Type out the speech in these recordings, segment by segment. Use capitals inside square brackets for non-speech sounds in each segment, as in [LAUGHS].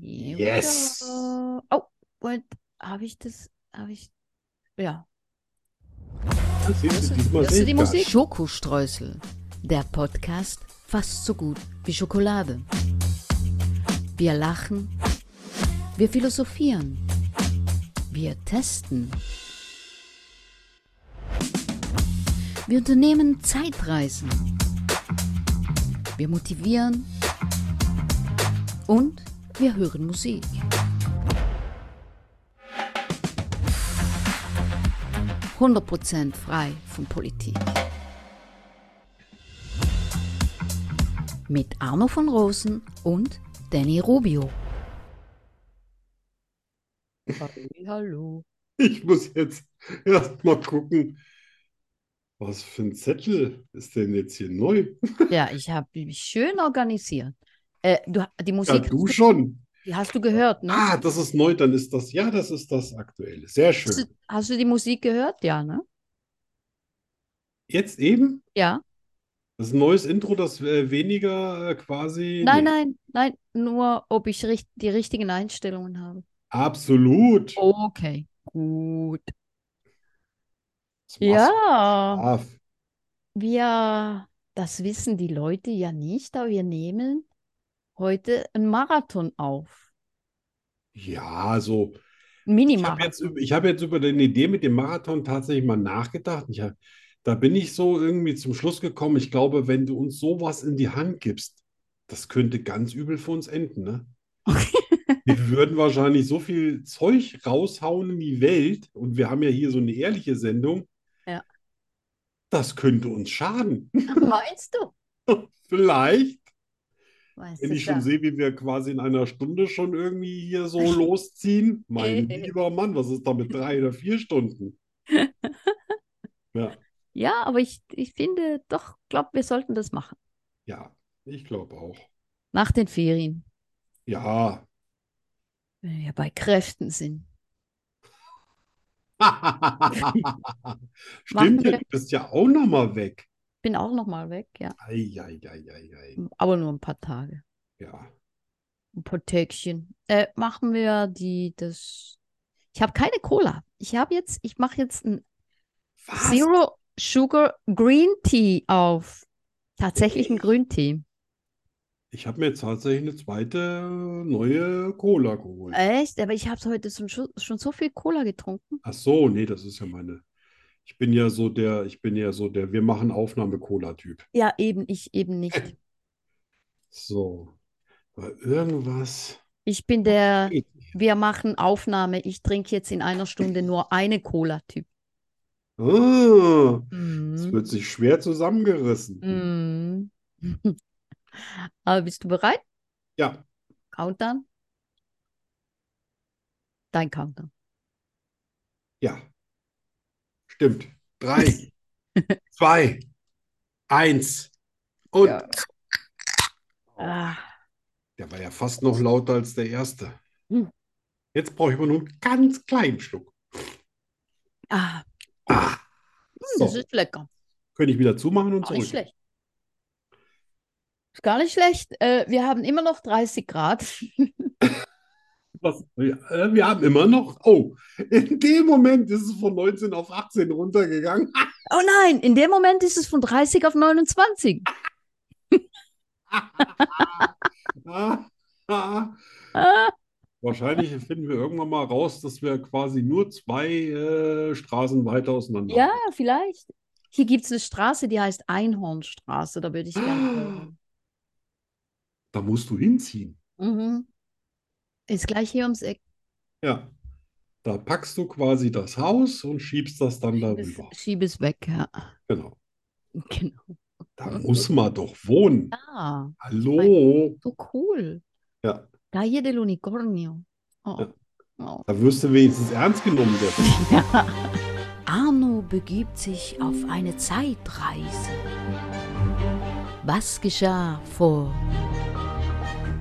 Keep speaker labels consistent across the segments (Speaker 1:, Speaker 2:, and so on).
Speaker 1: Here we
Speaker 2: Yes.
Speaker 1: go. Oh, und habe ich das, habe ich, ja.
Speaker 2: Das ist die
Speaker 1: Das ist die
Speaker 2: Musik.
Speaker 1: Musik.
Speaker 3: Schokostreusel, der Podcast fast so gut wie Schokolade. Wir lachen, wir philosophieren, wir testen. Wir unternehmen Zeitreisen. Wir motivieren und wir hören Musik. Prozent frei von Politik. mit Arno von Rosen und Danny Rubio.
Speaker 1: Hallo.
Speaker 2: Ich muss jetzt erst mal gucken, was für ein Zettel ist denn jetzt hier neu?
Speaker 1: Ja, ich habe mich schön organisiert. Äh, du, die
Speaker 2: Ja,
Speaker 1: Musik
Speaker 2: du
Speaker 1: hast,
Speaker 2: schon.
Speaker 1: du, hast du gehört, ne?
Speaker 2: Ah, das ist neu, dann ist das. Ja, das ist das Aktuelle. Sehr
Speaker 1: Hast
Speaker 2: schön.
Speaker 1: du, hast du die Musik gehört? Ja, ne?
Speaker 2: Jetzt eben?
Speaker 1: Ja.
Speaker 2: Das ist ein neues Intro, das äh, weniger äh, quasi.
Speaker 1: Nein,
Speaker 2: nee.
Speaker 1: nein, nein. Nur, ob ich richt die richtigen Einstellungen habe.
Speaker 2: Absolut.
Speaker 1: Okay, gut.
Speaker 2: Das machst du
Speaker 1: Ja,
Speaker 2: brav.
Speaker 1: wir, das wissen die Leute ja nicht, aber wir nehmen heute einen Marathon auf.
Speaker 2: Ja,
Speaker 1: Einen
Speaker 2: so. Ich habe
Speaker 1: Minimarathon.
Speaker 2: jetzt, üb- ich hab jetzt über deine Idee mit dem Marathon tatsächlich mal nachgedacht. Ich hab, da bin ich so irgendwie zum Schluss gekommen. Ich glaube, wenn du uns sowas in die Hand gibst, das könnte ganz übel für uns enden, ne? Wir würden wahrscheinlich so viel Zeug raushauen in die Welt und wir haben ja hier so eine ehrliche Sendung.
Speaker 1: Ja.
Speaker 2: Das könnte uns
Speaker 1: [LAUGHS]
Speaker 2: schaden. [LAUGHS]
Speaker 1: Meinst du?
Speaker 2: Vielleicht,
Speaker 1: Meinst
Speaker 2: wenn
Speaker 1: du
Speaker 2: ich schon
Speaker 1: das?
Speaker 2: sehe, wie wir quasi in einer Stunde schon irgendwie hier so losziehen. Mein lieber Mann, was ist da mit drei oder vier Stunden? Ja.
Speaker 1: Ja, aber ich, ich finde doch, glaube, wir sollten das machen.
Speaker 2: Ja, ich glaube auch.
Speaker 1: Nach den Ferien,
Speaker 2: Ja.
Speaker 1: wenn wir bei Kräften sind.
Speaker 2: Stimmt,
Speaker 1: wir-
Speaker 2: ja, du bist ja auch nochmal weg.
Speaker 1: Bin auch noch mal weg, ja.
Speaker 2: Ei, ei, ei, ei, ei.
Speaker 1: Aber nur ein paar Tage.
Speaker 2: Ja.
Speaker 1: Ein paar Tägchen. Äh, machen wir die, das. Ich habe keine Cola. Ich habe jetzt, ich mache jetzt ein
Speaker 2: Was?
Speaker 1: Zero Sugar Green Tea auf. Tatsächlich ein Grüntee.
Speaker 2: Ich habe mir jetzt tatsächlich eine zweite neue Cola geholt.
Speaker 1: Echt? Aber ich habe heute schon, schon so viel Cola getrunken.
Speaker 2: Ach so, nee, das ist ja meine. Ich bin ja so der, ich bin ja so der, wir machen Aufnahme-Cola-Typ.
Speaker 1: Ja, eben, ich eben nicht.
Speaker 2: So. Aber irgendwas.
Speaker 1: Ich bin der,
Speaker 2: geht nicht.
Speaker 1: wir machen Aufnahme. Ich trinke jetzt in einer Stunde nur eine Cola-Typ.
Speaker 2: Ah, es
Speaker 1: Mhm.
Speaker 2: wird sich schwer zusammengerissen.
Speaker 1: Mhm. [LAUGHS] Aber bist du bereit?
Speaker 2: Ja.
Speaker 1: Countdown? Dein Countdown.
Speaker 2: Ja, stimmt.
Speaker 1: [LAUGHS]
Speaker 2: Drei, zwei, eins. Und
Speaker 1: Ja. Ah,
Speaker 2: der war ja fast noch lauter als der erste.
Speaker 1: Hm.
Speaker 2: Jetzt brauche ich aber nur einen ganz kleinen Schluck.
Speaker 1: ah,
Speaker 2: Ah,
Speaker 1: das
Speaker 2: so,
Speaker 1: ist lecker.
Speaker 2: könnte ich wieder zumachen und
Speaker 1: Auch nicht
Speaker 2: zurück.
Speaker 1: schlecht. Ist gar nicht schlecht. Äh, wir haben immer noch 30 Grad.
Speaker 2: Was, äh, wir haben immer noch. Oh, in dem Moment ist es von 19 auf 18 runtergegangen.
Speaker 1: Oh nein, in dem Moment ist es von 30 auf 29.
Speaker 2: Ah, ah.
Speaker 1: Ah,
Speaker 2: [LAUGHS] Wahrscheinlich finden wir irgendwann mal raus, dass wir quasi nur zwei äh, Straßen weiter auseinander
Speaker 1: ja, vielleicht. Hier gibt es eine Straße, die heißt Einhornstraße. Da würde ich gerne.
Speaker 2: Da musst du hinziehen.
Speaker 1: Mhm. Ist gleich hier ums Eck.
Speaker 2: Ja. Da packst du quasi das Haus und schiebst das dann
Speaker 1: Das-
Speaker 2: darüber.
Speaker 1: Schieb es weg, ja. [LAUGHS]
Speaker 2: Genau.
Speaker 1: Genau.
Speaker 2: Da muss man doch wohnen.
Speaker 1: Ah,
Speaker 2: Hallo.
Speaker 1: so cool.
Speaker 2: Ja.
Speaker 1: Calle del Unicornio. Oh. Oh.
Speaker 2: Da wirst du wenigstens ernst genommen. Der
Speaker 3: Arno begibt sich auf eine Zeitreise. Was geschah vor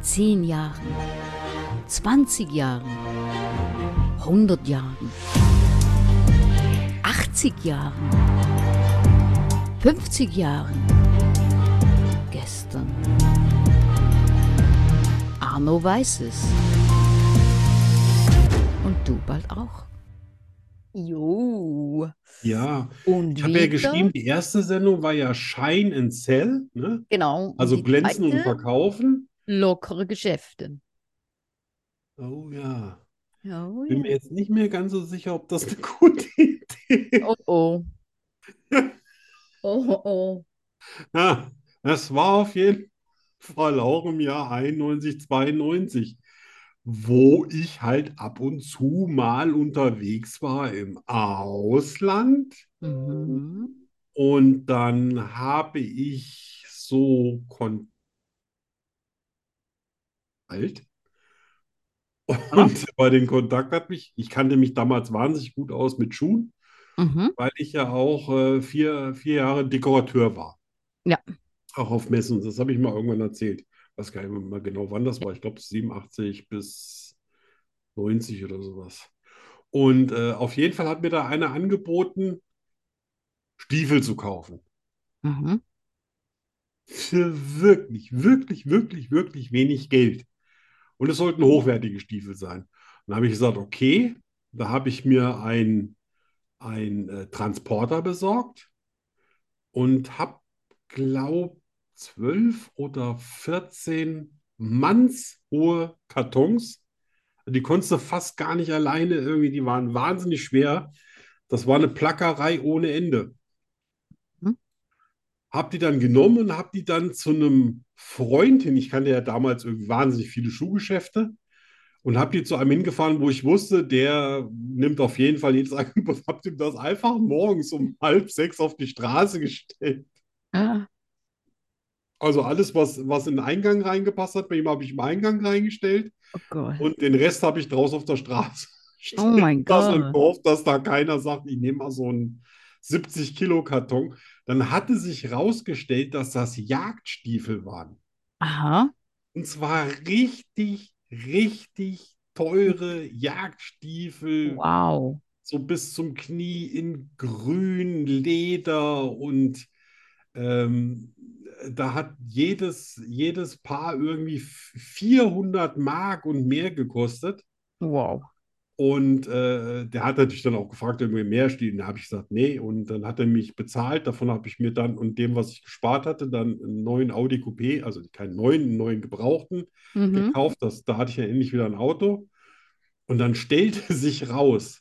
Speaker 3: 10 Jahren, 20 Jahren, 100 Jahren, 80 Jahren, 50 Jahren, gestern? Arno weiß es. du bald auch.
Speaker 1: Jo.
Speaker 2: Ja,
Speaker 1: Und
Speaker 2: ich habe ja
Speaker 1: wieder,
Speaker 2: geschrieben, die erste Sendung war ja Shine and Sell, ne?
Speaker 1: genau, und
Speaker 2: Also
Speaker 1: die
Speaker 2: glänzen und
Speaker 1: zweite,
Speaker 2: verkaufen.
Speaker 1: lockere Geschäfte.
Speaker 2: Oh ja.
Speaker 1: Oh,
Speaker 2: Bin mir
Speaker 1: ja.
Speaker 2: jetzt nicht mehr ganz so sicher, ob das eine gute Idee ist.
Speaker 1: oh, oh. Oh, oh, oh.
Speaker 2: Ja, das war auf jeden Fall auch im Jahr 91, 92, wo ich halt ab und zu mal unterwegs war im Ausland.
Speaker 3: Mhm.
Speaker 2: Und dann habe ich so Kontakt Halt. Und [LAUGHS] bei den Kontakt hat mich, ich kannte mich damals wahnsinnig gut aus mit Schuhen,
Speaker 3: Mhm.
Speaker 2: weil ich ja auch äh, vier, vier Jahre Dekorateur war.
Speaker 3: Ja.
Speaker 2: Auch auf Messen. Das habe ich mal irgendwann erzählt. Weiß gar nicht mehr genau, wann das war. Ich glaube 87 bis 90 oder sowas. Und äh, auf jeden Fall hat mir da einer angeboten, Stiefel zu kaufen.
Speaker 3: Mhm.
Speaker 2: Für wirklich, wirklich, wirklich, wirklich wenig Geld. Und es sollten hochwertige Stiefel sein. Dann habe ich gesagt, okay, da habe ich mir ein, ein äh, Transporter besorgt und habe, glaube 12 oder 14 mannshohe Kartons. Die konntest du fast gar nicht alleine irgendwie, die waren wahnsinnig schwer. Das war eine Plackerei ohne Ende.
Speaker 3: Mhm.
Speaker 2: Hab die dann genommen und hab die dann zu einem Freund hin. Ich kannte ja damals irgendwie wahnsinnig viele Schuhgeschäfte und hab die zu einem hingefahren, wo ich wusste, der nimmt auf jeden Fall jedes [LAUGHS] Angebot. Hab ihm das einfach morgens um halb sechs auf die Straße gestellt.
Speaker 3: Ah.
Speaker 2: Also alles, was, was in den Eingang reingepasst hat, bei ihm habe ich im Eingang reingestellt
Speaker 3: Oh Gott.
Speaker 2: und den Rest habe ich draußen auf der Straße
Speaker 3: Oh mein
Speaker 2: das und
Speaker 3: Gott.
Speaker 2: gehofft, dass da keiner sagt, ich nehme mal so einen 70-Kilo-Karton. Dann hatte sich rausgestellt, dass das Jagdstiefel waren.
Speaker 3: Aha.
Speaker 2: Und zwar richtig, richtig teure Jagdstiefel,
Speaker 3: Wow.
Speaker 2: so bis zum Knie in grün, Leder und ähm, da hat jedes, jedes Paar irgendwie f- 400 Mark und mehr gekostet.
Speaker 3: Wow.
Speaker 2: Und äh, der hat natürlich dann auch gefragt, ob mir mehr steht. Und da habe ich gesagt, nee. Und dann hat er mich bezahlt. Davon habe ich mir dann und dem, was ich gespart hatte, dann einen neuen Audi Coupé, also keinen neuen, einen neuen gebrauchten,
Speaker 3: Mhm.
Speaker 2: gekauft. Das, da hatte ich ja endlich wieder ein Auto. Und dann stellte [LAUGHS] sich raus,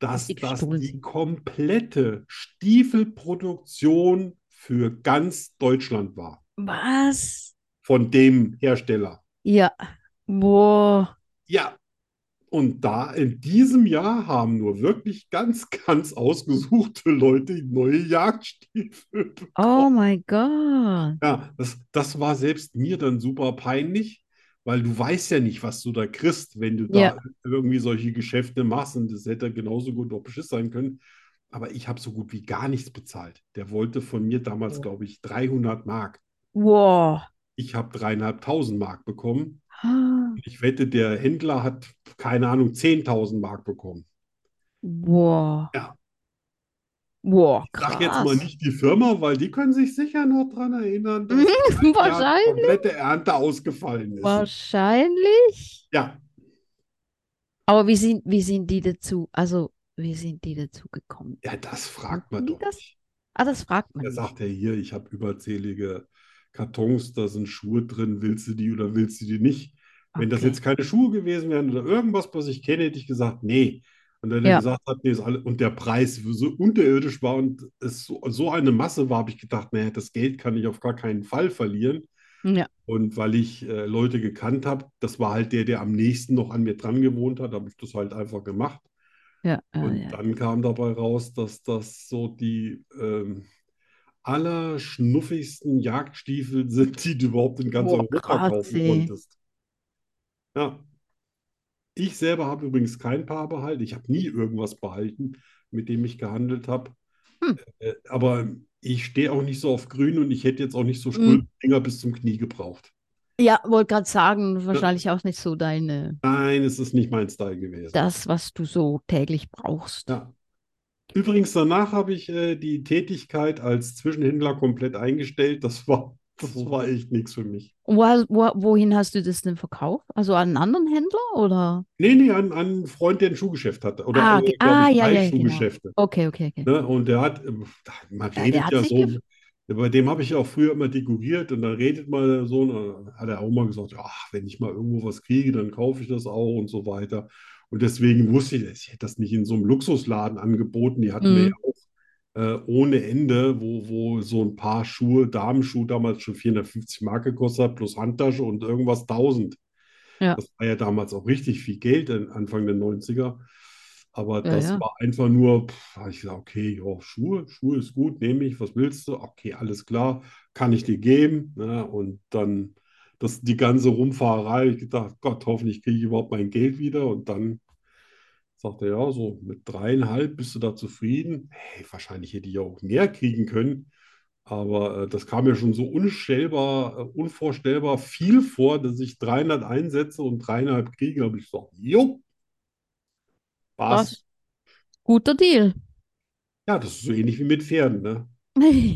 Speaker 2: dass
Speaker 3: Die
Speaker 2: das
Speaker 3: gestohlen
Speaker 2: die
Speaker 3: sind.
Speaker 2: komplette Stiefelproduktion für ganz Deutschland war,
Speaker 1: Was?
Speaker 2: von dem Hersteller.
Speaker 1: Ja. Boah.
Speaker 2: Ja, und da in diesem Jahr haben nur wirklich ganz, ganz ausgesuchte Leute neue Jagdstiefel
Speaker 3: Oh
Speaker 2: bekommen.
Speaker 3: mein Gott.
Speaker 2: Ja, das, das war selbst mir dann super peinlich, weil du weißt ja nicht, was du da kriegst, wenn du
Speaker 1: Ja.
Speaker 2: da irgendwie solche Geschäfte machst. Und das hätte genauso gut auch Beschiss sein können. Aber ich habe so gut wie gar nichts bezahlt. Der wollte von mir damals,
Speaker 1: Oh.
Speaker 2: glaube ich, 300 Mark.
Speaker 1: Wow. [GASPS]
Speaker 2: Ich habe dreieinhalbtausend Mark bekommen.
Speaker 1: Ah.
Speaker 2: Ich wette, der Händler hat, keine Ahnung, 10.000 Mark bekommen.
Speaker 1: Wow.
Speaker 2: Ja.
Speaker 1: Wow,
Speaker 2: Sag jetzt mal
Speaker 1: [LAUGHS] krass.
Speaker 2: nicht die Firma, weil die können sich sicher noch daran
Speaker 1: [LAUGHS]
Speaker 2: erinnern, dass ja
Speaker 1: Wahrscheinlich.
Speaker 2: komplette Ernte ausgefallen ist.
Speaker 1: Wahrscheinlich.
Speaker 2: Ja,
Speaker 1: Aber wie sind, wie sind die dazu? Also, wie sind die dazu gekommen?
Speaker 2: ja, das fragt man
Speaker 1: Kannten die
Speaker 2: doch
Speaker 1: das?
Speaker 2: nicht.
Speaker 1: Ah, das fragt man
Speaker 2: Er
Speaker 1: nicht.
Speaker 2: sagt ja hier, ich habe überzählige Kartons, da sind Schuhe drin, willst du die oder willst du die nicht? Wenn das
Speaker 1: Okay.
Speaker 2: jetzt keine Schuhe gewesen wären oder irgendwas, was ich kenne, hätte ich gesagt, nee. Und wenn er
Speaker 1: Ja.
Speaker 2: gesagt hat, nee, ist alles, und der Preis so unterirdisch war und es so, so eine Masse war, habe ich gedacht, naja, das Geld kann ich auf gar keinen Fall verlieren.
Speaker 1: Ja.
Speaker 2: Und weil ich äh, Leute gekannt habe, das war halt der, der am nächsten noch an mir dran gewohnt hat, habe ich das halt einfach gemacht.
Speaker 1: Ja, Ah, ja,
Speaker 2: Und
Speaker 1: ja.
Speaker 2: dann kam dabei raus, dass das so die ähm, allerschnuffigsten Jagdstiefel [LAUGHS] sind, die du überhaupt in ganz
Speaker 1: Boah,
Speaker 2: Europa
Speaker 1: krass,
Speaker 2: kaufen
Speaker 1: ey.
Speaker 2: konntest. Ja, ich selber habe übrigens kein Paar behalten. Ich habe nie irgendwas behalten, mit dem ich gehandelt habe.
Speaker 3: Hm.
Speaker 2: Äh, aber ich stehe auch nicht so auf Grün und ich hätte jetzt auch nicht so
Speaker 1: Mm.
Speaker 2: Strüldinger bis zum Knie gebraucht.
Speaker 1: Ja, wollte gerade sagen,
Speaker 2: Ne?
Speaker 1: wahrscheinlich auch nicht so deine,
Speaker 2: Nein, es ist nicht mein Style gewesen.
Speaker 1: das, was du so täglich brauchst.
Speaker 2: Ja. Übrigens, danach habe ich äh, die Tätigkeit als Zwischenhändler komplett eingestellt. Das war [LAUGHS] Das war echt nichts für mich.
Speaker 1: Wo, wo, wohin hast du das denn verkauft? Also an einen anderen Händler oder?
Speaker 2: Nee, nee, an, an einen Freund, der ein Schuhgeschäft hatte. Oder
Speaker 1: Ah,
Speaker 2: äh,
Speaker 1: okay.
Speaker 2: glaub
Speaker 1: Ah,
Speaker 2: ich,
Speaker 1: ja,
Speaker 2: drei
Speaker 1: ja, genau.
Speaker 2: Schuhgeschäfte.
Speaker 1: Okay, okay, okay.
Speaker 2: Ne? Und der hat, ähm, man
Speaker 1: Ja, der
Speaker 2: redet
Speaker 1: hat
Speaker 2: ja
Speaker 1: sich
Speaker 2: so, bei dem habe ich ja auch früher immer dekoriert und dann redet man so und dann hat er auch mal gesagt, ach, wenn ich mal irgendwo was kriege, dann kaufe ich das auch und so weiter. Und deswegen wusste ich, ich hätte das nicht in so einem Luxusladen angeboten, die hatten wir
Speaker 1: Mhm.
Speaker 2: ja auch äh, ohne Ende, wo, wo so ein paar Schuhe, Damenschuhe damals schon 450 Mark gekostet hat, plus Handtasche und irgendwas 1000.
Speaker 1: Ja,
Speaker 2: Das war ja damals auch richtig viel Geld, äh, Anfang der 90er. Aber
Speaker 1: ja,
Speaker 2: das
Speaker 1: ja.
Speaker 2: war einfach nur, pff, hab ich gesagt, okay, ja, Schuhe, Schuhe ist gut, nehme ich, was willst du? Okay, alles klar, kann ich dir geben. Ne? Und dann das, die ganze Rumfahrerei, ich gedacht, Gott, hoffentlich kriege ich überhaupt mein Geld wieder. Und dann sagte er, ja, so mit dreieinhalb bist du da zufrieden. Hey, wahrscheinlich hätte ich auch mehr kriegen können. Aber äh, das kam mir schon so unstellbar, äh, unvorstellbar viel vor, dass ich 300 einsetze und dreieinhalb kriege. habe ich gesagt, jo, was?
Speaker 1: Was? Guter Deal. [LAUGHS]
Speaker 2: Ja, das ist so ähnlich wie mit Pferden, ne?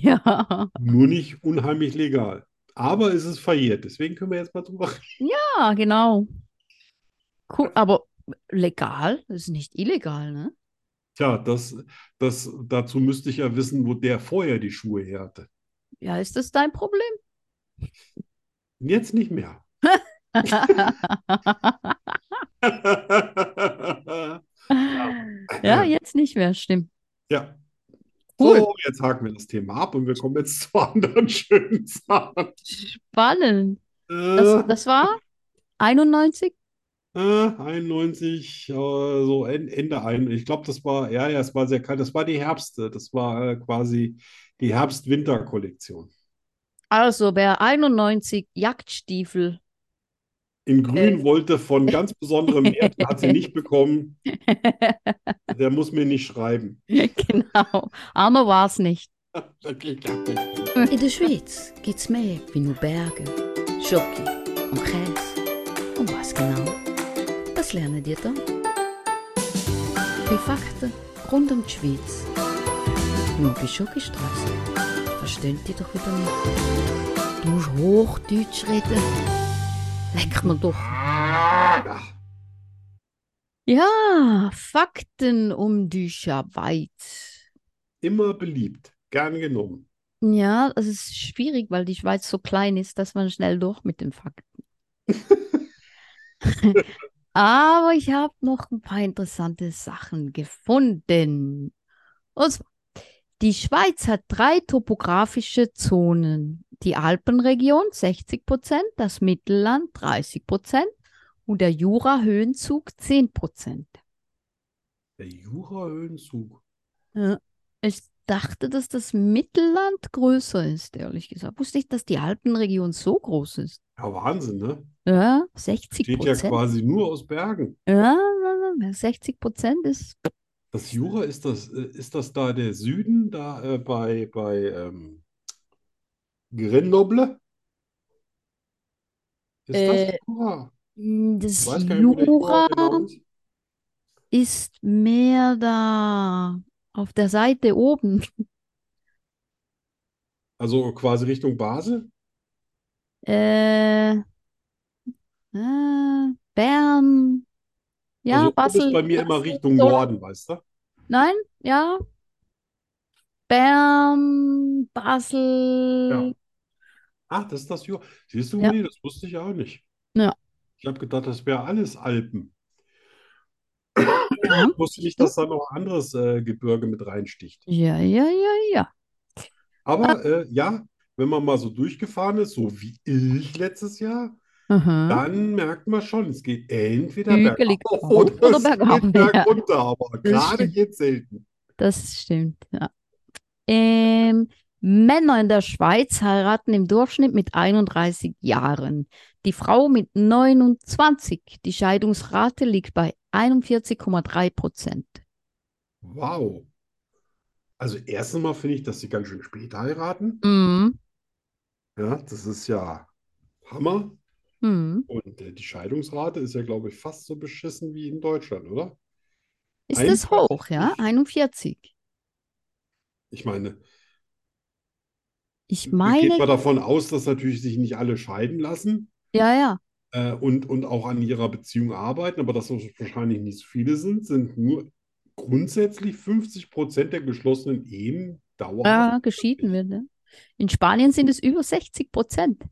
Speaker 1: Ja.
Speaker 2: Nur nicht unheimlich legal. Aber es ist verjährt, deswegen können wir jetzt mal drüber reden.
Speaker 1: Ja, genau. Cool. Aber legal? Das ist nicht illegal, ne?
Speaker 2: Tja, das, das, dazu müsste ich ja wissen, wo der vorher die Schuhe her hatte.
Speaker 1: Ja, ist das dein Problem? [LAUGHS]
Speaker 2: Jetzt nicht mehr. [LAUGHS]
Speaker 1: Ja, jetzt nicht mehr, stimmt.
Speaker 2: Ja,
Speaker 1: Cool.
Speaker 2: so, jetzt haken wir das Thema ab und wir kommen jetzt [LAUGHS] zu anderen schönen Sachen.
Speaker 1: Spannend. Das,
Speaker 2: Äh,
Speaker 1: das war 91?
Speaker 2: äh, 91, äh, so en- Ende 91. Ich glaube, das war, ja, ja, es war sehr kalt. Das war die Herbst, äh, das war äh, quasi die Herbst-Winter-Kollektion.
Speaker 1: Also, wer 91 [LAUGHS] Jagdstiefel.
Speaker 2: In Grün
Speaker 1: Äh.
Speaker 2: wollte von ganz besonderem Wert, hat sie
Speaker 1: [LAUGHS]
Speaker 2: nicht bekommen. Der muss mir nicht schreiben.
Speaker 1: Genau. Arno war es nicht.
Speaker 3: [LAUGHS] In der Schweiz gibt's mehr wie nur Berge, Schoki und Käse. Und was genau? Das lernen die dann. Die Fakten rund um die Schweiz. Nur bei Schokistraße. Verstehen die doch wieder nicht. Du musst Hochdeutsch reden. Leck mir doch.
Speaker 2: Ja,
Speaker 1: Ja, Fakten um die Schweiz.
Speaker 2: immer beliebt, gern genommen.
Speaker 1: Ja, es ist schwierig, weil die Schweiz so klein ist, dass man schnell durch mit den Fakten. Aber ich habe noch ein paar interessante Sachen gefunden. Und zwar, die Schweiz hat drei topografische Zonen. Die Alpenregion 60 Prozent, das Mittelland 30 Prozent und der Jura-Höhenzug 10 Prozent.
Speaker 2: Der Jura-Höhenzug.
Speaker 1: Ja. Ich dachte, dass das Mittelland größer ist, ehrlich gesagt. Wusste ich, dass die Alpenregion so groß ist.
Speaker 2: Ja, Wahnsinn, ne?
Speaker 1: Ja, 60
Speaker 2: Steht ja
Speaker 1: Prozent.
Speaker 2: quasi nur aus Bergen.
Speaker 1: Ja, 60 Prozent ist.
Speaker 2: Das Jura, ist das, äh, ist das da der Süden, da äh, bei, bei ähm, Grenoble? Ist das
Speaker 1: Äh,
Speaker 2: Jura? Ich
Speaker 1: mm, Das
Speaker 2: weiß gar nicht, wo der Jura
Speaker 1: Jura
Speaker 2: genau ist.
Speaker 1: ist mehr da auf der Seite oben.
Speaker 2: Also quasi Richtung Basel?
Speaker 1: Äh, äh, Bern, ja,
Speaker 2: Also oben ist
Speaker 1: Basel,
Speaker 2: bei mir immer
Speaker 1: Basel,
Speaker 2: Richtung
Speaker 1: so.
Speaker 2: Norden, weißt du?
Speaker 1: Nein, ja, Bern,
Speaker 2: Ja.
Speaker 1: Basel,
Speaker 2: Ach, das ist das Jura. Siehst du,
Speaker 1: ja,
Speaker 2: Uli, das wusste ich auch nicht.
Speaker 1: ja,
Speaker 2: Ich habe gedacht, das wäre alles Alpen.
Speaker 1: ja,
Speaker 2: Ich wusste nicht,
Speaker 1: siehst du?
Speaker 2: dass da noch ein anderes äh, Gebirge mit reinsticht.
Speaker 1: Ja, ja, ja, ja. Ah.
Speaker 2: Aber äh, ja, wenn man mal so durchgefahren ist, so wie ich letztes
Speaker 1: Hm.
Speaker 2: Jahr,
Speaker 1: Aha.
Speaker 2: dann merkt man schon, es geht entweder bergauf
Speaker 1: Hügelig
Speaker 2: oder
Speaker 1: hoch oder
Speaker 2: es
Speaker 1: bergab,
Speaker 2: geht
Speaker 1: ja,
Speaker 2: bergunter, aber
Speaker 1: das
Speaker 2: gerade
Speaker 1: stimmt,
Speaker 2: geht selten.
Speaker 1: das stimmt, ja. Ähm, Männer in der Schweiz heiraten im Durchschnitt mit 31 Jahren. Die Frau mit 29. Die Scheidungsrate liegt bei 41,3 Prozent.
Speaker 2: Wow. Also erstens mal finde ich, dass sie ganz schön spät heiraten.
Speaker 1: Mhm.
Speaker 2: Ja, das ist ja Hammer.
Speaker 1: Mhm.
Speaker 2: Und äh, die Scheidungsrate ist ja, glaube ich, fast so beschissen wie in Deutschland, oder?
Speaker 1: Ist das hoch, ja?
Speaker 2: 41?
Speaker 1: 41.
Speaker 2: Ich meine,
Speaker 1: Ich
Speaker 2: Geht man
Speaker 1: meine,
Speaker 2: davon aus, dass natürlich sich nicht alle scheiden lassen
Speaker 1: ja, ja.
Speaker 2: äh, und, und auch an ihrer Beziehung arbeiten, aber dass das wahrscheinlich nicht so viele sind, sind nur grundsätzlich 50 Prozent der geschlossenen Ehen dauerhaft.
Speaker 1: Ja, geschieden wird. Ne? In Spanien sind es über 60 Prozent.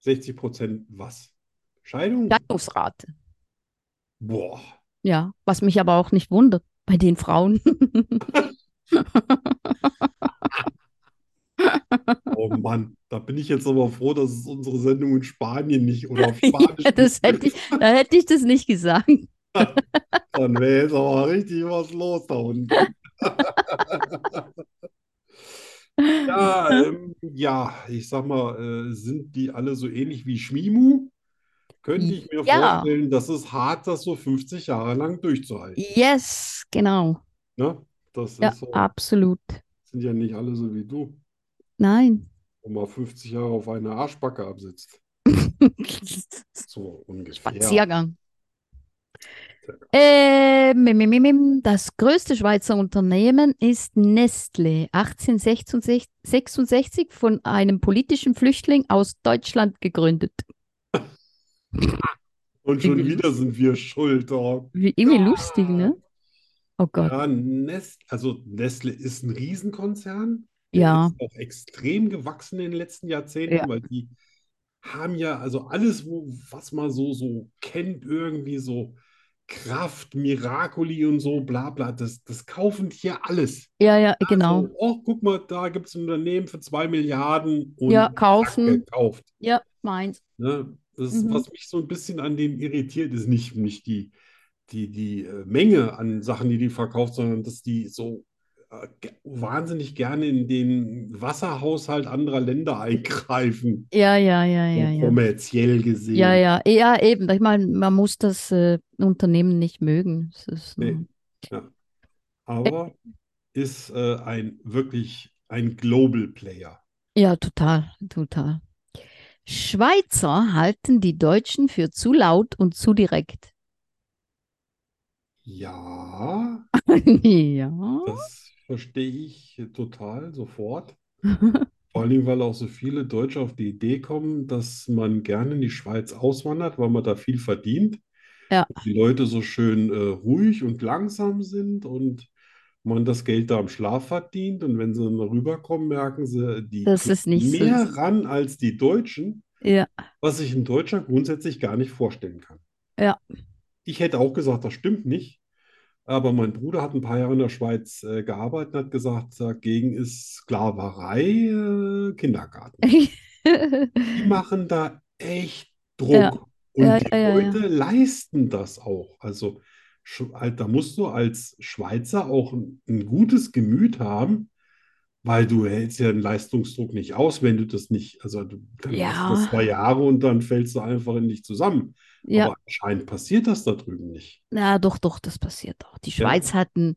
Speaker 2: 60 Prozent was? Scheidung?
Speaker 1: Scheidungsrate.
Speaker 2: Boah.
Speaker 1: Ja, was mich aber auch nicht wundert bei den Frauen.
Speaker 2: Oh Mann, da bin ich jetzt aber froh, dass es unsere Sendung in Spanien nicht oder auf
Speaker 1: [LAUGHS]
Speaker 2: Spanisch
Speaker 1: ja, das hätte ich, da hätte ich das nicht gesagt.
Speaker 2: Dann wäre jetzt aber richtig was los da
Speaker 1: [LAUGHS]
Speaker 2: unten. Ja, ähm, ja, ich sag mal, äh, sind die alle so ähnlich wie Schmimu? Könnte ich mir
Speaker 1: Ja.
Speaker 2: vorstellen, das ist hart, das so 50 Jahre lang durchzuhalten.
Speaker 1: Yes, genau.
Speaker 2: Ne? Das
Speaker 1: Ja,
Speaker 2: ist so,
Speaker 1: absolut.
Speaker 2: sind ja nicht alle so wie du, [LAUGHS]
Speaker 1: Nein.
Speaker 2: wo man 50 Jahre auf einer Arschbacke absitzt. So ungefähr.
Speaker 1: Spaziergang. Ähm, mim, mim, mim, mim. das größte Schweizer Unternehmen ist Nestle, 1866 von einem politischen Flüchtling aus Deutschland gegründet.
Speaker 2: Und schon
Speaker 1: Irgendwie-
Speaker 2: wieder sind wir schuld. Oh.
Speaker 1: Wie, irgendwie
Speaker 2: Ja.
Speaker 1: lustig, ne? Oh Gott,
Speaker 2: Ja, Nest, also Nestle ist ein Riesenkonzern. Der
Speaker 1: ja.
Speaker 2: ist auch extrem gewachsen in den letzten Jahrzehnten,
Speaker 1: Ja.
Speaker 2: weil die haben ja also alles, wo, was man so, so kennt, irgendwie so Kraft, Miracoli und so, bla bla, das, das kaufen die hier alles.
Speaker 1: Ja, ja, genau.
Speaker 2: So, oh, guck mal, da gibt es ein Unternehmen für zwei Milliarden und
Speaker 1: Ja,
Speaker 2: zack,
Speaker 1: kaufen.
Speaker 2: gekauft.
Speaker 1: Ja, meins.
Speaker 2: Ne? Das,
Speaker 1: Mhm.
Speaker 2: was mich so ein bisschen an denen irritiert, ist nicht, nicht die, die, die äh, Menge an Sachen, die die verkauft, sondern dass die so äh, ge- wahnsinnig gerne in den Wasserhaushalt anderer Länder [LAUGHS] eingreifen,
Speaker 1: Ja, ja, ja,
Speaker 2: so
Speaker 1: ja, ja.
Speaker 2: kommerziell gesehen.
Speaker 1: Ja, ja, ja, eben. Ich meine, man muss das äh, Unternehmen nicht mögen. Es ist,
Speaker 2: Nee. Aber ist äh, ein wirklich ein Global Player.
Speaker 1: äh, Ja, total, total. Schweizer halten die Deutschen für zu laut und zu direkt. [LAUGHS]
Speaker 2: Ja,
Speaker 1: Ja.
Speaker 2: das verstehe ich total sofort.
Speaker 1: [LAUGHS]
Speaker 2: Vor allem, weil auch so viele Deutsche auf die Idee kommen, dass man gerne in die Schweiz auswandert, weil man da viel verdient.
Speaker 1: Ja.
Speaker 2: Und Die Leute so schön äh, ruhig und langsam sind und man das Geld da am Schlaf verdient. Und wenn sie dann rüberkommen, merken sie, die
Speaker 1: Das ist nicht so.
Speaker 2: mehr ran als die Deutschen,
Speaker 1: Ja, [LAUGHS]
Speaker 2: was sich ein Deutscher grundsätzlich gar nicht vorstellen kann.
Speaker 1: Ja.
Speaker 2: Ich hätte auch gesagt, das stimmt nicht. Aber mein Bruder hat ein paar Jahre in der Schweiz äh, gearbeitet und hat gesagt, dagegen ist Sklaverei äh, Kindergarten. Die machen da echt Druck.
Speaker 1: Ja.
Speaker 2: Und
Speaker 1: Ja,
Speaker 2: die
Speaker 1: ja, ja, ja.
Speaker 2: Leute leisten das auch. Also Sch- halt, da musst du als Schweizer auch ein, ein gutes Gemüt haben, weil du hältst ja den Leistungsdruck nicht aus, wenn du das nicht, also du, dann
Speaker 1: Ja.
Speaker 2: machst du das zwei Jahre und dann fällst du einfach in dich zusammen.
Speaker 1: ja.
Speaker 2: Aber anscheinend passiert das da drüben nicht.
Speaker 1: Na, doch, doch, das passiert auch. Die Schweiz hat einen,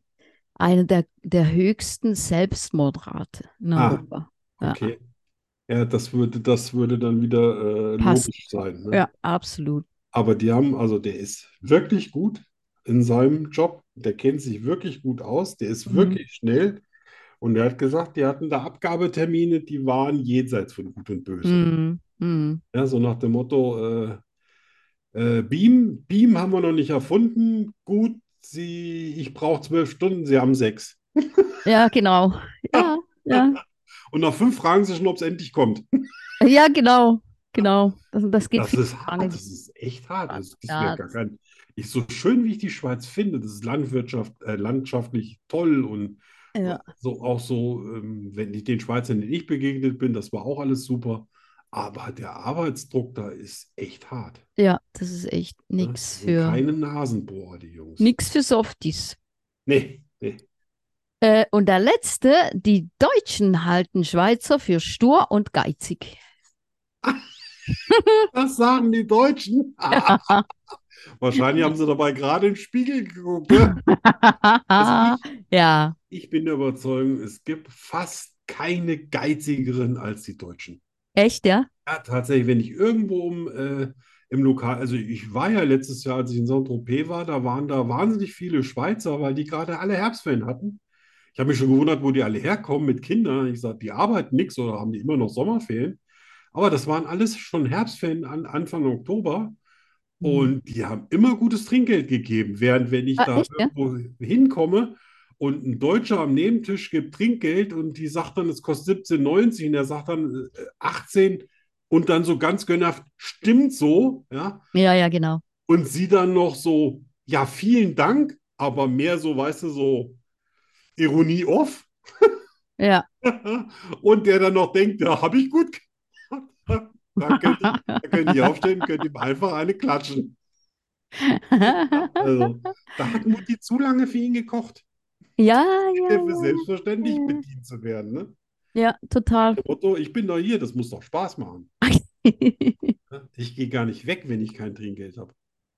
Speaker 1: eine der, der höchsten Selbstmordrate in
Speaker 2: Ah.
Speaker 1: Europa. Ja.
Speaker 2: Okay. Ja, das würde, das würde dann wieder äh,
Speaker 1: Passt.
Speaker 2: logisch sein, ne?
Speaker 1: Ja, absolut.
Speaker 2: Aber die haben, also der ist wirklich gut in seinem Job, der kennt sich wirklich gut aus, der ist
Speaker 1: Mhm.
Speaker 2: wirklich schnell. Und er hat gesagt, die hatten da Abgabetermine, die waren jenseits von Gut und Böse.
Speaker 1: Mhm. Mhm.
Speaker 2: Ja, so nach dem Motto, äh, äh, Beam, Beam haben wir noch nicht erfunden. Gut, Sie, ich brauche zwölf Stunden, Sie haben sechs.
Speaker 1: Ja, genau. Ja, ja.
Speaker 2: Und nach fünf fragen Sie schon, ob es endlich kommt.
Speaker 1: Ja, genau. Genau. Das, das geht
Speaker 2: Das
Speaker 1: viel
Speaker 2: ist hart,
Speaker 1: lange.
Speaker 2: das ist echt hart. Also, das
Speaker 1: Ja,
Speaker 2: wäre gar kein, ich, so schön wie ich die Schweiz finde, das ist Landwirtschaft, äh, landschaftlich toll und
Speaker 1: Ja.
Speaker 2: so auch so, ähm, wenn ich den Schweizern, denen ich begegnet bin, das war auch alles super. Aber der Arbeitsdruck da ist echt hart.
Speaker 1: Ja, das ist echt
Speaker 2: Ne?
Speaker 1: nix
Speaker 2: Die sind
Speaker 1: für
Speaker 2: Keine Nasenbohrer, die Jungs.
Speaker 1: nix für Softies.
Speaker 2: Nee, nee. [LAUGHS]
Speaker 1: Äh, und der letzte, die Deutschen halten Schweizer für stur und geizig.
Speaker 2: Das sagen
Speaker 1: [LAUGHS]
Speaker 2: die Deutschen. [LAUGHS] Wahrscheinlich haben sie dabei gerade in den Spiegel geguckt. Ne? Also
Speaker 1: [LAUGHS] Ja,
Speaker 2: Ich bin der Überzeugung, es gibt fast keine geizigeren als die Deutschen.
Speaker 1: echt, ja?
Speaker 2: Ja, tatsächlich, wenn ich irgendwo um, äh, im Lokal, also ich war ja letztes Jahr, als ich in Saint-Tropez war, da waren da wahnsinnig viele Schweizer, weil die gerade alle Herbstferien hatten. Ich habe mich schon gewundert, wo die alle herkommen mit Kindern. Ich sage, die arbeiten nichts oder haben die immer noch Sommerferien. Aber das waren alles schon Herbstferien an Anfang Oktober. Und die haben immer gutes Trinkgeld gegeben, während wenn ich
Speaker 1: Ah,
Speaker 2: da
Speaker 1: echt, ja?
Speaker 2: irgendwo hinkomme und ein Deutscher am Nebentisch gibt Trinkgeld und die sagt dann, es kostet 17,90 und er sagt dann äh, 18 und dann so ganz gönnerhaft, stimmt so, ja.
Speaker 1: Ja, ja, genau.
Speaker 2: Und sie dann noch so, ja, vielen Dank, aber mehr so, weißt du, so Ironie off. [LAUGHS]
Speaker 1: Ja. [LAUGHS]
Speaker 2: Und der dann noch denkt, ja, habe ich gut gemacht. [LAUGHS] Dann könnt ihr, dann könnt ihr aufstehen, könnt ihm einfach eine klatschen. Also, da hat Mutti zu lange für ihn gekocht,
Speaker 1: Ja, ja,
Speaker 2: für
Speaker 1: ja.
Speaker 2: selbstverständlich
Speaker 1: Ja.
Speaker 2: bedient zu werden. Ne?
Speaker 1: Ja, total. [LAUGHS]
Speaker 2: Dem Motto, ich bin doch hier, das muss doch Spaß machen. ne? Ich gehe gar nicht weg, wenn ich kein Trinkgeld habe.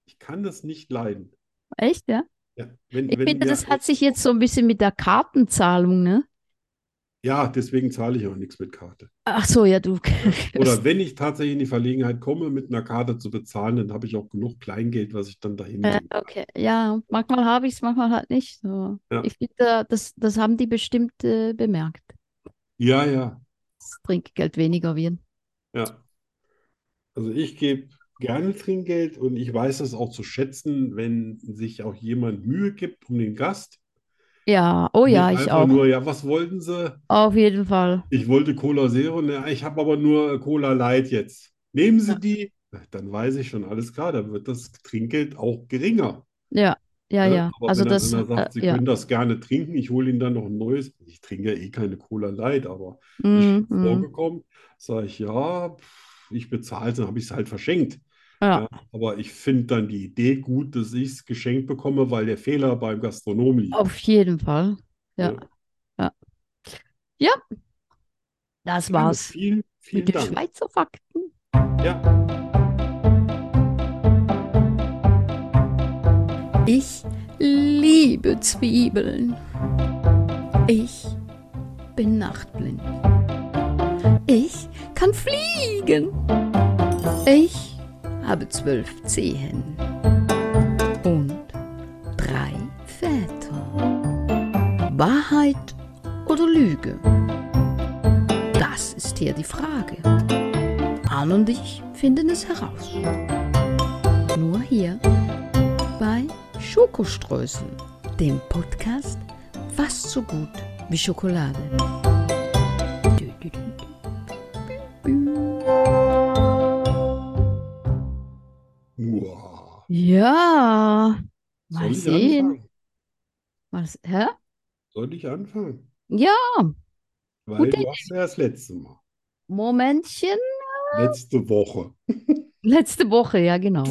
Speaker 2: Ich kann das nicht leiden.
Speaker 1: Echt, ja?
Speaker 2: Ja, wenn,
Speaker 1: Ich
Speaker 2: wenn
Speaker 1: finde,
Speaker 2: mir-
Speaker 1: das hat sich jetzt so ein bisschen mit der Kartenzahlung, ne?
Speaker 2: Ja, deswegen zahle ich auch nichts mit Karte.
Speaker 1: Ach so, ja, du.
Speaker 2: Oder wenn ich tatsächlich in die Verlegenheit komme, mit einer Karte zu bezahlen, dann habe ich auch genug Kleingeld, was ich dann dahin
Speaker 1: [LAUGHS] Äh,
Speaker 2: gebe.
Speaker 1: okay, ja, manchmal habe ich es, manchmal halt nicht. So.
Speaker 2: Ja.
Speaker 1: Ich finde, da- das, das haben die bestimmt äh, bemerkt.
Speaker 2: Ja, ja,
Speaker 1: Das Trinkgeld weniger wird.
Speaker 2: ja. Also ich gebe gerne Trinkgeld und ich weiß das auch zu schätzen, wenn sich auch jemand Mühe gibt um den Gast.
Speaker 1: Ja, oh
Speaker 2: Nicht
Speaker 1: ja, ich
Speaker 2: einfach
Speaker 1: auch.
Speaker 2: nur, ja, was wollten Sie?
Speaker 1: Auf jeden Fall.
Speaker 2: Ich wollte Cola Zero, ne, ich habe aber nur Cola Light jetzt. Nehmen Sie
Speaker 1: Ja.
Speaker 2: die? Na, Dann weiß ich schon, alles klar, dann wird das Trinkgeld auch geringer.
Speaker 1: Ja, ja,
Speaker 2: Ne?
Speaker 1: ja.
Speaker 2: Aber
Speaker 1: Also
Speaker 2: wenn dann
Speaker 1: das,
Speaker 2: einer sagt, Sie
Speaker 1: äh, ja.
Speaker 2: können das gerne trinken, ich hole Ihnen dann noch ein neues. Ich trinke ja eh keine Cola Light, aber ich bin
Speaker 1: Mm, mm.
Speaker 2: vorgekommen, sage ich, ja, pff, ich bezahle es, dann habe ich es halt verschenkt.
Speaker 1: Ja.
Speaker 2: aber ich finde dann die Idee gut, dass ich es geschenkt bekomme, weil der Fehler beim Gastronom liegt.
Speaker 1: Auf jeden Fall. Ja.
Speaker 2: Ne?
Speaker 1: Das
Speaker 2: Gerne.
Speaker 1: war's
Speaker 2: Vielen, vielen
Speaker 1: mit den
Speaker 2: Dank.
Speaker 1: Schweizer Fakten.
Speaker 2: Ja.
Speaker 3: Ich liebe Zwiebeln. Ich bin nachtblind. Ich kann fliegen. Ich habe zwölf Zehen und drei Väter. Wahrheit oder Lüge? Das ist hier die Frage. Arne und ich finden es heraus. Nur hier bei Schokoströßen, dem Podcast fast so gut wie Schokolade. Dü, dü, dü, dü.
Speaker 2: Uah.
Speaker 1: Ja. Mal
Speaker 2: Soll ich
Speaker 1: sehen.
Speaker 2: anfangen?
Speaker 1: Mal, se- hä?
Speaker 2: Soll ich anfangen?
Speaker 1: Ja,
Speaker 2: Weil
Speaker 1: Gute
Speaker 2: du hast ja das letzte Mal.
Speaker 1: Momentchen. [LAUGHS]
Speaker 2: Letzte Woche.
Speaker 1: Letzte Woche, ja, genau.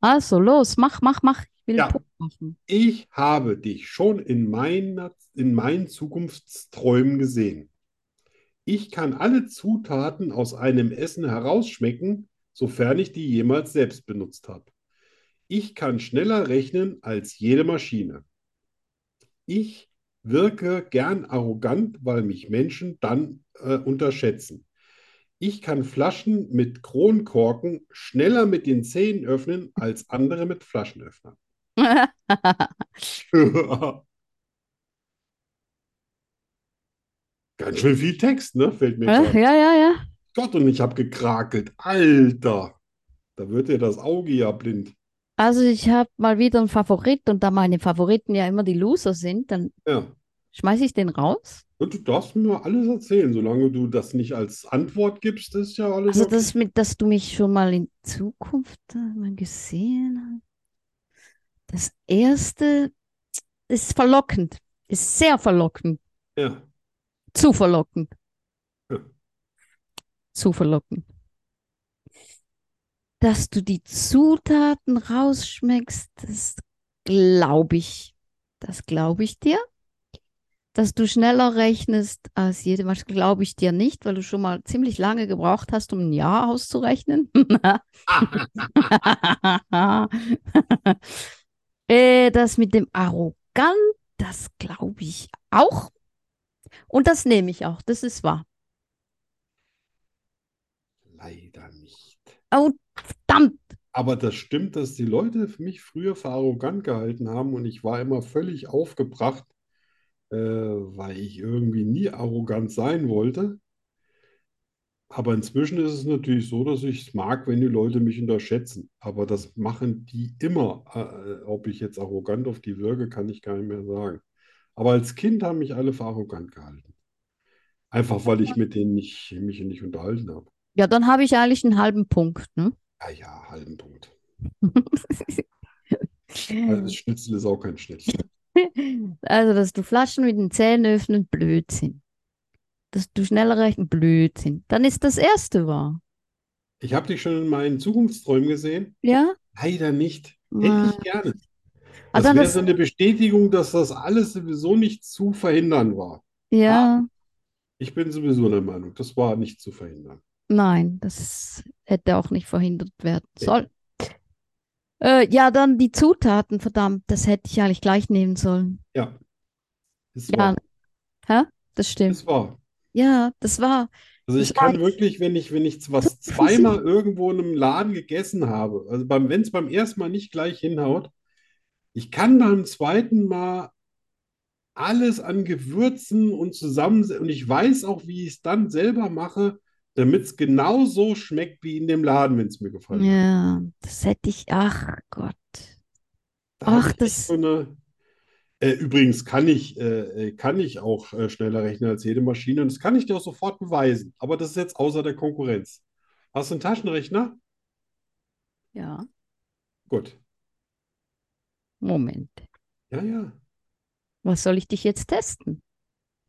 Speaker 1: Also los, mach, mach, mach. Ich will
Speaker 2: Ja.
Speaker 1: Punkt machen.
Speaker 2: Ich habe dich schon in meiner, in meinen Zukunftsträumen gesehen. Ich kann alle Zutaten aus einem Essen herausschmecken, sofern ich die jemals selbst benutzt habe. Ich kann schneller rechnen als jede Maschine. Ich wirke gern arrogant, weil mich Menschen dann äh, unterschätzen. Ich kann Flaschen mit Kronkorken schneller mit den Zähnen öffnen als andere mit Flaschenöffnern. [LAUGHS] Ganz schön viel Text, ne?
Speaker 1: [LAUGHS]
Speaker 2: Fällt mir
Speaker 1: Ja,
Speaker 2: gerade.
Speaker 1: ja, ja, ja.
Speaker 2: Gott, und ich habe gekrakelt. Alter, da wird dir das Auge ja blind.
Speaker 1: Also ich habe mal wieder einen Favorit und da meine Favoriten ja immer die Loser sind, dann
Speaker 2: Ja.
Speaker 1: schmeiße ich den raus.
Speaker 2: Und du darfst mir alles erzählen, solange du das nicht als Antwort gibst, ist ja alles
Speaker 1: Also
Speaker 2: okay.
Speaker 1: das mit, dass du mich schon mal in Zukunft äh, mal gesehen hast. Das erste ist verlockend, ist sehr verlockend,
Speaker 2: Ja.
Speaker 1: zu verlockend,
Speaker 2: Ja.
Speaker 1: zu verlockend. Dass du die Zutaten rausschmeckst, das glaube ich. Das glaube ich dir. Dass du schneller rechnest als jede Maschine, glaube ich dir nicht, weil du schon mal ziemlich lange gebraucht hast, um ein Jahr auszurechnen. [LAUGHS] äh, das mit dem Arrogant, das glaube ich auch. Und das nehme ich auch, das ist wahr.
Speaker 2: Leider nicht.
Speaker 1: Oh, verdammt.
Speaker 2: Aber das stimmt, dass die Leute mich früher für arrogant gehalten haben und ich war immer völlig aufgebracht, äh, weil ich irgendwie nie arrogant sein wollte. Aber inzwischen ist es natürlich so, dass ich es mag, wenn die Leute mich unterschätzen. Aber das machen die immer. Äh, ob ich jetzt arrogant auf die wirke, kann ich gar nicht mehr sagen. Aber als Kind haben mich alle für arrogant gehalten. Einfach weil ich mit denen nicht, mich nicht unterhalten habe.
Speaker 1: Ja, dann habe ich eigentlich einen halben Punkt, [LAUGHS] ne?
Speaker 2: Ja, ja, halben Punkt. Also
Speaker 1: Mhm.
Speaker 2: das Schnitzel ist auch kein Schnitzel.
Speaker 1: Also, dass du Flaschen mit den Zähnen öffnen, Blödsinn. Dass du schneller reichen, Blödsinn. Dann ist das erste wahr.
Speaker 2: Ich habe dich schon in meinen Zukunftsträumen gesehen.
Speaker 1: Ja?
Speaker 2: Leider nicht.
Speaker 1: Ah.
Speaker 2: Hätte ich gerne.
Speaker 1: Ah,
Speaker 2: Das
Speaker 1: dann
Speaker 2: wäre
Speaker 1: das-
Speaker 2: so eine Bestätigung, dass das alles sowieso nicht zu verhindern war.
Speaker 1: Ja.
Speaker 2: Ich bin sowieso der Meinung, das war nicht zu verhindern.
Speaker 1: Nein, das hätte auch nicht verhindert werden sollen. Äh, ja, dann die Zutaten, verdammt, das hätte ich eigentlich gleich nehmen sollen.
Speaker 2: Ja. Es
Speaker 1: Ja,
Speaker 2: war.
Speaker 1: Hä? Das stimmt.
Speaker 2: Es war.
Speaker 1: Ja, das war.
Speaker 2: Also ich
Speaker 1: Das war
Speaker 2: kann wirklich, wenn ich, wenn ich was
Speaker 1: Pupsen.
Speaker 2: zweimal irgendwo in einem Laden gegessen habe, also beim, wenn es beim ersten Mal nicht gleich hinhaut, ich kann beim zweiten Mal alles an Gewürzen und zusammen und ich weiß auch, wie ich es dann selber mache, damit es genau so schmeckt wie in dem Laden, wenn es mir gefallen hat.
Speaker 1: Ja, das hätte ich. Ach Gott.
Speaker 2: Da hab
Speaker 1: Ach,
Speaker 2: ich echt
Speaker 1: das-
Speaker 2: so eine. Äh, übrigens kann ich, äh, äh, kann ich auch äh, schneller rechnen als jede Maschine und das kann ich dir auch sofort beweisen. Aber das ist jetzt außer der Konkurrenz. Hast du einen Taschenrechner?
Speaker 1: Ja,
Speaker 2: Gut.
Speaker 1: Moment.
Speaker 2: Ja, ja.
Speaker 1: Was soll ich dich jetzt testen?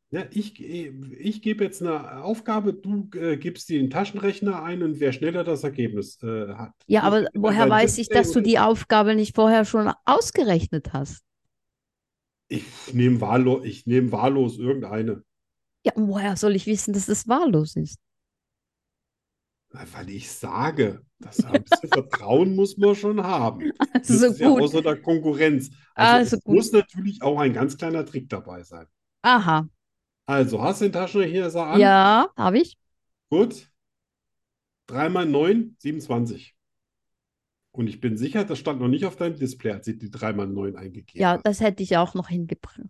Speaker 2: Ja, ich, ich gebe jetzt eine Aufgabe, du äh, gibst die in den Taschenrechner ein und wer schneller das Ergebnis äh, hat.
Speaker 1: Ja,
Speaker 2: Ich
Speaker 1: aber
Speaker 2: bin
Speaker 1: woher
Speaker 2: dein
Speaker 1: weiß ich,
Speaker 2: Display
Speaker 1: dass du
Speaker 2: und-
Speaker 1: die Aufgabe nicht vorher schon ausgerechnet hast?
Speaker 2: Ich nehme wahllos, ich nehme wahllos irgendeine,
Speaker 1: Ja, und woher soll ich wissen, dass das wahllos ist? [LAUGHS]
Speaker 2: weil ich sage, das [LAUGHS] ein bisschen Vertrauen muss man schon haben.
Speaker 1: [LAUGHS]
Speaker 2: Das
Speaker 1: Also
Speaker 2: ist ja
Speaker 1: gut.
Speaker 2: außer der Konkurrenz.
Speaker 1: Also
Speaker 2: Also es
Speaker 1: gut.
Speaker 2: muss natürlich auch ein ganz kleiner Trick dabei sein.
Speaker 1: Aha.
Speaker 2: Also, hast du den Taschenrechner sah an?
Speaker 1: Ja, habe ich.
Speaker 2: Gut. 3 mal 9, 27. Und ich bin sicher, das stand noch nicht auf deinem Display, als ich die 3 mal 9 eingegeben
Speaker 1: Ja,
Speaker 2: habe.
Speaker 1: das hätte ich auch noch hingebracht.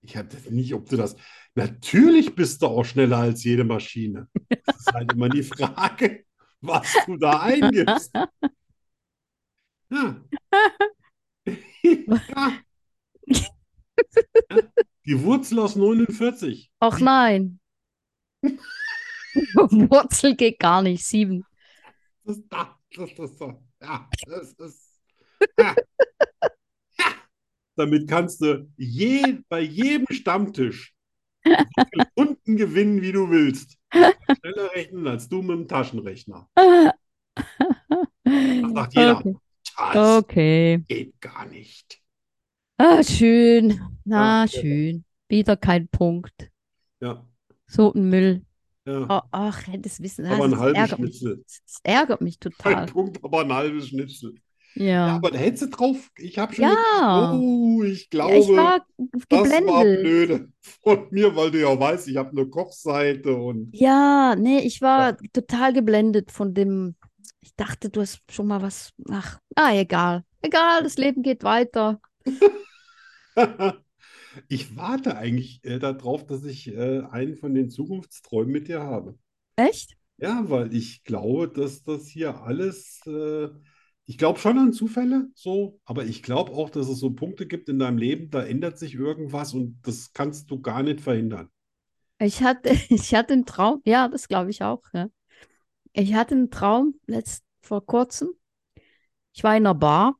Speaker 2: Ich habe das nicht, ob du das. Natürlich bist du auch schneller als jede Maschine. Das ist halt immer die Frage, [LAUGHS] was du da eingibst. Ja. ja. Die Wurzel aus 49.
Speaker 1: Ach
Speaker 2: [LAUGHS]
Speaker 1: nein. [LAUGHS] Wurzel geht gar nicht. Sieben.
Speaker 2: Das ist da. Das ist da. Ja, das ist. Ja. Ja. Damit kannst du je, bei jedem Stammtisch [LAUGHS] so viele Runden gewinnen, wie du willst. Schneller rechnen als du mit dem Taschenrechner. Das sagt jeder.
Speaker 1: Okay.
Speaker 2: Das
Speaker 1: Okay.
Speaker 2: geht gar nicht.
Speaker 1: Ah, schön. Na,
Speaker 2: Ja.
Speaker 1: schön. Wieder kein Punkt.
Speaker 2: Ja,
Speaker 1: So ein Müll.
Speaker 2: ja.
Speaker 1: Oh, ach, hätte es wissen. Ah,
Speaker 2: aber ein
Speaker 1: das
Speaker 2: halbes
Speaker 1: ärgert mich.
Speaker 2: Schnitzel.
Speaker 1: Das ärgert mich total.
Speaker 2: Kein Punkt, aber ein halbes Schnitzel. Ja,
Speaker 1: Ja.
Speaker 2: aber da hättest du drauf. Ich habe schon
Speaker 1: Ja.
Speaker 2: gedacht, oh, ich
Speaker 1: Ja, ich
Speaker 2: glaube,
Speaker 1: war
Speaker 2: das war
Speaker 1: geblendet.
Speaker 2: blöde [LAUGHS] von mir, weil du ja weißt, ich habe eine Kochseite und
Speaker 1: Ja, nee, ich war total geblendet von dem. Ich dachte, du hast schon mal was. Ach, ah, egal. Egal, das Leben geht weiter.
Speaker 2: [LAUGHS] ich warte eigentlich äh, darauf, dass ich äh, einen von den Zukunftsträumen mit dir habe.
Speaker 1: Echt?
Speaker 2: Ja, weil ich glaube, dass das hier alles, äh, ich glaube schon an Zufälle, so, aber ich glaube auch, dass es so Punkte gibt in deinem Leben, da ändert sich irgendwas und das kannst du gar nicht verhindern.
Speaker 1: Ich hatte, [LAUGHS] ich hatte einen Traum. Ja, das glaube ich auch. Ja. Ich hatte einen Traum letzt vor kurzem. Ich war in einer Bar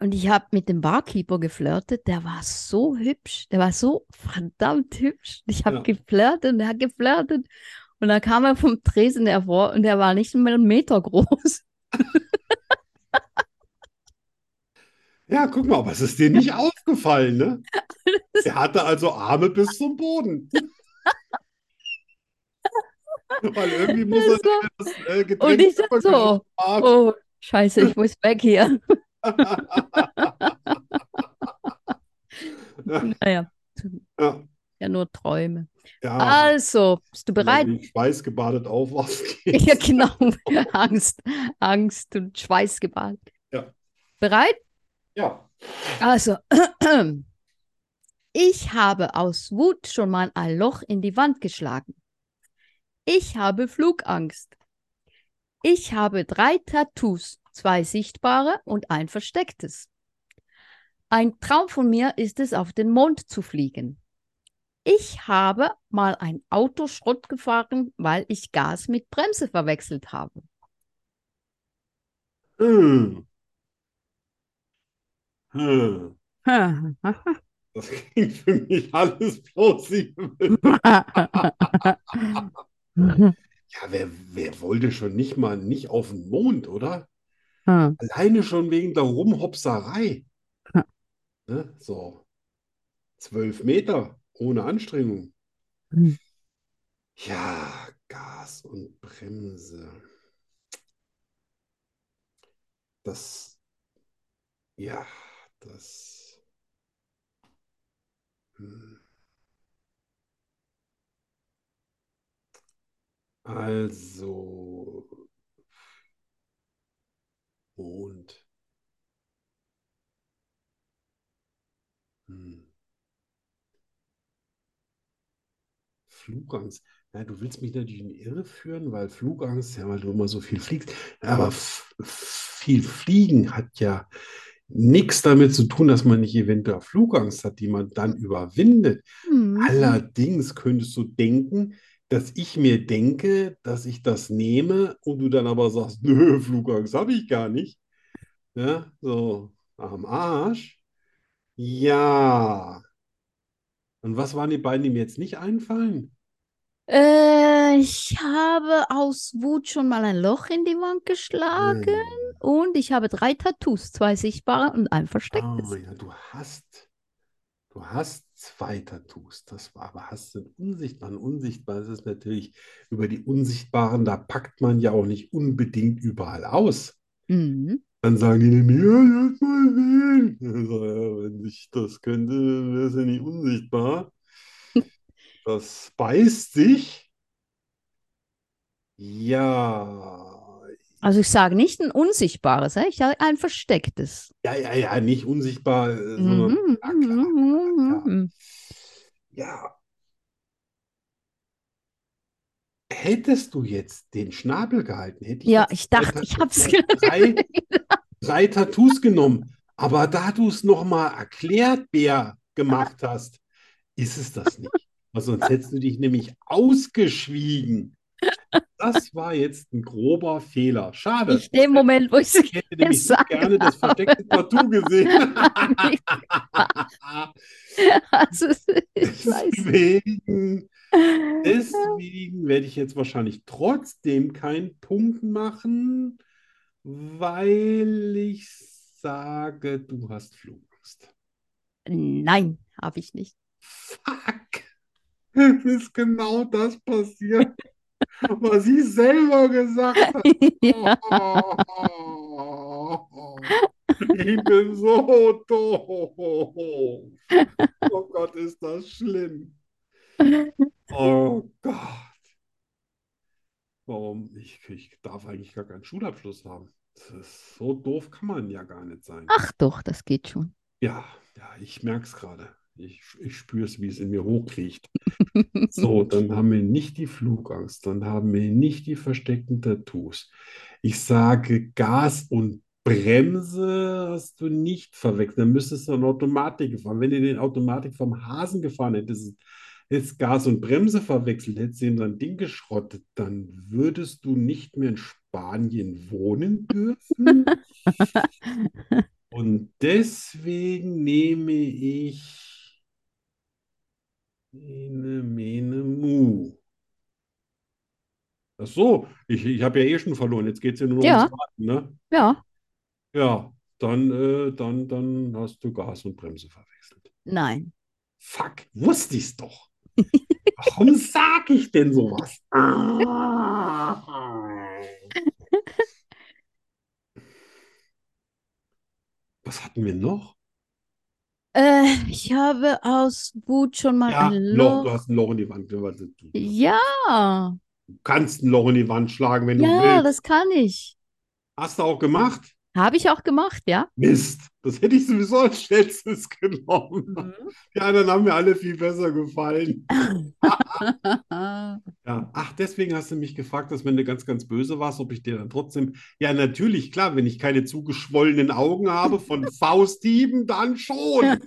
Speaker 1: und ich habe mit dem Barkeeper geflirtet. Der war so hübsch. Der war so verdammt hübsch. Ich habe
Speaker 2: Ja.
Speaker 1: geflirtet und er hat geflirtet. Und dann kam er vom Tresen hervor und er war nicht mal einen Meter groß.
Speaker 2: Ja, guck mal, aber es ist
Speaker 1: [LAUGHS]
Speaker 2: dir nicht aufgefallen, ne? Er hatte also Arme bis zum
Speaker 1: [LAUGHS]
Speaker 2: Boden. Weil irgendwie muss er
Speaker 1: Das war-
Speaker 2: das äh,
Speaker 1: [LAUGHS] Und
Speaker 2: Getränk
Speaker 1: ich dachte
Speaker 2: übergeschüttet
Speaker 1: so, oh, scheiße, ich muss weg hier. [LAUGHS]
Speaker 2: haben.
Speaker 1: Naja,
Speaker 2: Ja,
Speaker 1: ja nur Träume.
Speaker 2: ja.
Speaker 1: Also, bist du bereit?
Speaker 2: Wenn du schweißgebadet aufwachst,
Speaker 1: [LAUGHS] Ja, genau. Angst, Angst und Schweiß
Speaker 2: Ja.
Speaker 1: Bereit?
Speaker 2: Ja.
Speaker 1: Also, [CLEARS THROAT] Ich habe aus Wut schon mal ein Loch in die Wand geschlagen. Ich habe Flugangst. Ich habe drei Tattoos, zwei sichtbare und ein verstecktes. Ein Traum von mir ist es, auf den Mond zu fliegen. Ich habe mal ein Auto Schrott gefahren, weil ich Gas mit Bremse verwechselt habe.
Speaker 2: Hm. Hm. Das klingt für mich alles plausibel. Ja, wer, wer wollte schon nicht mal nicht auf den Mond, oder? Alleine schon wegen der Rumhopserei.
Speaker 1: Ja.
Speaker 2: Ne? So. Zwölf Meter ohne Anstrengung.
Speaker 1: Hm.
Speaker 2: Ja, Gas und Bremse. Das. Ja, das. Hm. Also. Mond. Hm. Flugangst. Ja, du willst mich natürlich in die Irre führen, weil Flugangst, ja, weil du immer so viel fliegst. Aber f- viel Fliegen hat ja nichts damit zu tun, dass man nicht eventuell Flugangst hat, die man dann überwindet.
Speaker 1: Hm.
Speaker 2: Allerdings könntest du denken, dass ich mir denke, dass ich das nehme und du dann aber sagst, [LAUGHS] nö, Flugangst habe ich gar nicht. Ja, so am Arsch. Ja. Und was waren die beiden, die mir jetzt nicht einfallen?
Speaker 1: Äh, ich habe aus Wut schon mal ein Loch in die Wand geschlagen
Speaker 2: Hm.
Speaker 1: und ich habe drei Tattoos, zwei sichtbare und ein verstecktes.
Speaker 2: Ah, ja, du hast, du hast zwei Tattoos. Das war, aber hast du unsichtbar. Und Unsichtbar ist es natürlich über die Unsichtbaren, da packt man ja auch nicht unbedingt überall aus.
Speaker 1: Mhm.
Speaker 2: Dann sagen die nämlich, ja, lass mal sehen. [LAUGHS] Ich so, ja, wenn ich das könnte, dann wäre es ja
Speaker 1: [LAUGHS]
Speaker 2: nicht unsichtbar. Das beißt sich. Ja.
Speaker 1: Also ich sage nicht ein unsichtbares, hä? ich sage ein verstecktes.
Speaker 2: Ja, ja, ja, nicht unsichtbar, äh, sondern
Speaker 1: Mhm,
Speaker 2: ja, klar.
Speaker 1: mhm,
Speaker 2: klar.
Speaker 1: mhm.
Speaker 2: Ja. Hättest du jetzt den Schnabel gehalten, hätte ich
Speaker 1: Ja,
Speaker 2: jetzt
Speaker 1: ich
Speaker 2: drei
Speaker 1: dachte, ich
Speaker 2: Tat-
Speaker 1: hab's
Speaker 2: drei, drei Tattoos genommen. Aber da du es nochmal erklärt, Bär, gemacht hast, ist es das nicht. Weil sonst hättest du dich nämlich ausgeschwiegen. Das war jetzt ein grober Fehler. Schade.
Speaker 1: Ich dem Moment, wo ich
Speaker 2: Ich hätte nämlich so
Speaker 1: gesagt
Speaker 2: gerne das versteckte
Speaker 1: [LAUGHS]
Speaker 2: Tattoo gesehen. [LAUGHS]
Speaker 1: also, ich weiß.
Speaker 2: [LAUGHS] Deswegen, deswegen werde ich jetzt wahrscheinlich trotzdem keinen Punkt machen, weil ich sage, du hast Flugangst.
Speaker 1: Nein, habe ich nicht. [LAUGHS]
Speaker 2: Fuck! [LAUGHS] Es ist genau das passiert, was ich selber gesagt habe.
Speaker 1: Ja.
Speaker 2: Ich bin so doof. Oh Gott, ist das schlimm. Oh Gott. Warum? Ich, ich darf eigentlich gar keinen Schulabschluss haben. Das ist, so doof kann man ja gar nicht sein.
Speaker 1: Ach doch, das geht schon.
Speaker 2: Ja, ja, ich merke es gerade. Ich, ich spüre es, wie es in mir hochkriecht. So, dann haben wir nicht die Flugangst, dann haben wir nicht die versteckten Tattoos. Ich sage, Gas und Bremse hast du nicht verwechselt. Dann müsstest du eine Automatik gefahren. Wenn du den Automatik vom Hasen gefahren hättest, hättest Gas und Bremse verwechselt, hättest du ihm sein Ding geschrottet, dann würdest du nicht mehr in Spanien wohnen dürfen. Und deswegen nehme ich Ene, mene, mu. Ach so, ich, ich habe ja eh schon verloren. Jetzt geht es ja nur noch
Speaker 1: Ja.
Speaker 2: ums Raten, ne?
Speaker 1: Ja,
Speaker 2: Ja, dann, äh, dann, dann hast du Gas und Bremse verwechselt.
Speaker 1: nein.
Speaker 2: Fuck, wusste ich's
Speaker 1: [LAUGHS]
Speaker 2: doch. Warum sag ich denn sowas? Ah. Was hatten wir noch?
Speaker 1: Äh, ich habe aus Wut schon mal
Speaker 2: Ja,
Speaker 1: ein
Speaker 2: Loch, du
Speaker 1: Loch.
Speaker 2: hast ein Loch in die Wand. Du du
Speaker 1: Ja,
Speaker 2: kannst ein Loch in die Wand schlagen, wenn du
Speaker 1: ja,
Speaker 2: willst.
Speaker 1: das kann ich.
Speaker 2: Hast du auch gemacht?
Speaker 1: Habe ich auch gemacht, ja.
Speaker 2: Mist, das hätte ich sowieso als letztes [LAUGHS] genommen.
Speaker 1: Mhm.
Speaker 2: Die anderen haben mir alle viel besser gefallen. Ah. Ja. Ach, deswegen hast du mich gefragt, dass wenn du ganz, ganz böse warst, ob ich dir dann trotzdem. Ja, natürlich, klar, wenn ich keine zugeschwollenen Augen
Speaker 1: [LAUGHS]
Speaker 2: habe von Fausthieben, dann schon.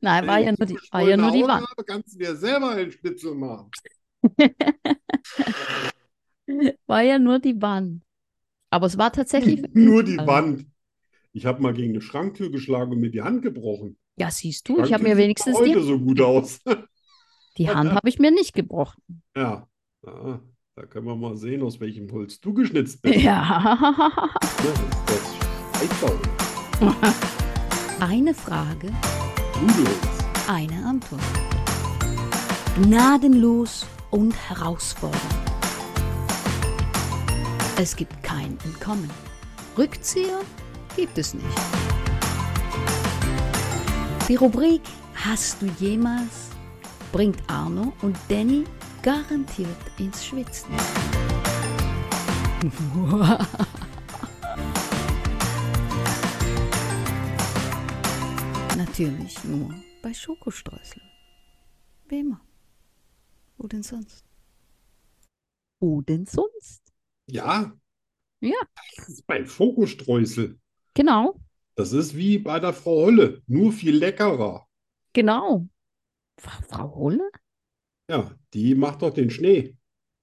Speaker 1: Nein,
Speaker 2: Äh,
Speaker 1: war ja nur die, war Ah, ja nur die Wand.
Speaker 2: Habe, kannst du dir selber einen
Speaker 1: [LAUGHS]
Speaker 2: Schnitzel machen.
Speaker 1: War ja nur die Wand. Aber es war tatsächlich.
Speaker 2: [LAUGHS] Nur die Wand. Ich habe mal gegen eine Schranktür geschlagen und mir die Hand gebrochen.
Speaker 1: Ja, siehst du, Hm, ich habe mir
Speaker 2: Schranktür sieht
Speaker 1: wenigstens
Speaker 2: heute
Speaker 1: die,
Speaker 2: so gut aus. [LAUGHS]
Speaker 1: die Hand habe ich mir nicht gebrochen. [LAUGHS]
Speaker 2: ja. Ah, da können wir mal sehen, aus welchem Holz du geschnitzt bist.
Speaker 1: Ja. [LAUGHS]
Speaker 2: Ne? Das Scheißbaum.
Speaker 3: Eine Frage,
Speaker 2: Nudelholz.
Speaker 3: eine Antwort. Gnadenlos und herausfordernd. Es gibt kein Entkommen. Rückzieher gibt es nicht. Die Rubrik Hast du jemals bringt Arno und Danny garantiert ins Schwitzen. Natürlich nur bei Schokostreuseln. Wie immer. Wo denn sonst?
Speaker 1: Wo denn sonst?
Speaker 2: Ja.
Speaker 1: Ja.
Speaker 2: Das ist beim Schokostreusel.
Speaker 1: Genau,
Speaker 2: Das ist wie bei der Frau Holle, nur viel leckerer.
Speaker 1: genau. Fra- Frau Holle?
Speaker 2: Ja, die macht doch den Schnee.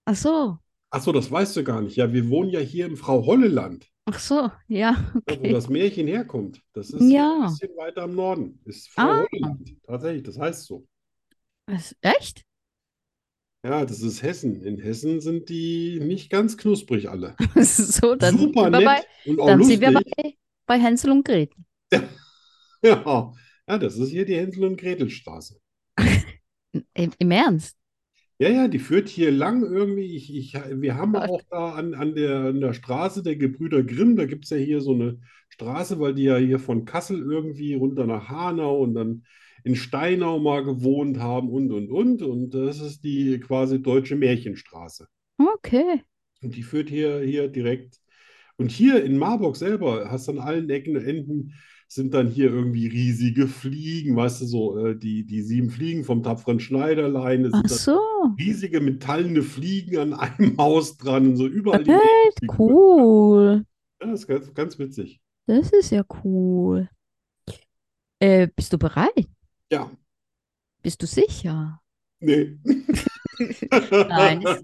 Speaker 1: Ach so,
Speaker 2: Ach so, das weißt du gar nicht. Ja, wir wohnen ja hier im Frau Holle-Land,
Speaker 1: ach so, ja,
Speaker 2: da, wo
Speaker 1: okay.
Speaker 2: das Märchen herkommt. Das ist hier ein
Speaker 1: Ja.
Speaker 2: bisschen weiter im Norden. Ist Frau
Speaker 1: Ah.
Speaker 2: Holle-Land. Tatsächlich, das heißt so.
Speaker 1: Was, echt? [LAUGHS]
Speaker 2: Ja, das ist Hessen. In Hessen sind die nicht ganz knusprig alle.
Speaker 1: So, dann sind
Speaker 2: Super
Speaker 1: wir
Speaker 2: nett
Speaker 1: bei,
Speaker 2: und auch
Speaker 1: dann sind wir
Speaker 2: lustig.
Speaker 1: bei, bei Hänsel und Gretel.
Speaker 2: Ja. [LAUGHS] Ja, das ist hier die Hänsel- und Gretelstraße.
Speaker 1: Im, im Ernst?
Speaker 2: Ja, ja, die führt hier lang irgendwie. Ich, ich, wir haben
Speaker 1: Gott.
Speaker 2: auch da an, an der, an der Straße der Gebrüder Grimm, da gibt es ja hier so eine Straße, weil die ja hier von Kassel irgendwie runter nach Hanau und dann in Steinau mal gewohnt haben und, und, und. Und das ist die quasi deutsche Märchenstraße.
Speaker 1: Okay.
Speaker 2: Und die führt hier, hier direkt. Und hier in Marburg selber hast du an allen Ecken und Enden sind dann hier irgendwie riesige Fliegen, weißt du, so äh, die, die sieben Fliegen vom tapferen Schneiderlein. Das
Speaker 1: Ach
Speaker 2: sind dann
Speaker 1: so,
Speaker 2: riesige metallene Fliegen an einem [LAUGHS] Haus dran und so überall die
Speaker 1: echt
Speaker 2: Fliegen.
Speaker 1: cool.
Speaker 2: Ja, das ist ganz, ganz witzig.
Speaker 1: Das ist ja cool. Äh, bist du bereit?
Speaker 2: Ja,
Speaker 1: Bist du sicher? [LAUGHS]
Speaker 2: nee. [LAUGHS]
Speaker 1: Nein, ist-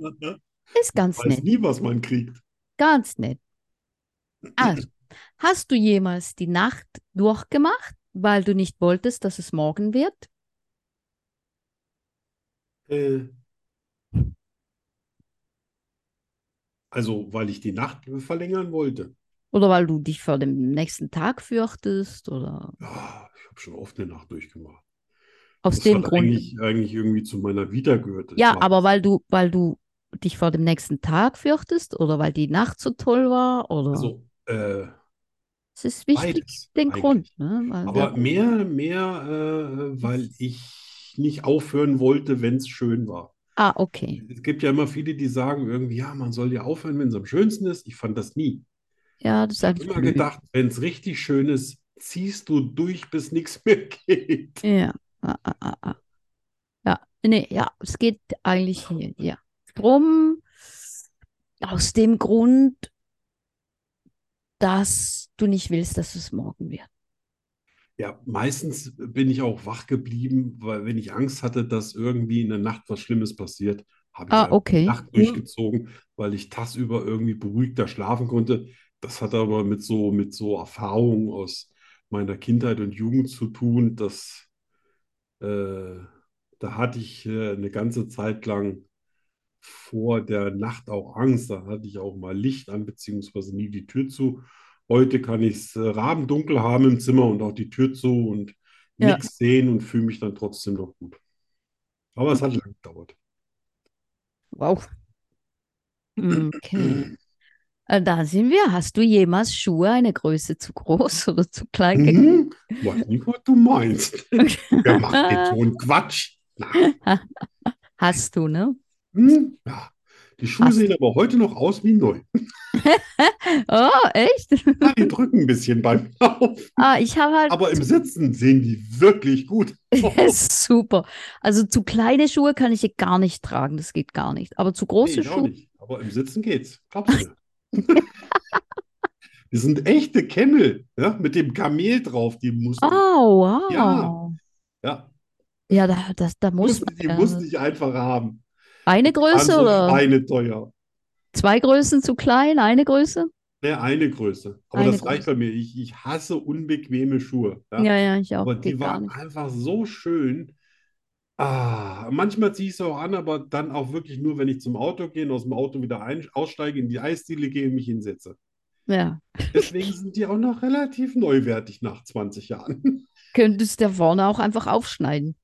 Speaker 1: Ist ganz
Speaker 2: Weiß
Speaker 1: nett,
Speaker 2: nie, was man kriegt.
Speaker 1: ganz nett. Also, hast du jemals die Nacht durchgemacht, weil du nicht wolltest, dass es morgen wird?
Speaker 2: Äh, also, weil ich die Nacht verlängern wollte.
Speaker 1: Oder weil du dich vor dem nächsten Tag fürchtest? Oder
Speaker 2: Ja, ich habe schon oft eine Nacht durchgemacht.
Speaker 1: aus
Speaker 2: Das
Speaker 1: dem
Speaker 2: hat
Speaker 1: Grund?
Speaker 2: eigentlich, eigentlich irgendwie zu meiner Vita gehört. Ich
Speaker 1: Ja,
Speaker 2: war-
Speaker 1: aber weil du, weil du dich vor dem nächsten Tag fürchtest oder weil die Nacht so toll war oder
Speaker 2: Also, äh,
Speaker 1: es ist wichtig,
Speaker 2: beides
Speaker 1: den
Speaker 2: eigentlich.
Speaker 1: Grund, ne? Weil
Speaker 2: Aber
Speaker 1: wir-
Speaker 2: mehr, mehr, äh, weil ich nicht aufhören wollte, wenn es schön war.
Speaker 1: ah, okay.
Speaker 2: Es gibt ja immer viele, die sagen irgendwie, ja, man soll ja aufhören, wenn es am schönsten ist. Ich fand das nie.
Speaker 1: Ja, das ist
Speaker 2: Ich
Speaker 1: eigentlich
Speaker 2: habe immer
Speaker 1: blöd.
Speaker 2: gedacht, wenn es richtig schön ist, ziehst du durch, bis nichts mehr [LAUGHS] geht.
Speaker 1: Ja. Ah, ah, ah, ah. Ja, nee, ja, es geht eigentlich hier, ja. Drum, aus dem Grund, dass du nicht willst, dass es morgen wird.
Speaker 2: Ja, meistens bin ich auch wach geblieben, weil wenn ich Angst hatte, dass irgendwie in der Nacht was Schlimmes passiert, habe ich
Speaker 1: Ah,
Speaker 2: einfach die
Speaker 1: okay.
Speaker 2: Nacht durchgezogen, weil ich tagsüber irgendwie beruhigter schlafen konnte. Das hat aber mit so, mit so Erfahrungen aus meiner Kindheit und Jugend zu tun, dass äh, da hatte ich äh, eine ganze Zeit lang vor der Nacht auch Angst. Da hatte ich auch mal Licht an, beziehungsweise nie die Tür zu. Heute kann ich es äh, rabendunkel haben im Zimmer und auch die Tür zu und
Speaker 1: Ja.
Speaker 2: nichts sehen und fühle mich dann trotzdem noch gut. Aber es hat lange gedauert.
Speaker 1: Wow. Okay. Äh, Da sind wir. Hast du jemals Schuhe eine Größe zu groß [LAUGHS] oder zu klein gekauft?
Speaker 2: Mhm. Weiß nicht, was du meinst. Wer macht jetzt so einen Quatsch? Na,
Speaker 1: Hast du, ne?
Speaker 2: hm? ja. Die Schuhe
Speaker 1: Passt.
Speaker 2: sehen aber heute noch aus wie neu.
Speaker 1: Oh, echt?
Speaker 2: Ja, die drücken ein bisschen beim Lauf,
Speaker 1: Ah, ich habe halt
Speaker 2: aber im Sitzen sehen die wirklich
Speaker 1: [LAUGHS]
Speaker 2: gut aus.
Speaker 1: super. Also zu kleine Schuhe kann ich hier gar nicht tragen. Das geht gar nicht. Aber zu große
Speaker 2: Nee, ich auch
Speaker 1: Schuhe.
Speaker 2: nicht. Aber im Sitzen geht's. Glaubst du mir? [LAUGHS] Die sind echte Kämmel, ja, mit dem Kamel drauf, die mussten.
Speaker 1: Oh, wow.
Speaker 2: Ja. Ja,
Speaker 1: Ja, da, das, da muss
Speaker 2: mussten, [LAUGHS] die
Speaker 1: man. ja.
Speaker 2: musste ich einfach haben.
Speaker 1: Eine Größe
Speaker 2: Andere
Speaker 1: oder
Speaker 2: Beine teuer.
Speaker 1: zwei Größen zu klein, eine Größe?
Speaker 2: Ja, eine Größe. Aber
Speaker 1: Eine
Speaker 2: das reicht bei mir. Ich, ich hasse unbequeme Schuhe. Ja.
Speaker 1: Ja, ja, ich auch.
Speaker 2: Aber die
Speaker 1: Geht gar
Speaker 2: waren
Speaker 1: nicht.
Speaker 2: einfach so schön. Ah, manchmal ziehe ich sie auch an, aber dann auch wirklich nur, wenn ich zum Auto gehe, und aus dem Auto wieder ein, aussteige, in die Eisdiele gehe und mich hinsetze.
Speaker 1: Ja.
Speaker 2: Deswegen sind die auch noch relativ neuwertig nach 20 Jahren. [LAUGHS]
Speaker 1: Könntest da vorne auch einfach aufschneiden.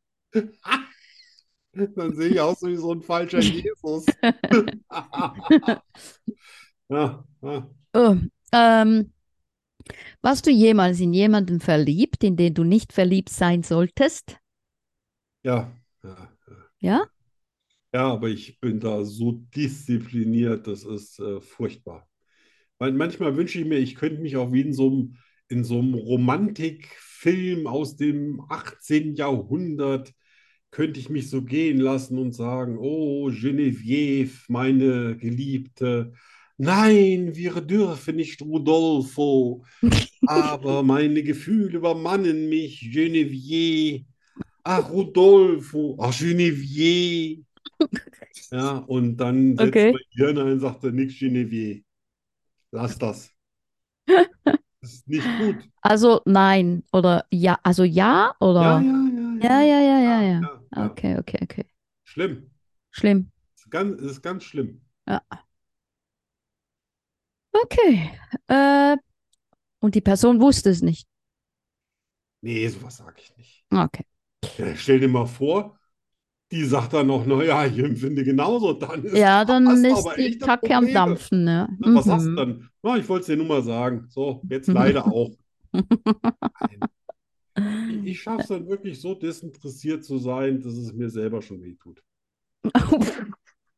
Speaker 2: Dann sehe ich aus wie so ein
Speaker 1: [LAUGHS]
Speaker 2: falscher Jesus. [LAUGHS] Ja, ja.
Speaker 1: Oh, ähm, warst du jemals in jemanden verliebt, in den du nicht verliebt sein solltest?
Speaker 2: Ja, ja.
Speaker 1: Ja?
Speaker 2: Ja, aber ich bin da so diszipliniert, das ist äh, furchtbar. Weil manchmal wünsche ich mir, ich könnte mich auch wie in so einem, in so einem Romantikfilm aus dem 18. Jahrhundert, könnte ich mich so gehen lassen und sagen, oh, Genevieve, meine Geliebte, nein, wir dürfen nicht
Speaker 1: [LAUGHS]
Speaker 2: Rodolfo, aber meine Gefühle übermannen mich, Genevieve, ach, Rodolfo, ach, Genevieve. Ja, und dann setzt
Speaker 1: Okay.
Speaker 2: mein Hirn ein und sagt, nix Genevieve.
Speaker 1: [LAUGHS]
Speaker 2: Lass das. Das ist nicht gut.
Speaker 1: Also nein oder ja, also ja
Speaker 2: Ja,
Speaker 1: oder ja, ja,
Speaker 2: ja,
Speaker 1: ja, ja, ja.
Speaker 2: ja, ja.
Speaker 1: Okay, okay, okay.
Speaker 2: Schlimm.
Speaker 1: Schlimm.
Speaker 2: Ist ganz, ist ganz schlimm.
Speaker 1: Okay. Äh, und die Person wusste es nicht.
Speaker 2: Nee, sowas sage ich nicht.
Speaker 1: Okay.
Speaker 2: Ja, stell dir mal vor, die sagt dann noch, naja, ich empfinde genauso. Dann ist,
Speaker 1: Ja, dann
Speaker 2: hast du
Speaker 1: ist
Speaker 2: aber
Speaker 1: die
Speaker 2: echte
Speaker 1: Kacke am
Speaker 2: Probleme.
Speaker 1: Dampfen, ne?
Speaker 2: Na, was hast du
Speaker 1: Mhm.
Speaker 2: dann? Na, ich wollte es dir nur mal sagen. So,
Speaker 1: [LAUGHS]
Speaker 2: jetzt leider auch. Nein. Ich, ich schaffe es dann wirklich so desinteressiert zu sein, dass es mir selber schon weh tut.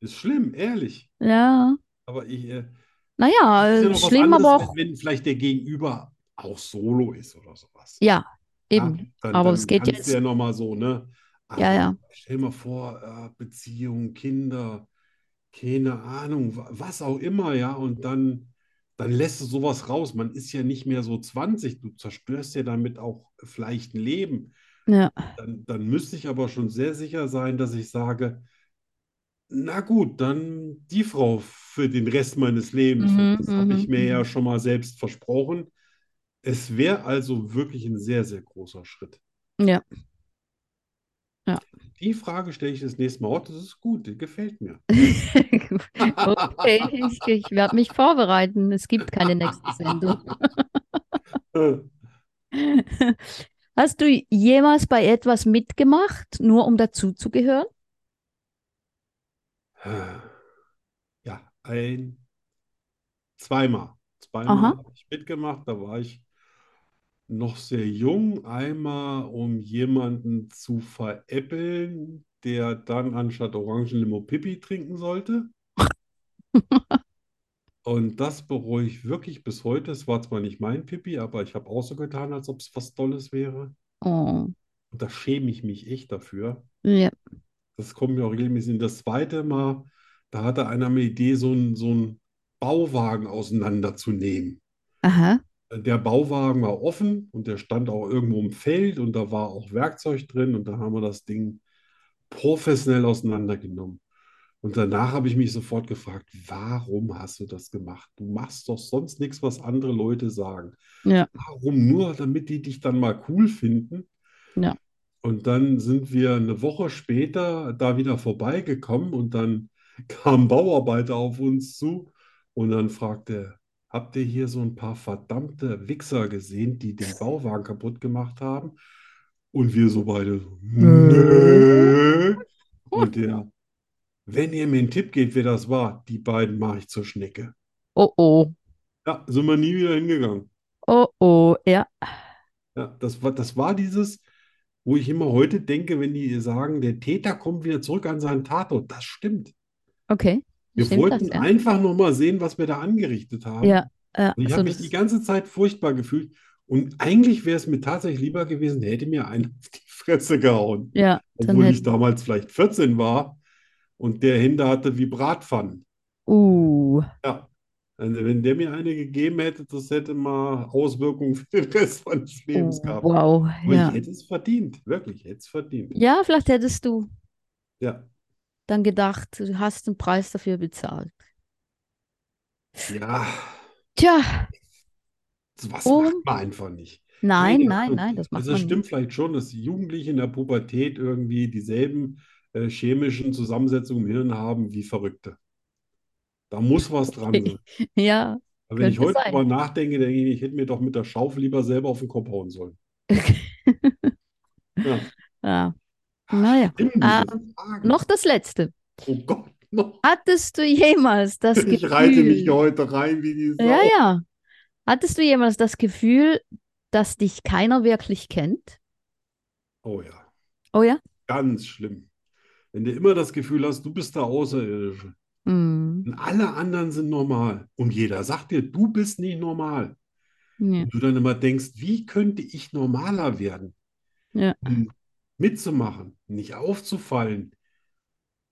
Speaker 2: Ist schlimm, ehrlich.
Speaker 1: [LAUGHS] Ja.
Speaker 2: Aber ich, äh,
Speaker 1: Naja,
Speaker 2: ist ja
Speaker 1: äh,
Speaker 2: noch was
Speaker 1: schlimm, aber
Speaker 2: anderes,
Speaker 1: auch.
Speaker 2: wenn, wenn vielleicht der Gegenüber auch solo ist oder sowas.
Speaker 1: Ja, eben.
Speaker 2: Ja, dann,
Speaker 1: Aber
Speaker 2: dann
Speaker 1: es geht
Speaker 2: kannst du
Speaker 1: jetzt-
Speaker 2: ja nochmal so, ne? Aber
Speaker 1: Ja,
Speaker 2: [LAUGHS]
Speaker 1: ja.
Speaker 2: stell mal vor, äh, Beziehung, Kinder, keine Ahnung, wa- was auch immer, ja, und dann, dann lässt du sowas raus. Man ist ja nicht mehr so 20, du zerstörst ja damit auch vielleicht ein Leben.
Speaker 1: Ja.
Speaker 2: Dann, dann müsste ich aber schon sehr sicher sein, dass ich sage, na gut, dann die Frau für den Rest meines Lebens.
Speaker 1: Mhm,
Speaker 2: Und das habe ich
Speaker 1: mhm,
Speaker 2: mir ja
Speaker 1: mhm.
Speaker 2: schon mal selbst versprochen. Es wäre also wirklich ein sehr, sehr großer Schritt.
Speaker 1: Ja. Ja.
Speaker 2: Die Frage stelle ich das nächste Mal. Oh, das ist gut, die gefällt
Speaker 1: [LAUGHS]
Speaker 2: mir.
Speaker 1: Okay, ich, ich werde mich vorbereiten. Es gibt keine nächste Sendung.
Speaker 2: Äh,
Speaker 1: Hast du jemals bei etwas mitgemacht, nur um dazuzugehören?
Speaker 2: Ja, ein, zweimal. Zweimal
Speaker 1: Aha.
Speaker 2: habe ich mitgemacht, da war ich noch sehr jung. Einmal, um jemanden zu veräppeln, der dann anstatt Orangenlimo Pipi trinken sollte. Und das bereue ich wirklich bis heute. Es war zwar nicht mein Pipi, aber ich habe auch so getan, als ob es was Tolles wäre.
Speaker 1: Oh,
Speaker 2: Und da schäme ich mich echt dafür.
Speaker 1: ja.
Speaker 2: Das kommt mir auch regelmäßig. Und das zweite Mal, da hatte einer eine Idee, so einen, so einen Bauwagen auseinanderzunehmen.
Speaker 1: Aha.
Speaker 2: Der Bauwagen war offen und der stand auch irgendwo im Feld und da war auch Werkzeug drin und da haben wir das Ding professionell auseinandergenommen. Und danach habe ich mich sofort gefragt, warum hast du das gemacht? Du machst doch sonst nichts, was andere Leute sagen.
Speaker 1: Ja.
Speaker 2: Warum nur, damit die dich dann mal cool finden?
Speaker 1: Ja.
Speaker 2: Und dann sind wir eine Woche später da wieder vorbeigekommen und dann [LAUGHS] kam ein Bauarbeiter auf uns zu und dann fragte er, Habt ihr hier so ein paar verdammte Wichser gesehen, die den Bauwagen kaputt gemacht haben? Und wir so beide so, nö. Und der, wenn ihr mir einen Tipp gebt, wer das war, die beiden mache ich zur Schnecke.
Speaker 1: Oh, oh.
Speaker 2: Ja, sind wir nie wieder hingegangen.
Speaker 1: Oh, oh. Ja.
Speaker 2: Ja, das war, das war dieses, wo ich immer heute denke, wenn die sagen, der Täter kommt wieder zurück an seinen Tatort. Das stimmt.
Speaker 1: Okay.
Speaker 2: Wir
Speaker 1: Stimmt das,
Speaker 2: wollten
Speaker 1: ja?
Speaker 2: einfach noch mal sehen, was wir da angerichtet haben.
Speaker 1: Ja, ja,
Speaker 2: Und ich
Speaker 1: so
Speaker 2: habe mich
Speaker 1: das-
Speaker 2: die ganze Zeit furchtbar gefühlt. Und eigentlich wäre es mir tatsächlich lieber gewesen, hätte mir einer [LAUGHS] auf die Fresse gehauen.
Speaker 1: ja, dann
Speaker 2: Obwohl
Speaker 1: hätte-
Speaker 2: ich damals vielleicht 14 war und der Hände hatte wie Bratpfannen.
Speaker 1: Uh,
Speaker 2: Ja. Also wenn der mir eine gegeben hätte, das hätte mal Auswirkungen für den Rest meines Lebens gehabt.
Speaker 1: Oh, wow,
Speaker 2: Aber
Speaker 1: ja.
Speaker 2: ich hätte es verdient, wirklich, ich hätte es verdient.
Speaker 1: Ja, vielleicht hättest du
Speaker 2: Ja.
Speaker 1: dann gedacht, du hast den Preis dafür bezahlt.
Speaker 2: Ja,
Speaker 1: Tja,
Speaker 2: sowas
Speaker 1: Und-
Speaker 2: macht man einfach nicht.
Speaker 1: nein,
Speaker 2: Keine
Speaker 1: nein,
Speaker 2: Ahnung.
Speaker 1: nein, das macht
Speaker 2: Also
Speaker 1: man
Speaker 2: es
Speaker 1: nicht.
Speaker 2: stimmt vielleicht schon, dass Jugendliche in der Pubertät irgendwie dieselben äh, chemischen Zusammensetzungen im Hirn haben wie Verrückte. Da muss was dran
Speaker 1: Okay.
Speaker 2: sein.
Speaker 1: [LAUGHS] Ja,
Speaker 2: Aber wenn ich
Speaker 1: Könnte
Speaker 2: heute
Speaker 1: sein.
Speaker 2: drüber nachdenke, denke ich, ich hätte mir doch mit der Schaufel lieber selber auf den Kopf hauen sollen. Ja.
Speaker 1: ja. Naja.
Speaker 2: Stimmt, diese
Speaker 1: Ah,
Speaker 2: Fragen.
Speaker 1: Noch das Letzte.
Speaker 2: Oh Gott, noch.
Speaker 1: Hattest du jemals das
Speaker 2: [LAUGHS] Ich reite mich
Speaker 1: Gefühl?
Speaker 2: heute rein wie die Sau.
Speaker 1: Ja, ja. Hattest du jemals das Gefühl, dass dich keiner wirklich kennt?
Speaker 2: Oh ja,
Speaker 1: Oh ja?
Speaker 2: ganz schlimm. Wenn du immer das Gefühl hast, du bist der Außerirdische
Speaker 1: Mm,
Speaker 2: und alle anderen sind normal und jeder sagt dir, du bist nicht normal.
Speaker 1: ja.
Speaker 2: Und du dann immer denkst, wie könnte ich normaler werden?
Speaker 1: Ja.
Speaker 2: Um mitzumachen, nicht aufzufallen,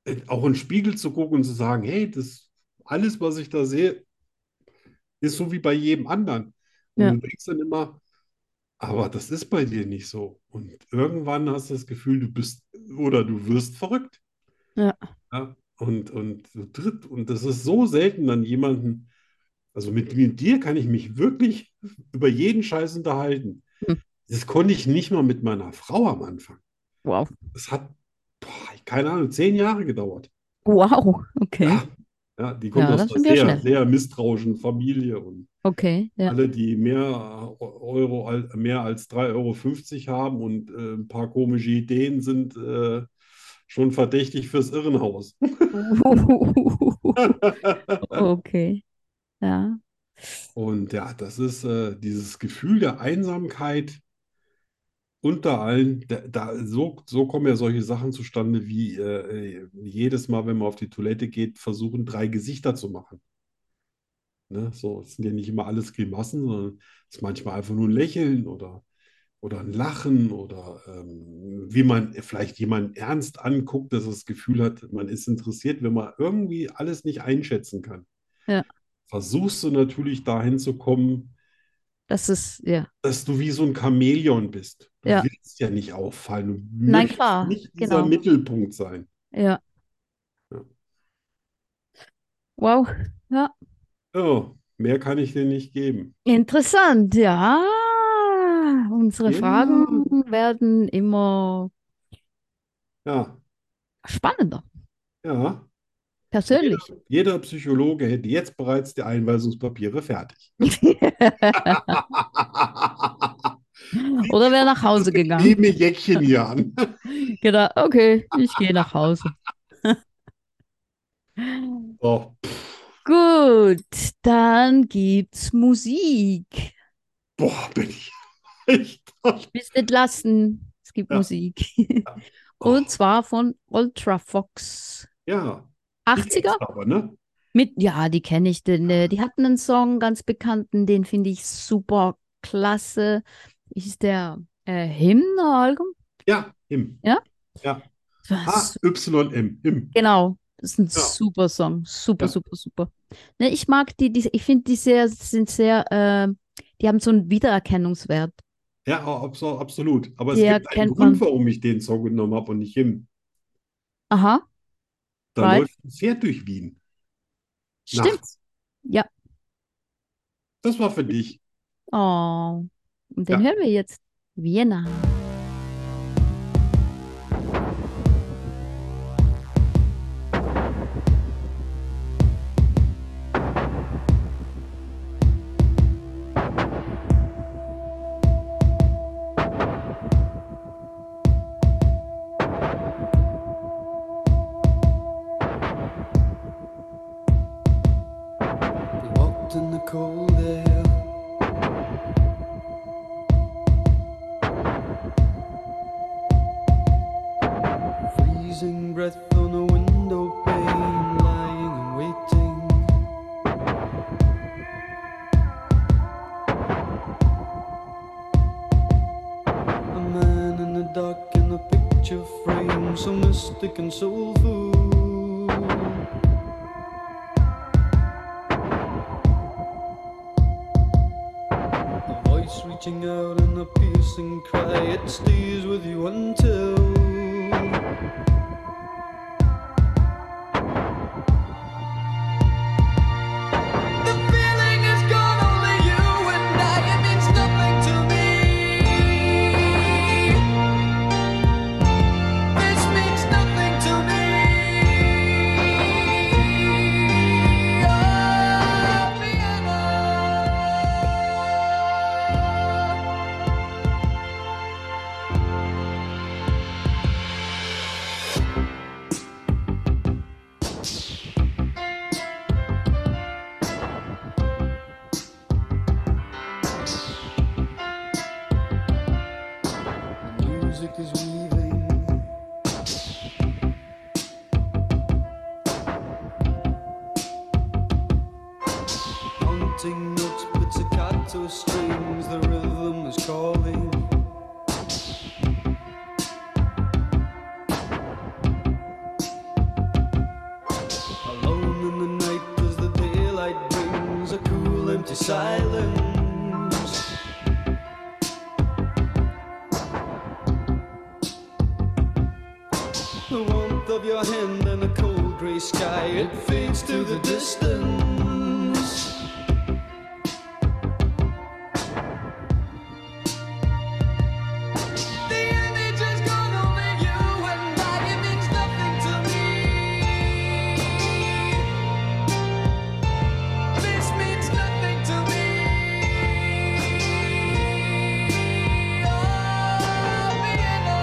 Speaker 2: äh, auch in den Spiegel zu gucken und zu sagen, hey, das alles, was ich da sehe, ist so wie bei jedem anderen. Und
Speaker 1: Ja.
Speaker 2: du denkst dann immer, aber das ist bei dir nicht so. Und irgendwann hast du das Gefühl, du bist oder du wirst verrückt.
Speaker 1: Ja.
Speaker 2: Ja, und, und du tritt, und das ist so selten dann jemanden, also mit, mit dir kann ich mich wirklich über jeden Scheiß unterhalten.
Speaker 1: Hm.
Speaker 2: Das konnte ich nicht mal mit meiner Frau am Anfang.
Speaker 1: Wow.
Speaker 2: Das hat, boah, keine Ahnung, zehn Jahre gedauert.
Speaker 1: Wow. Okay.
Speaker 2: Ja, ja, die kommt
Speaker 1: Ja,
Speaker 2: aus
Speaker 1: das ist schon
Speaker 2: einer
Speaker 1: wieder
Speaker 2: sehr,
Speaker 1: schnell.
Speaker 2: sehr misstrauischen Familie und
Speaker 1: Okay.
Speaker 2: [LAUGHS]
Speaker 1: Ja. [LAUGHS]
Speaker 2: alle, die mehr Euro, al- mehr als 3,50 Euro haben und äh, ein paar komische Ideen sind äh, schon verdächtig fürs Irrenhaus.
Speaker 1: Okay. Ja.
Speaker 2: Und ja, das ist äh, dieses Gefühl der Einsamkeit unter allen. Da, da, so, so kommen ja solche Sachen zustande, wie äh, äh, jedes Mal, wenn man auf die Toilette geht, versuchen, drei Gesichter zu machen. Ne? So, es sind ja nicht immer alles Grimassen, sondern es ist manchmal einfach nur ein Lächeln oder, oder ein Lachen oder ähm, wie man vielleicht jemanden ernst anguckt, dass er das Gefühl hat, man ist interessiert, wenn man irgendwie alles nicht einschätzen kann.
Speaker 1: Ja.
Speaker 2: Versuchst du natürlich dahin zu kommen,
Speaker 1: Das ist, ja.
Speaker 2: dass du wie so ein Chamäleon bist. Du
Speaker 1: Ja.
Speaker 2: willst ja nicht auffallen. Du
Speaker 1: Nein,
Speaker 2: möchtest
Speaker 1: klar,
Speaker 2: nicht dieser
Speaker 1: genau.
Speaker 2: Mittelpunkt sein.
Speaker 1: Ja.
Speaker 2: Ja.
Speaker 1: Wow.
Speaker 2: Ja, Oh, mehr kann ich dir nicht geben.
Speaker 1: Interessant, ja. Unsere
Speaker 2: Ja.
Speaker 1: Fragen werden immer
Speaker 2: Ja,
Speaker 1: spannender,
Speaker 2: ja.
Speaker 1: persönlich.
Speaker 2: Jeder Psychologe hätte jetzt bereits die
Speaker 1: [LAUGHS]
Speaker 2: Einweisungspapiere fertig.
Speaker 1: Oder wäre nach Hause gegangen.
Speaker 2: Nehme Jäckchen hier an. [LAUGHS]
Speaker 1: Gedacht, okay, ich gehe nach Hause.
Speaker 2: Oh,
Speaker 1: Gut, dann gibt's Musik.
Speaker 2: boah, bin ich [LAUGHS] echt.
Speaker 1: Bist entlassen. Es gibt
Speaker 2: Ja.
Speaker 1: Musik.
Speaker 2: Oh,
Speaker 1: Und zwar von Ultra Fox.
Speaker 2: ja, die
Speaker 1: 80er?
Speaker 2: gibt's aber, ne?
Speaker 1: Mit, ja, die kenne ich. Den, äh, die hatten einen Song, ganz bekannten, den finde ich super klasse. Ist der äh, Hymn-Album?
Speaker 2: Ja, im.
Speaker 1: Das war
Speaker 2: H-Y-M, im.
Speaker 1: su- Genau, das ist ein
Speaker 2: Ah. Ja.
Speaker 1: super Song. Super,
Speaker 2: Ja.
Speaker 1: super, super. Ne, ich mag die, die ich finde die sehr, sind sehr, ähm, die haben so einen Wiedererkennungswert.
Speaker 2: Ja, abso- absolut. Aber es
Speaker 1: Der
Speaker 2: gibt einen
Speaker 1: kennt
Speaker 2: Grund,
Speaker 1: man.
Speaker 2: warum ich den Song genommen habe und nicht im.
Speaker 1: Aha,
Speaker 2: Da
Speaker 1: Weil?
Speaker 2: läuft ein Pferd durch Wien.
Speaker 1: stimmt.
Speaker 2: Nachts.
Speaker 1: Ja.
Speaker 2: Das war für dich.
Speaker 1: Oh, und den
Speaker 2: Ja.
Speaker 1: hören wir jetzt. Vienna.
Speaker 4: We walked in the cold air. that your frame so mystic and soulful. A voice reaching out in a piercing cry, it stays with you until. The feeling is gone, only you and I. It means nothing to me. This means nothing to me. Oh, Vienna. The music is weaving. Haunting notes, pizzicato strings, the rhythm is calling. Alone in the night as the daylight brings a cool, empty silence. The warmth of your hand and the cold grey sky, it fades to the distance. The image is gone, only you and I, it means nothing to me. This means nothing to me. Oh, Vienna.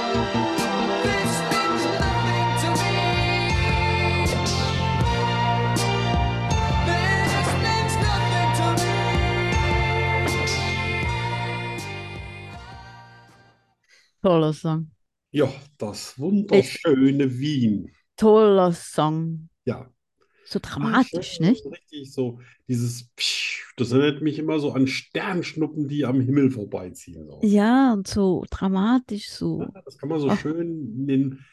Speaker 4: This means nothing to me. This means nothing to me.
Speaker 1: Toller Song.
Speaker 2: Ja, das wunderschöne Wien.
Speaker 1: Toller Song.
Speaker 2: Ja.
Speaker 1: So dramatisch,
Speaker 2: Ah, Schön,
Speaker 1: nicht?
Speaker 2: Richtig so dieses Psch, das erinnert mich immer so an Sternschnuppen, die am Himmel vorbeiziehen. So.
Speaker 1: Ja, und so dramatisch, so.
Speaker 2: Ja, Das kann man so
Speaker 1: Ach.
Speaker 2: schön in den,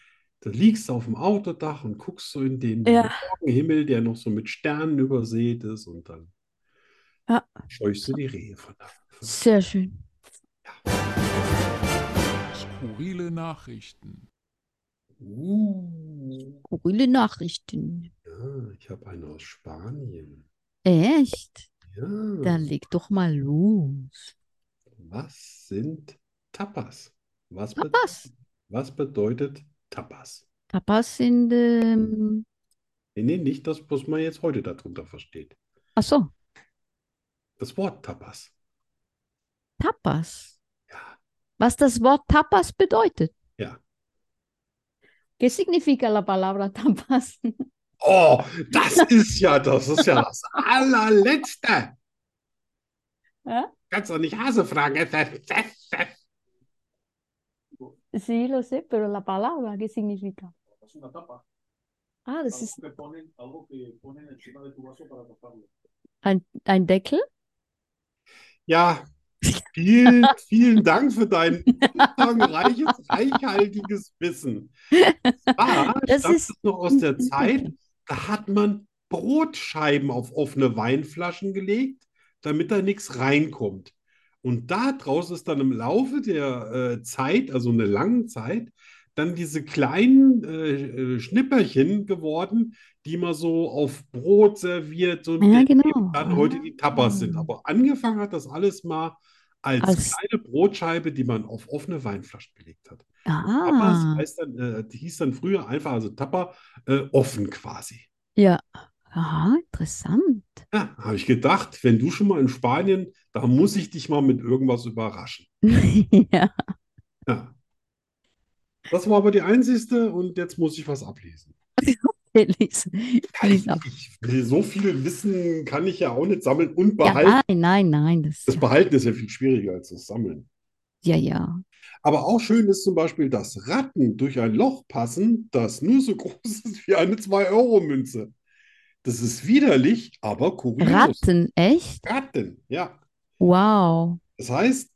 Speaker 2: da liegst du auf dem Autodach und guckst so in den
Speaker 1: Ja.
Speaker 2: Morgenhimmel, der noch so mit Sternen übersät ist und dann
Speaker 1: Ja.
Speaker 2: scheuchst du die Rehe von da.
Speaker 1: Sehr schön.
Speaker 5: Skurrile Nachrichten.
Speaker 2: Uh,
Speaker 1: Skurrile Nachrichten.
Speaker 2: ja, ich habe eine aus Spanien.
Speaker 1: Echt?
Speaker 2: Ja,
Speaker 1: Dann leg doch mal los.
Speaker 2: was sind Tapas? Was, be
Speaker 1: Tapas.
Speaker 2: was bedeutet Tapas?
Speaker 1: Tapas sind, ähm,
Speaker 2: Nee, nee, nicht das, was man jetzt heute darunter versteht.
Speaker 1: ach so,
Speaker 2: Das Wort Tapas.
Speaker 1: Tapas.
Speaker 2: Ja,
Speaker 1: Was das Wort Tapas bedeutet.
Speaker 2: ja.
Speaker 1: ¿Qué significa la palabra Tapas? [LAUGHS]
Speaker 2: Oh, das ist ja, das ist ja das allerletzte.
Speaker 1: Ja?
Speaker 2: Kannst doch nicht Hase fragen. [LAUGHS]
Speaker 1: Sí, lo sé, pero la palabra, ¿qué significa? Ah, das ist ein, ein Deckel?
Speaker 2: Ja, vielen, vielen Dank für dein umfangreiches, reichhaltiges Wissen. Ah,
Speaker 1: Das
Speaker 2: ich dachte
Speaker 1: ist-
Speaker 2: noch aus der Zeit, da hat man Brotscheiben auf offene Weinflaschen gelegt, damit da nichts reinkommt. Und daraus ist dann im Laufe der äh, Zeit, also eine langen Zeit, dann diese kleinen äh, äh, Schnipperchen geworden, die man so auf Brot serviert und
Speaker 1: Ja,
Speaker 2: die
Speaker 1: genau.
Speaker 2: eben dann heute die Tapas sind. Aber angefangen hat das alles mal als
Speaker 1: Ah. Als-
Speaker 2: kleine Brotscheibe, die man auf offene Weinflaschen gelegt hat. Tapas
Speaker 1: Ah,
Speaker 2: heißt dann, äh, die hieß dann früher einfach, also Tapper, äh, offen quasi.
Speaker 1: ja. Aha, interessant. [LAUGHS]
Speaker 2: Ja, habe ich gedacht, wenn du schon mal in Spanien, da muss ich dich mal mit irgendwas überraschen.
Speaker 1: ja.
Speaker 2: Ja. Das war aber die einzigste und jetzt muss ich was ablesen.
Speaker 1: Lies, lies ab.
Speaker 2: Ich will so viel Wissen kann ich ja auch nicht sammeln und
Speaker 1: Ja,
Speaker 2: behalten.
Speaker 1: ah, nein, nein, nein. Das,
Speaker 2: Das Behalten ist ja viel schwieriger als das Sammeln.
Speaker 1: ja, ja.
Speaker 2: Aber auch schön ist zum Beispiel, dass Ratten durch ein Loch passen, das nur so [LAUGHS] groß ist wie eine 2-Euro-Münze. Das ist widerlich, aber kurios.
Speaker 1: Ratten, echt?
Speaker 2: Ratten, ja.
Speaker 1: Wow.
Speaker 2: Das heißt,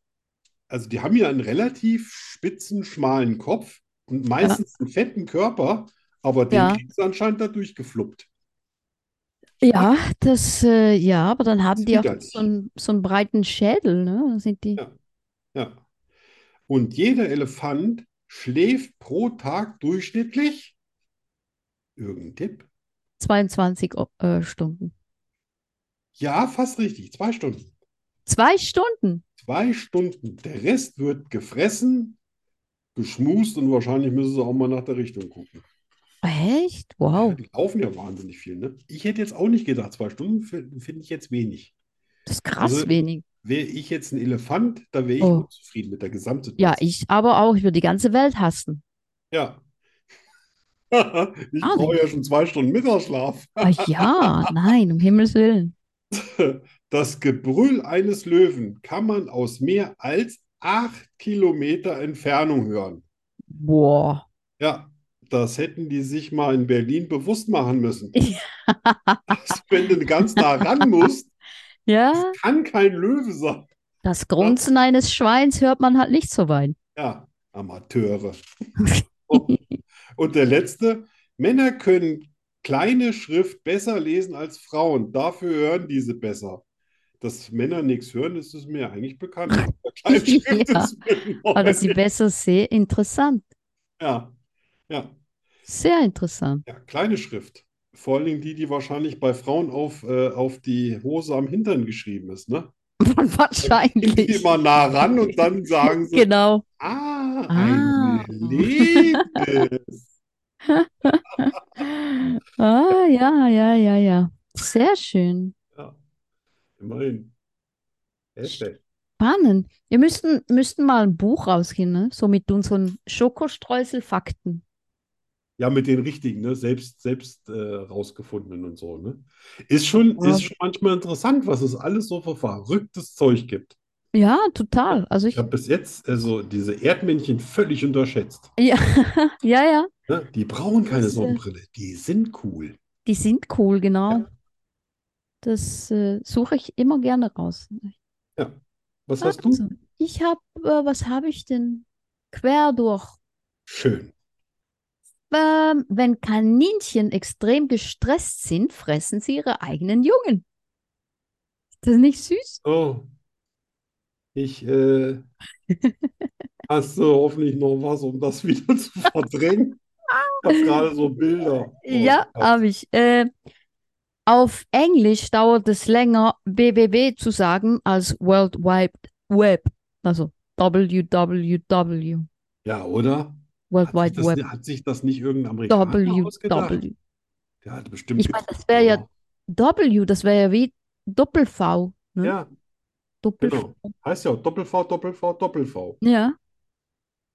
Speaker 2: also die haben ja einen relativ spitzen, schmalen Kopf und meistens einen fetten Körper, aber den
Speaker 1: Ja.
Speaker 2: kriegen sie anscheinend dadurch gefluppt.
Speaker 1: Ja, das, äh, ja, aber dann haben
Speaker 2: Ist
Speaker 1: die auch
Speaker 2: widerlich.
Speaker 1: so einen, so einen breiten Schädel, ne? Dann Sind die.
Speaker 2: Ja. Ja. Und jeder Elefant schläft pro Tag durchschnittlich. Irgendein Tipp?
Speaker 1: 22 O- äh, Stunden.
Speaker 2: Ja, fast richtig. Zwei Stunden.
Speaker 1: Zwei Stunden?
Speaker 2: Zwei Stunden. Der Rest wird gefressen, geschmust und wahrscheinlich müssen sie auch mal nach der Richtung gucken.
Speaker 1: Echt? Wow.
Speaker 2: Die laufen ja wahnsinnig viel, ne? Ich hätte jetzt auch nicht gedacht, zwei Stunden fi- finde ich jetzt wenig.
Speaker 1: Das ist krass
Speaker 2: Also-
Speaker 1: wenig.
Speaker 2: Wäre ich jetzt ein Elefant, da wäre ich
Speaker 1: Oh.
Speaker 2: unzufrieden mit der Gesamtsituation.
Speaker 1: Ja, ich aber auch. Ich würde die ganze Welt hassen.
Speaker 2: Ja. [LAUGHS] Ich
Speaker 1: Ah,
Speaker 2: brauche ja schon zwei Stunden Mittagsschlaf.
Speaker 1: Ach Ah,
Speaker 2: [LAUGHS]
Speaker 1: ja, nein, um Himmels Willen.
Speaker 2: Das Gebrüll eines Löwen kann man aus mehr als acht Kilometer Entfernung hören.
Speaker 1: Boah.
Speaker 2: Ja, das hätten die sich mal in Berlin bewusst machen müssen.
Speaker 1: Ja.
Speaker 2: Dass, wenn du ganz nah ran musst,
Speaker 1: Ja,
Speaker 2: kann kein Löwe sein.
Speaker 1: das Grunzen eines Schweins hört man halt nicht so weit.
Speaker 2: Ja, Amateure. Und der letzte, Männer können kleine Schrift besser lesen als Frauen. Dafür hören diese besser. Dass Männer nichts hören, ist es mir eigentlich
Speaker 1: [LAUGHS]
Speaker 2: bekannt. Bei kleinen Schrift
Speaker 1: Ja.
Speaker 2: ist mir neu.
Speaker 1: Aber dass sie besser sehen, interessant.
Speaker 2: Ja, ja,
Speaker 1: Sehr interessant. [LAUGHS]
Speaker 2: ja, kleine Schrift. Vor allen Dingen die, die wahrscheinlich bei Frauen auf, äh, auf die Hose am Hintern geschrieben ist,
Speaker 1: [LAUGHS]
Speaker 2: ne? Gehen die
Speaker 1: Wahrscheinlich.
Speaker 2: immer nah ran und dann sagen sie,
Speaker 1: Genau.
Speaker 2: ah,
Speaker 1: Ah.
Speaker 2: ein
Speaker 1: [LAUGHS]
Speaker 2: Erlebnis.
Speaker 1: Ah, ja, ja, ja, ja. Sehr schön.
Speaker 2: Ja, immerhin. Heftig.
Speaker 1: Spannend. Wir müssten, müssten mal ein Buch rausgehen, ne? So mit unseren Schokostreusel-Fakten.
Speaker 2: Ja, mit den richtigen, ne? Selbst, selbst äh, rausgefundenen und so, ne? Ist schon,
Speaker 1: Ja.
Speaker 2: ist schon manchmal interessant, was es alles so für verrücktes Zeug gibt.
Speaker 1: Ja, total. Also ich,
Speaker 2: Ich habe bis jetzt also diese Erdmännchen völlig unterschätzt.
Speaker 1: ja, [LAUGHS] ja, ja.
Speaker 2: Ne? Die brauchen keine
Speaker 1: Das, äh,
Speaker 2: Sonnenbrille, die sind cool.
Speaker 1: Die sind cool, genau.
Speaker 2: Ja.
Speaker 1: Das äh, suche ich immer gerne raus.
Speaker 2: Was hast
Speaker 1: Also,
Speaker 2: du?
Speaker 1: ich habe, äh, was habe ich denn? Quer durch.
Speaker 2: Schön.
Speaker 1: Ähm, wenn Kaninchen extrem gestresst sind, fressen sie ihre eigenen Jungen. Ist das nicht süß?
Speaker 2: Oh. Ich
Speaker 1: [LAUGHS]
Speaker 2: äh, hast du hoffentlich noch was, um das wieder zu verdrängen? Ich habe gerade so Bilder. Oh,
Speaker 1: Ja, habe ich. Äh, auf Englisch dauert es länger, www zu sagen, als World Wide Web. Also www.
Speaker 2: Ja, oder?
Speaker 1: World
Speaker 2: Hat sich
Speaker 1: Wide
Speaker 2: das,
Speaker 1: Web.
Speaker 2: hat sich das nicht irgendein Amerikaner ausgedacht?
Speaker 1: www.
Speaker 2: Der hat bestimmt
Speaker 1: Ich meine,
Speaker 2: geguckt,
Speaker 1: das wäre ja-
Speaker 2: genau.
Speaker 1: W, das wäre ja wie Doppel-V, ne?
Speaker 2: Ja,
Speaker 1: Doppel-V.
Speaker 2: genau. Heißt ja auch Doppel-V, Doppel-V, Doppel-V.
Speaker 1: Ja.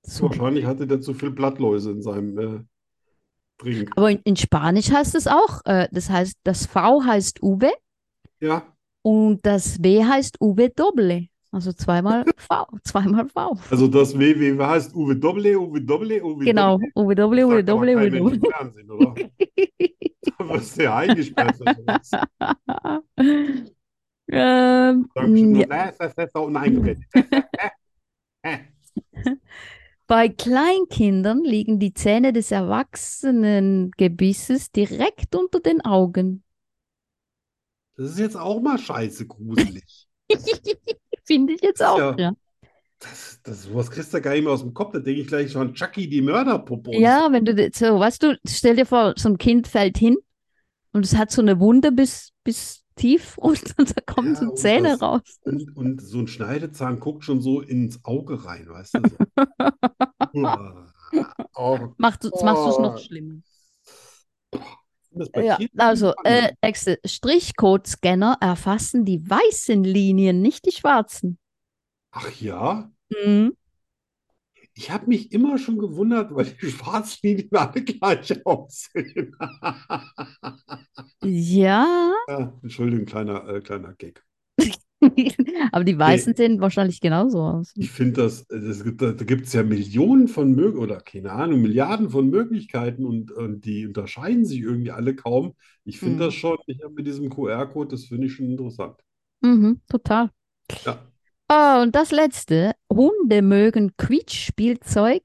Speaker 1: So.
Speaker 2: Wahrscheinlich hatte der zu viel Blattläuse in seinem äh, Drink.
Speaker 1: Aber in, in Spanisch heißt es auch, äh, das heißt, das V heißt Uwe
Speaker 2: Ja,
Speaker 1: und das W heißt Uwe Doble. Also zweimal V, [LAUGHS] zweimal V.
Speaker 2: Also das WW heißt Uwe Doble, Uwe Doble, Uwe
Speaker 1: Genau, UW,
Speaker 2: Doble.
Speaker 1: UW,
Speaker 2: Sagt aber kein
Speaker 1: [LAUGHS]
Speaker 2: Mensch
Speaker 1: UW.
Speaker 2: im Fernsehen, oder? da wirst du ja
Speaker 1: [LAUGHS]
Speaker 2: eingesperrt. wenn du das sagst.
Speaker 1: Ähm,
Speaker 2: Sag bestimmt nur,
Speaker 1: ja,
Speaker 2: "Na, ist das jetzt da unten eingebettet?"
Speaker 1: bei Kleinkindern liegen die Zähne des Erwachsenengebisses direkt unter den Augen. [LAUGHS]
Speaker 2: Das ist jetzt auch mal scheiße gruselig.
Speaker 1: Finde ich jetzt auch,
Speaker 2: Ja.
Speaker 1: ja.
Speaker 2: Das, das, sowas kriegst du gar nicht mehr aus dem Kopf. Da denke ich gleich schon an Chucky, die Mörderpuppe. und
Speaker 1: Ja, wenn du de- so, weißt du, stell dir vor, so ein Kind fällt hin und es hat so eine Wunde bis, bis tief [LAUGHS] und, da kommen
Speaker 2: Ja,
Speaker 1: so
Speaker 2: und
Speaker 1: Zähne
Speaker 2: das-
Speaker 1: raus.
Speaker 2: Und, und so ein Schneidezahn guckt schon so ins Auge rein, weißt du?
Speaker 1: [LAUGHS]
Speaker 2: So. Uah. oh,
Speaker 1: Macht, das machst du es noch
Speaker 2: Oh.
Speaker 1: schlimmer.
Speaker 2: das bei
Speaker 1: Ja,
Speaker 2: Kindern
Speaker 1: also,
Speaker 2: anders.
Speaker 1: äh, nächste. Strichcode-Scanner erfassen die weißen Linien, nicht die schwarzen.
Speaker 2: Ach ja,
Speaker 1: Mhm.
Speaker 2: ich habe mich immer schon gewundert, weil die schwarzen Linien alle gleich aussehen. [LAUGHS]
Speaker 1: Ja, [LAUGHS]
Speaker 2: Ja, Entschuldigung, Ah, kleiner, äh, kleiner Gag.
Speaker 1: aber die weißen sehen wahrscheinlich genauso aus.
Speaker 2: Ich finde das, äh, das gibt, da gibt es ja Millionen von Möglichkeiten oder keine Ahnung, Milliarden von Möglichkeiten und, und die unterscheiden sich irgendwie alle kaum. Ich finde
Speaker 1: Mhm.
Speaker 2: das schon, ich hab mit diesem QR-Code, das finde ich schon interessant.
Speaker 1: Mhm, total.
Speaker 2: Ja.
Speaker 1: Ah, und das letzte. Hunde mögen Quietschspielzeug.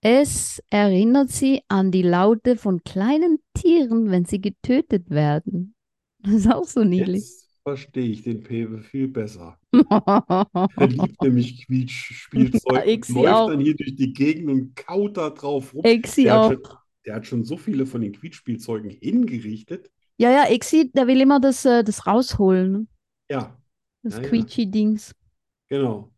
Speaker 1: Es erinnert sie an die Laute von kleinen Tieren, wenn sie getötet werden. [LAUGHS] Das ist auch so niedlich.
Speaker 2: Jetzt verstehe ich den Pewe viel besser. Er liebt nämlich Quietsch-Spielzeug
Speaker 1: Ja, ich
Speaker 2: und
Speaker 1: sie
Speaker 2: läuft
Speaker 1: auch.
Speaker 2: dann hier durch die Gegend und kaut da drauf rum.
Speaker 1: [LAUGHS] Exi
Speaker 2: Der hat
Speaker 1: auch.
Speaker 2: schon, der hat schon so viele von den Quietsch-Spielzeugen hingerichtet.
Speaker 1: Ja, ja, Exi, der will immer das, äh, das rausholen. ne?
Speaker 2: Ja,
Speaker 1: Das
Speaker 2: Ja, ja.
Speaker 1: Quietschi-Dings.
Speaker 2: genau.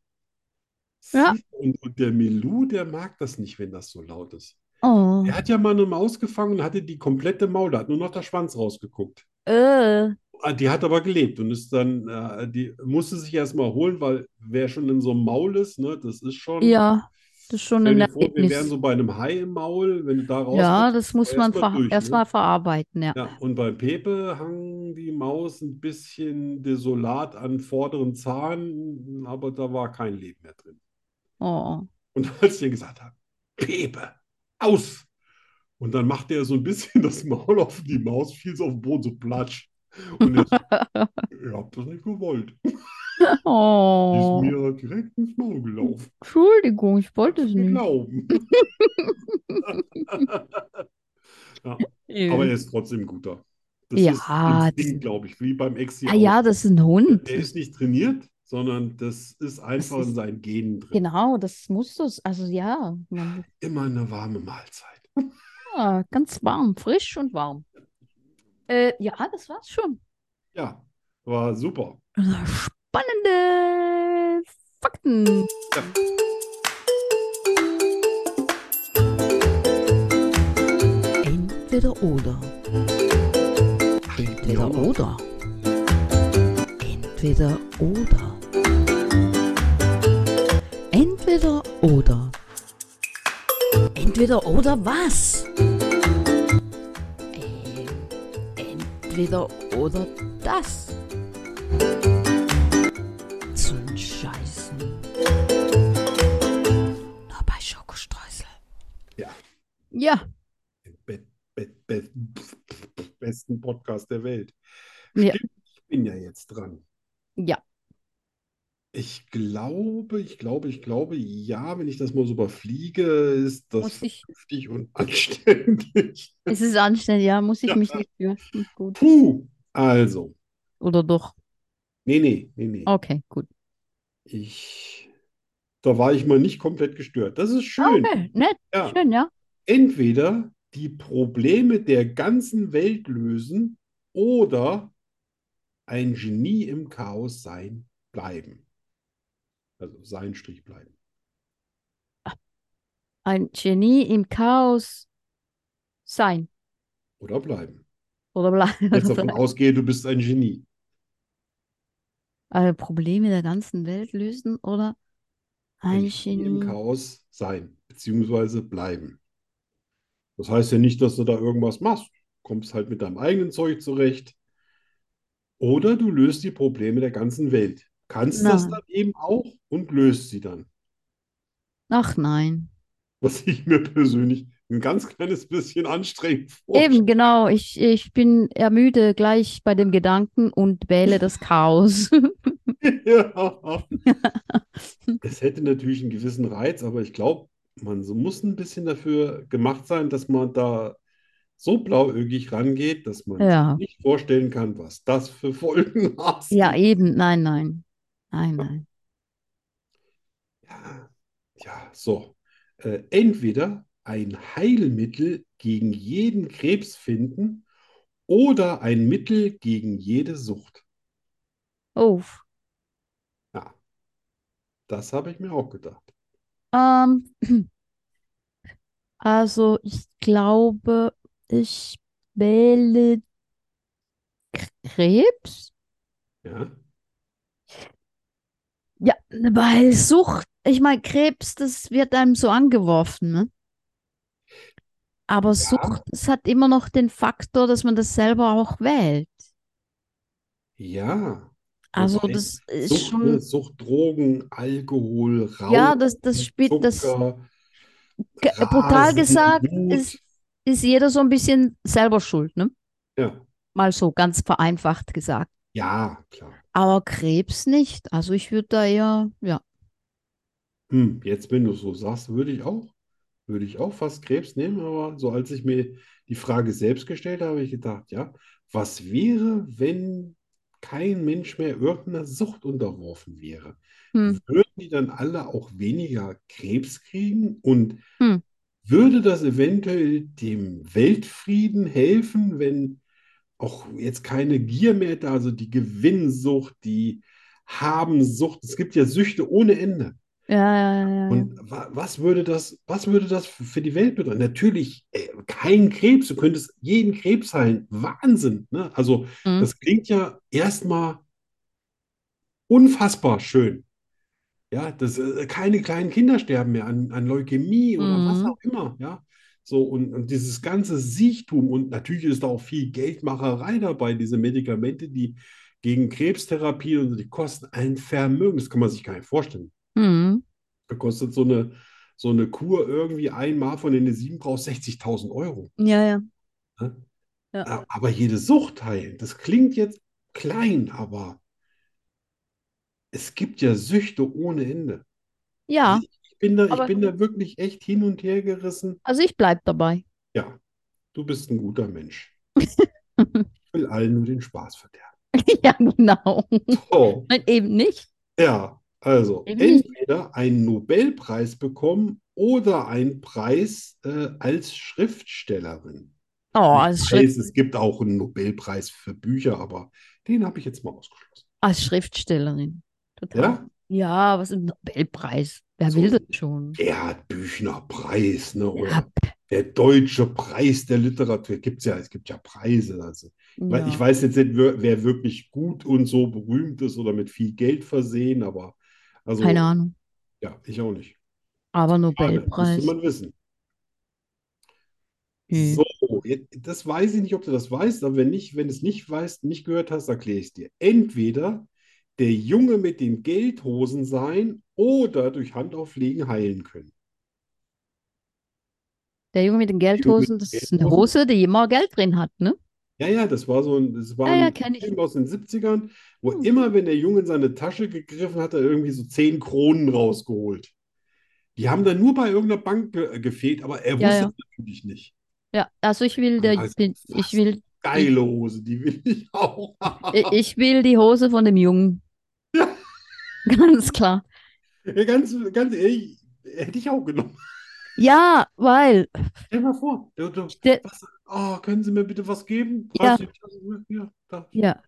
Speaker 1: Ja.
Speaker 2: Siehst du, Und, und der Milou, der mag das nicht, wenn das so laut ist.
Speaker 1: Oh,
Speaker 2: Er hat ja mal eine Maus gefangen und hatte die komplette Maule, hat nur noch der Schwanz rausgeguckt.
Speaker 1: äh,
Speaker 2: Ah, Die hat aber gelebt und ist dann, äh, die musste sich erstmal holen, weil wer schon in so einem Maul ist, ne, das ist schon.
Speaker 1: ja, das ist schon
Speaker 2: Stell
Speaker 1: ein
Speaker 2: dir vor, wir
Speaker 1: Erlebnis.
Speaker 2: wären so bei einem Hai im Maul, wenn du da raus
Speaker 1: Ja,
Speaker 2: guckst,
Speaker 1: das muss
Speaker 2: aber
Speaker 1: man
Speaker 2: erstmal
Speaker 1: ver
Speaker 2: durch, ne?
Speaker 1: erstmal verarbeiten, ja.
Speaker 2: Ja, und bei Pepe hang die Maus ein bisschen desolat an vorderen Zahn, aber da war kein Leben mehr drin.
Speaker 1: Oh.
Speaker 2: Und [LAUGHS] als ich ihr gesagt habe, Pepe, aus! Und dann machte er so ein bisschen das Maul auf die Maus, fiel es auf den Boden, so platsch. Und er so,
Speaker 1: [LAUGHS]
Speaker 2: ihr habt das nicht gewollt. Die
Speaker 1: Oh.
Speaker 2: ist mir direkt ins Maul gelaufen.
Speaker 1: Entschuldigung, ich wollte es
Speaker 2: Kannst du
Speaker 1: nicht.
Speaker 2: glauben. ja. Aber er ist trotzdem ein guter. Das
Speaker 1: Mhm. Ja,
Speaker 2: ist Instinkt, glaube ich, wie beim Exi
Speaker 1: Ah
Speaker 2: auch. äh,
Speaker 1: ja, das ist ein Hund.
Speaker 2: Der ist nicht trainiert, sondern das ist einfach
Speaker 1: ist-
Speaker 2: in seinen Genen drin.
Speaker 1: Genau, das musst du. Also ja, man,
Speaker 2: Immer eine warme Mahlzeit.
Speaker 1: ja, ganz warm, frisch und warm. Äh, ja, das war's schon.
Speaker 2: Ja, war super.
Speaker 1: Spannende Fakten.
Speaker 3: Entweder oder. Entweder
Speaker 2: Ja.
Speaker 3: oder. Entweder oder. Entweder oder. Entweder oder was? Ähm, Entweder oder das. Zum Scheißen. Nur bei Schokostreusel.
Speaker 1: Ja,
Speaker 2: Be be be besten Podcast der Welt.
Speaker 1: Ja.
Speaker 2: Stimmt, ich bin ja jetzt dran.
Speaker 1: ja.
Speaker 2: Ich glaube, ich glaube, ich glaube, ja, wenn ich das mal so überfliege, ist das
Speaker 1: Muss ich,
Speaker 2: vernünftig und [LAUGHS] anständig.
Speaker 1: es ist anständig, ja, muss ich
Speaker 2: Ja.
Speaker 1: mich nicht für. Nicht gut.
Speaker 2: Puh, also.
Speaker 1: Oder doch?
Speaker 2: Nee, nee, nee, nee.
Speaker 1: Okay, gut.
Speaker 2: Ich, da war ich mal nicht komplett gestört. Das ist schön.
Speaker 1: Ah, Okay, nett,
Speaker 2: Ja.
Speaker 1: schön, ja.
Speaker 2: Entweder die Probleme der ganzen Welt lösen oder ein Genie im Chaos sein bleiben. Also sein Strich bleiben.
Speaker 1: Ein Genie im Chaos sein.
Speaker 2: Oder bleiben.
Speaker 1: Oder bleiben.
Speaker 2: Wenn
Speaker 1: [LAUGHS]
Speaker 2: ich davon ausgehe, du bist ein Genie.
Speaker 1: Alle Also Probleme der ganzen Welt lösen oder
Speaker 2: Ein
Speaker 1: ein
Speaker 2: Genie im
Speaker 1: Genie.
Speaker 2: Chaos sein, beziehungsweise bleiben. Das heißt ja nicht, dass du da irgendwas machst. Kommst halt mit deinem eigenen Zeug zurecht. Oder du löst die Probleme der ganzen Welt. kannst das
Speaker 1: Nein.
Speaker 2: dann eben auch und löst sie dann.
Speaker 1: Ach nein.
Speaker 2: Was ich mir persönlich ein ganz kleines bisschen anstrengend vorstelle.
Speaker 1: Eben, genau. Ich, ich bin ermüde gleich bei dem Gedanken und wähle das Chaos. [LAUGHS]
Speaker 2: Ja. [LAUGHS] Es hätte natürlich einen gewissen Reiz, aber ich glaube, man so- muss ein bisschen dafür gemacht sein, dass man da so blauäugig rangeht, dass man sich
Speaker 1: Ja.
Speaker 2: nicht vorstellen kann, was das für Folgen hat.
Speaker 1: Ja, eben. Nein, nein. Nein, nein.
Speaker 2: Ja, ja, so. Äh, entweder ein Heilmittel gegen jeden Krebs finden oder ein Mittel gegen jede Sucht.
Speaker 1: Oh.
Speaker 2: Ja, das habe ich mir auch gedacht.
Speaker 1: Ähm, [CLEARS THROAT] also ich glaube, ich wähle Krebs.
Speaker 2: Ja,
Speaker 1: Ja, weil Sucht, ich meine, Krebs, das wird einem so angeworfen, ne? Aber Sucht, es hat immer noch den Faktor, dass man das selber auch wählt.
Speaker 2: ja.
Speaker 1: Also
Speaker 2: Wobei
Speaker 1: das ist
Speaker 2: Sucht,
Speaker 1: schon,
Speaker 2: ne? Sucht, Drogen, Alkohol, Rauch, ne,
Speaker 1: ja, das, das spielt, das
Speaker 2: Zucker,
Speaker 1: ge- brutal
Speaker 2: Rasen,
Speaker 1: gesagt,
Speaker 2: Mut.
Speaker 1: ist, ist jeder so ein bisschen selber schuld, ne?
Speaker 2: Ja,
Speaker 1: Mal so ganz vereinfacht gesagt.
Speaker 2: ja, klar.
Speaker 1: Aber Krebs nicht. Also ich würde da eher, ja,
Speaker 2: Hm, jetzt, wenn du es so sagst, würde ich auch, würde ich auch fast Krebs nehmen, aber so als ich mir die Frage selbst gestellt habe, habe ich gedacht, ja, was wäre, wenn kein Mensch mehr irgendeiner Sucht unterworfen wäre?
Speaker 1: hm,
Speaker 2: Würden die dann alle auch weniger Krebs kriegen? Und
Speaker 1: Hm.
Speaker 2: würde das eventuell dem Weltfrieden helfen, wenn auch jetzt keine Gier mehr da, also die Gewinnsucht, die Habensucht, es gibt ja Süchte ohne Ende.
Speaker 1: ja, ja, ja, ja.
Speaker 2: Und wa was würde das, was würde das f- für die Welt bedeuten? Natürlich äh, kein Krebs, du könntest jeden Krebs heilen. Wahnsinn, ne? Also
Speaker 1: Hm.
Speaker 2: das klingt ja erstmal unfassbar schön. Ja, dass äh, keine kleinen Kinder sterben mehr an, an Leukämie oder was
Speaker 1: Mhm.
Speaker 2: auch immer, ja. So, und, und dieses ganze Siechtum und natürlich ist da auch viel Geldmacherei dabei, diese Medikamente, die gegen Krebstherapie und so, die kosten ein Vermögen, das kann man sich gar nicht vorstellen.
Speaker 1: Hm.
Speaker 2: Da kostet so eine, so eine Kur irgendwie einmal, von denen du sieben brauchst, 60.000 Euro.
Speaker 1: Ja, ja.
Speaker 2: Ne?
Speaker 1: Ja.
Speaker 2: A- Aber jede Sucht heilen, das klingt jetzt klein, aber es gibt ja Süchte ohne Ende.
Speaker 1: Ja,
Speaker 2: Also ich bin da, ich
Speaker 1: aber-
Speaker 2: bin da wirklich echt hin und her gerissen.
Speaker 1: also ich bleib dabei. [LAUGHS]
Speaker 2: Ja, du bist ein guter Mensch. Ich will allen nur den Spaß verderben.
Speaker 1: Ja, genau.
Speaker 2: So,
Speaker 1: Nein, eben nicht.
Speaker 2: ja, also
Speaker 1: Eben nicht.
Speaker 2: entweder einen Nobelpreis bekommen oder einen Preis äh, als Schriftstellerin.
Speaker 1: Oh,
Speaker 2: Ich
Speaker 1: als,
Speaker 2: weiß,
Speaker 1: Schrift,
Speaker 2: es gibt auch einen Nobelpreis für Bücher, aber den habe ich jetzt mal ausgeschlossen.
Speaker 1: als Schriftstellerin. Total.
Speaker 2: Ja?
Speaker 1: Ja, was ein Nobelpreis. Wer
Speaker 2: So.
Speaker 1: will das schon?
Speaker 2: Gerhard Büchner Preis, ne? Oder
Speaker 1: Ja,
Speaker 2: der Deutsche Preis der Literatur. Gibt's ja, es gibt ja Preise. Also, weil
Speaker 1: ja.
Speaker 2: ich weiß jetzt nicht, wer, wer wirklich gut und so berühmt ist oder mit viel Geld versehen, aber also,
Speaker 1: Keine Ahnung.
Speaker 2: ja, ich auch nicht.
Speaker 1: Aber
Speaker 2: Schade,
Speaker 1: Nobelpreis.
Speaker 2: müsste man wissen.
Speaker 1: Hm.
Speaker 2: So, jetzt, das weiß ich nicht, ob du das weißt, aber wenn nicht, wenn du es nicht weißt, nicht gehört hast, erkläre ich es dir. Entweder der Junge mit den Geldhosen sein oder durch Handauflegen heilen können.
Speaker 1: Der Junge mit den Geldhosen, das ist eine
Speaker 2: Geldhosen.
Speaker 1: Hose, die immer Geld drin hat, ne?
Speaker 2: Ja, ja, das war so ein, das war
Speaker 1: Ah, Ja, ja,
Speaker 2: ein
Speaker 1: kenn ich.
Speaker 2: Film aus den 70ern, wo
Speaker 1: Hm.
Speaker 2: immer, wenn der Junge in seine Tasche gegriffen hat, hat er irgendwie so 10 Kronen rausgeholt. Die haben dann nur bei irgendeiner Bank ge äh, gefehlt, aber er
Speaker 1: Ja,
Speaker 2: wusste
Speaker 1: ja.
Speaker 2: es natürlich nicht.
Speaker 1: Ja, also ich will der,
Speaker 2: Also
Speaker 1: den,
Speaker 2: fast.
Speaker 1: ich will,
Speaker 2: Geile Hose, die will ich auch [LAUGHS]
Speaker 1: i-
Speaker 2: haben.
Speaker 1: ich will die Hose von dem
Speaker 2: [LAUGHS]
Speaker 1: Jungen.
Speaker 2: Ja.
Speaker 1: Ganz klar.
Speaker 2: Ja, ganz, ganz ehrlich, hätte ich auch genommen.
Speaker 1: Ja, weil
Speaker 2: Stell dir mal vor, du, du,
Speaker 1: der,
Speaker 2: was, oh, können Sie mir bitte was geben?
Speaker 1: Ja.
Speaker 2: Reißt die Tasche rüber, hier, da.
Speaker 1: ja,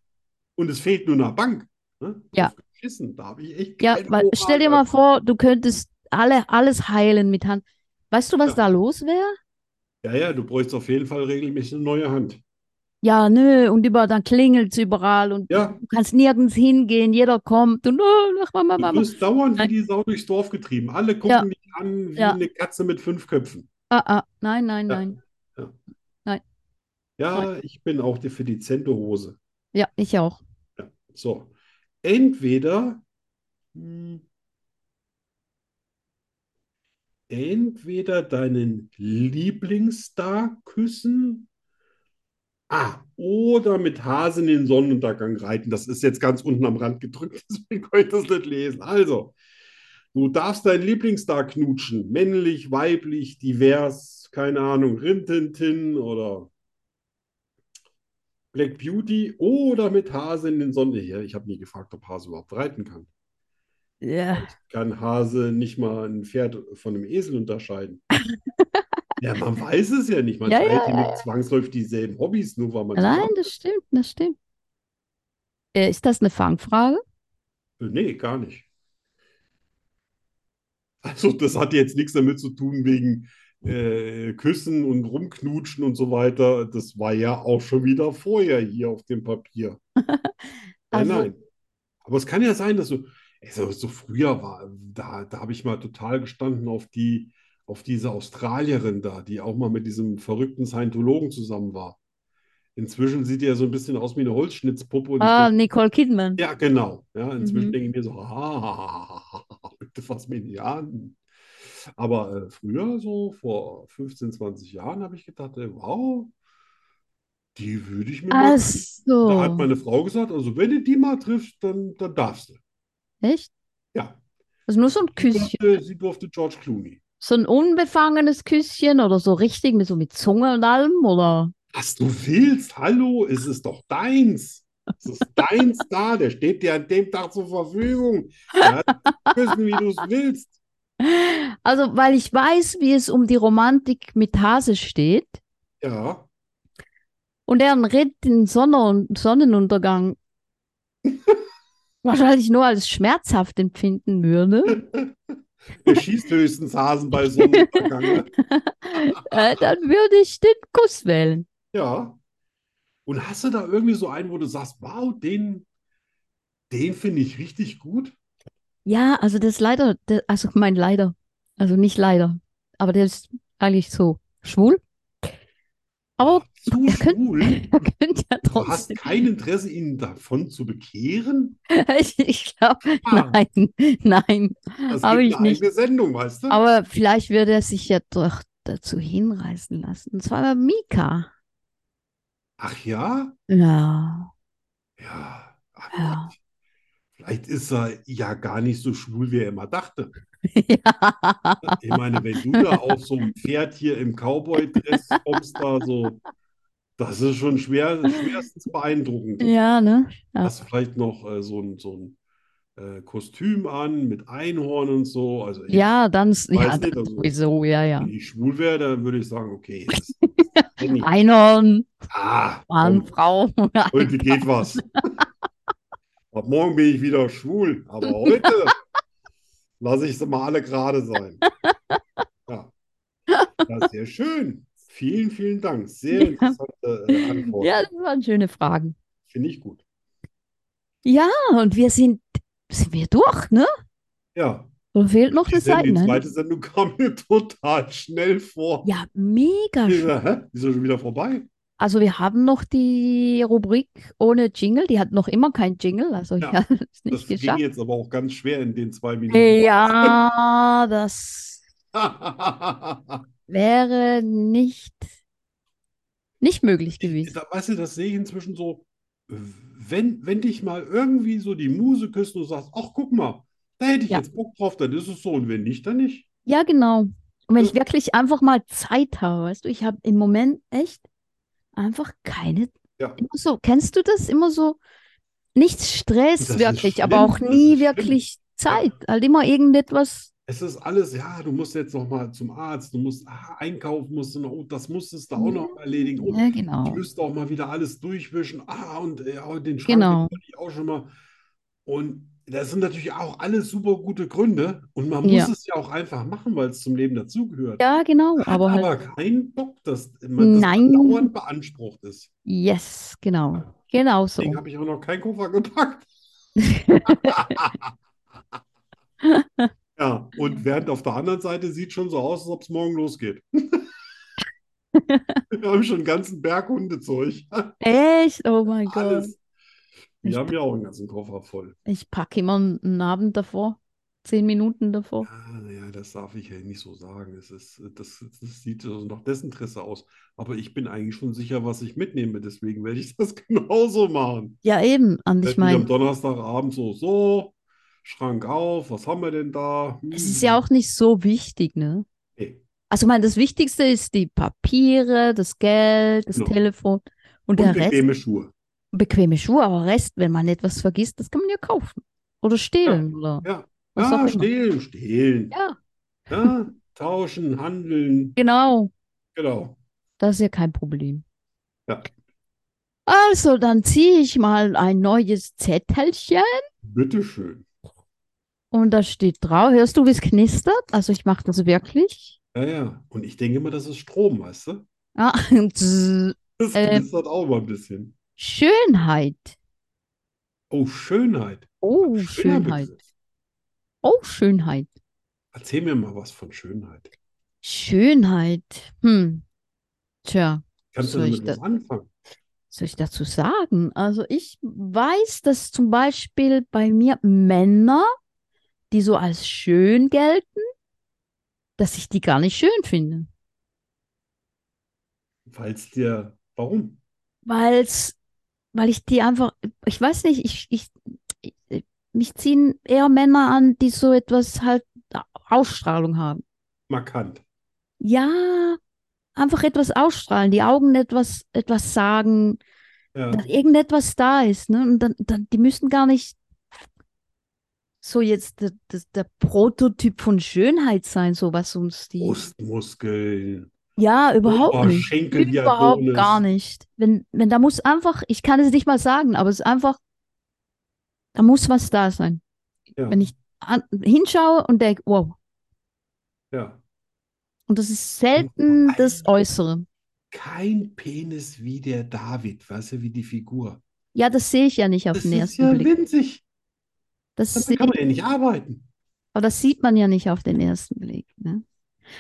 Speaker 2: Und es fehlt nur eine Bank. Ne?
Speaker 1: Ja.
Speaker 2: Aufgeschissen, da habe ich echt
Speaker 1: ja,
Speaker 2: keine
Speaker 1: weil
Speaker 2: Moral.
Speaker 1: stell dir mal vor, du könntest alle alles heilen mit Hand. Weißt du, was
Speaker 2: Ja.
Speaker 1: da los wäre?
Speaker 2: Ja, ja, du bräuchst auf jeden Fall regelmäßig eine neue Hand.
Speaker 1: Ja, nö, und über dann klingelt's überall und
Speaker 2: Ja,
Speaker 1: du kannst nirgends hingehen, jeder kommt und oh, mach mal, mach
Speaker 2: du
Speaker 1: mal, mach.
Speaker 2: wirst dauernd wie
Speaker 1: Nein.
Speaker 2: die Sau durchs Dorf getrieben. Alle gucken
Speaker 1: Ja.
Speaker 2: dich an wie
Speaker 1: Ja.
Speaker 2: eine Katze mit fünf Köpfen.
Speaker 1: Ah, ah, nein, nein,
Speaker 2: Ja.
Speaker 1: nein.
Speaker 2: Ja, ich bin auch die- für die Zente Hose.
Speaker 1: Ja, ich auch.
Speaker 2: So, entweder Hm. Entweder deinen Lieblingsstar küssen, ah, oder mit Hasen in den Sonnenuntergang reiten. Das ist jetzt ganz unten am Rand gedrückt, [LAUGHS] deswegen konnte ich das nicht lesen. Also, du darfst deinen Lieblingsstar knutschen, männlich, weiblich, divers, keine Ahnung, Rintintin oder Black Beauty oder mit Hase in den Sonnen. Ja, ich habe nie gefragt, ob Hase überhaupt reiten kann.
Speaker 1: Ja.
Speaker 2: Kann Hase nicht mal ein Pferd von einem
Speaker 1: [LAUGHS]
Speaker 2: Esel unterscheiden? ja, man weiß es ja nicht. Man
Speaker 1: Ja,
Speaker 2: teilt
Speaker 1: ja,
Speaker 2: die nicht zwangsläufig dieselben Hobbys, nur weil man
Speaker 1: Nein, das stimmt, das stimmt. Äh, ist das eine Fangfrage?
Speaker 2: Äh, Nee, gar nicht. Also, das hat jetzt nichts damit zu tun, wegen äh, Küssen und Rumknutschen und so weiter. Das war ja auch schon wieder vorher hier auf
Speaker 1: [LAUGHS]
Speaker 2: dem Papier.
Speaker 1: Also-
Speaker 2: Nein, nein. Aber es kann ja sein, dass so, also so früher war, da, da habe ich mal total gestanden auf die, auf diese Australierin da, die auch mal mit diesem verrückten Scientologen zusammen war. Inzwischen sieht die ja so ein bisschen aus wie eine Holzschnitzpuppe und ich
Speaker 1: Ah,
Speaker 2: denk,
Speaker 1: Nicole Kidman.
Speaker 2: ja, genau. Ja, inzwischen
Speaker 1: Mhm.
Speaker 2: denke ich mir so, ah, bitte fass mich nicht an. Aber äh, früher, so vor 15, 20 Jahren, habe ich gedacht, ey, wow, die würde ich mir mal. genau. Da hat
Speaker 1: Also,
Speaker 2: meine Frau gesagt, also wenn du die mal triffst, dann, dann darfst du.
Speaker 1: echt?
Speaker 2: Ja.
Speaker 1: Also nur so ein
Speaker 2: Sie
Speaker 1: Küsschen.
Speaker 2: durfte, sie durfte George Clooney.
Speaker 1: So ein unbefangenes Küsschen oder so richtig, mit so mit Zunge und allem, oder?
Speaker 2: Was du willst, hallo, es ist doch deins. Es ist deins da, der steht dir an dem Tag zur Verfügung. Ja, küssen, wie du es willst.
Speaker 1: Also, weil ich weiß, wie es um die Romantik mit Hase steht
Speaker 2: Ja.
Speaker 1: und er redet den Sonne und Sonnenuntergang
Speaker 2: [LAUGHS]
Speaker 1: wahrscheinlich nur als schmerzhaft empfinden würde,
Speaker 2: Er schießt höchstens Hasen bei Sonnenuntergang. ne?
Speaker 1: äh, dann würde ich den Kuss wählen.
Speaker 2: Ja. Und hast du da irgendwie so einen, wo du sagst, wow, den, den finde ich richtig gut?
Speaker 1: Ja, also das ist leider, das, also mein leider, also nicht leider, aber der ist eigentlich so schwul. [LAUGHS] Aber
Speaker 2: Zu
Speaker 1: er könnte- [LAUGHS]
Speaker 2: schwul.
Speaker 1: er könnte ja
Speaker 2: Du hast
Speaker 1: trotzdem. [LAUGHS]
Speaker 2: kein Interesse, ihn davon zu bekehren?
Speaker 1: Ich, ich glaube,
Speaker 2: Ah. Hm.
Speaker 1: nein, nein.
Speaker 2: Das
Speaker 1: Hab
Speaker 2: gibt
Speaker 1: ich
Speaker 2: eine
Speaker 1: nicht.
Speaker 2: eigene Sendung, weißt du?
Speaker 1: Aber vielleicht würde er sich ja doch dazu hinreißen lassen. Und zwar Mika.
Speaker 2: Ach ja?
Speaker 1: Ja.
Speaker 2: Ja. Ach
Speaker 1: Ja. [LAUGHS]
Speaker 2: Gott. Vielleicht ist er ja gar nicht so schwul, wie er immer dachte.
Speaker 1: ja.
Speaker 2: Ich meine, wenn du da auf so einem Pferd hier im Cowboy-Dress kommst, da so, das ist schon schwer, schwerstens beeindruckend.
Speaker 1: Ja, ne? Ja.
Speaker 2: Hast du vielleicht noch äh, so ein, so ein äh, Kostüm an mit Einhorn und so? Also, ich,
Speaker 1: Ja, dann, s- ja,
Speaker 2: Weiß nicht,
Speaker 1: dann
Speaker 2: also-
Speaker 1: sowieso, ja, ja.
Speaker 2: wenn ich schwul wäre, dann würde ich sagen, okay,
Speaker 1: [LAUGHS]
Speaker 2: das, das ich.
Speaker 1: Einhorn,
Speaker 2: Ah,
Speaker 1: Mann,
Speaker 2: komm,
Speaker 1: Frau. [LAUGHS]
Speaker 2: heute geht was. Ab morgen bin ich wieder schwul, aber heute lasse ich sie mal alle gerade sein. Ja, ja, sehr schön. Vielen, vielen Dank. Sehr interessante äh, Antwort.
Speaker 1: Ja, das waren schöne Fragen.
Speaker 2: Finde ich gut.
Speaker 1: Ja, und wir sind, sind wir durch, ne?
Speaker 2: Ja,
Speaker 1: Oder fehlt noch
Speaker 2: die,
Speaker 1: eine
Speaker 2: Sendung,
Speaker 1: Seite,
Speaker 2: die
Speaker 1: ne?
Speaker 2: zweite Sendung [LAUGHS] kam mir total schnell vor.
Speaker 1: Ja, mega.
Speaker 2: Ich
Speaker 1: sch-
Speaker 2: so, hä? Ist ja schon wieder vorbei?
Speaker 1: Also wir haben noch die Rubrik ohne Jingle. Die hat noch immer kein Jingle. Also ich [LAUGHS]
Speaker 2: Ja,
Speaker 1: habe es
Speaker 2: Das
Speaker 1: nicht
Speaker 2: ging
Speaker 1: geschafft.
Speaker 2: jetzt aber auch ganz schwer in den zwei Minuten. [LAUGHS]
Speaker 1: Ja, das
Speaker 2: Da,
Speaker 1: wäre nicht, nicht möglich gewesen.
Speaker 2: weißt du, das sehe ich inzwischen so, wenn, wenn dich mal irgendwie so die Muse küsst und du sagst, ach, guck mal, da hätte ich
Speaker 1: Ja.
Speaker 2: jetzt Bock drauf, dann ist es so und wenn nicht, dann nicht.
Speaker 1: Ja, genau. Und wenn ich
Speaker 2: Ja.
Speaker 1: wirklich einfach mal Zeit habe, weißt du, ich habe im Moment echt einfach keine.
Speaker 2: Ja.
Speaker 1: Immer so, kennst du das? Immer so, nichts Stress
Speaker 2: Das ist
Speaker 1: wirklich,
Speaker 2: schlimm,
Speaker 1: aber auch
Speaker 2: das
Speaker 1: nie
Speaker 2: ist schlimm.
Speaker 1: wirklich Zeit. Halt immer irgendetwas.
Speaker 2: Es ist alles, ja, du musst jetzt noch mal zum Arzt, du musst ah, einkaufen, musst du noch, oh, das musstest du auch noch erledigen. Oh,
Speaker 1: Ja,
Speaker 2: Ich
Speaker 1: Mhm. genau.
Speaker 2: müsste auch mal wieder alles durchwischen. Ah, und ja, den Schrank den
Speaker 1: Genau.
Speaker 2: wollte ich auch schon mal. Und das sind natürlich auch alles super gute Gründe. Und man
Speaker 1: Ja.
Speaker 2: muss es ja auch einfach machen, weil es zum Leben dazugehört.
Speaker 1: Ja, genau,
Speaker 2: Hat
Speaker 1: aber halt,
Speaker 2: aber keinen Bock, dass man das
Speaker 1: Nein.
Speaker 2: dauernd beansprucht ist.
Speaker 1: yes, genau. Genau so.
Speaker 2: Deswegen habe ich auch noch keinen Koffer gepackt.
Speaker 1: [LAUGHS]
Speaker 2: Ja, und während auf der anderen Seite sieht schon so aus, als ob es
Speaker 1: [LAUGHS]
Speaker 2: morgen losgeht. Wir haben schon einen ganzen Berg Hundezeug.
Speaker 1: Echt? Oh mein Gott.
Speaker 2: Alles. Wir haben ja auch einen ganzen Koffer voll.
Speaker 1: Ich packe immer einen Abend davor, zehn Minuten davor.
Speaker 2: Ah, naja, das darf ich ja nicht so sagen. Es ist, äh, das, das sieht so nach Desinteresse aus. Aber ich bin eigentlich schon sicher, was ich mitnehme. Deswegen werde ich das [LAUGHS] genauso machen.
Speaker 1: Ja, eben. Und
Speaker 2: Werd
Speaker 1: ich
Speaker 2: mich am
Speaker 1: meine,
Speaker 2: Donnerstagabend so, so, Schrank auf, was haben wir denn da? Hm.
Speaker 1: es ist ja auch nicht so wichtig, ne?
Speaker 2: Nee.
Speaker 1: Also, ich meine, das Wichtigste ist die Papiere, das Geld, das
Speaker 2: Genau.
Speaker 1: Telefon und,
Speaker 2: Und
Speaker 1: der Rest.
Speaker 2: bequeme Schuhe.
Speaker 1: Bequeme Schuhe, aber Rest, wenn man etwas vergisst, das kann man ja kaufen. Oder stehlen, oder
Speaker 2: Ja, Ah,
Speaker 1: was
Speaker 2: ja,
Speaker 1: auch immer.
Speaker 2: stehlen, stehlen.
Speaker 1: Ja,
Speaker 2: Ja, tauschen, handeln.
Speaker 1: genau.
Speaker 2: Genau.
Speaker 1: Das ist ja kein Problem.
Speaker 2: Ja.
Speaker 1: Also, dann ziehe ich mal ein neues Zettelchen
Speaker 2: Bitteschön.
Speaker 1: und da steht drauf, hörst du, wie es knistert? Also, ich mache das wirklich.
Speaker 2: Ja, ja. Und ich denke immer, das ist Strom, weißt du?
Speaker 1: Ah, zzz.
Speaker 2: Das
Speaker 1: Ähm.
Speaker 2: knistert auch mal ein bisschen.
Speaker 1: [LAUGHS] Schönheit.
Speaker 2: Oh, Schönheit.
Speaker 1: Oh,
Speaker 2: Schöner
Speaker 1: Schönheit.
Speaker 2: Begriff.
Speaker 1: Oh, Schönheit.
Speaker 2: Erzähl mir mal was von Schönheit.
Speaker 1: Schönheit. Hm. Tja,
Speaker 2: Kannst du
Speaker 1: Soll ich
Speaker 2: damit was
Speaker 1: da-
Speaker 2: anfangen?
Speaker 1: was soll ich dazu sagen? Also ich weiß, dass zum Beispiel bei mir Männer, die so als schön gelten, dass ich die gar nicht schön finde.
Speaker 2: Falls dir, warum?
Speaker 1: Weil's, weil ich die einfach, ich weiß nicht, ich, ich, ich, mich ziehen eher Männer an, die so etwas halt Ausstrahlung haben.
Speaker 2: Markant.
Speaker 1: Ja, einfach etwas ausstrahlen, die Augen etwas, etwas sagen,
Speaker 2: Ja.
Speaker 1: dass irgendetwas da ist, ne? Und dann, dann, die müssen gar nicht so jetzt der, der, der Prototyp von Schönheit sein, so was uns die.
Speaker 2: Brustmuskeln,
Speaker 1: Ja, überhaupt
Speaker 2: Oh,
Speaker 1: nicht.
Speaker 2: Oberschenkel, wie
Speaker 1: Überhaupt
Speaker 2: Adonis.
Speaker 1: gar nicht. Wenn, wenn da muss einfach, ich kann es nicht mal sagen, aber es ist einfach, da muss was da sein.
Speaker 2: Ja.
Speaker 1: Wenn ich an, hinschaue und denke, wow,
Speaker 2: Ja.
Speaker 1: und das ist selten
Speaker 2: Ein-
Speaker 1: das Äußere.
Speaker 2: Kein Penis wie der David, weißt du, wie die Figur.
Speaker 1: Ja, das sehe ich ja nicht auf
Speaker 2: Das
Speaker 1: den
Speaker 2: ist
Speaker 1: ersten
Speaker 2: ja
Speaker 1: Blick.
Speaker 2: winzig.
Speaker 1: Das
Speaker 2: Da
Speaker 1: sehe
Speaker 2: kann man ja nicht arbeiten.
Speaker 1: Aber das sieht man ja nicht auf den ersten Blick. Ne?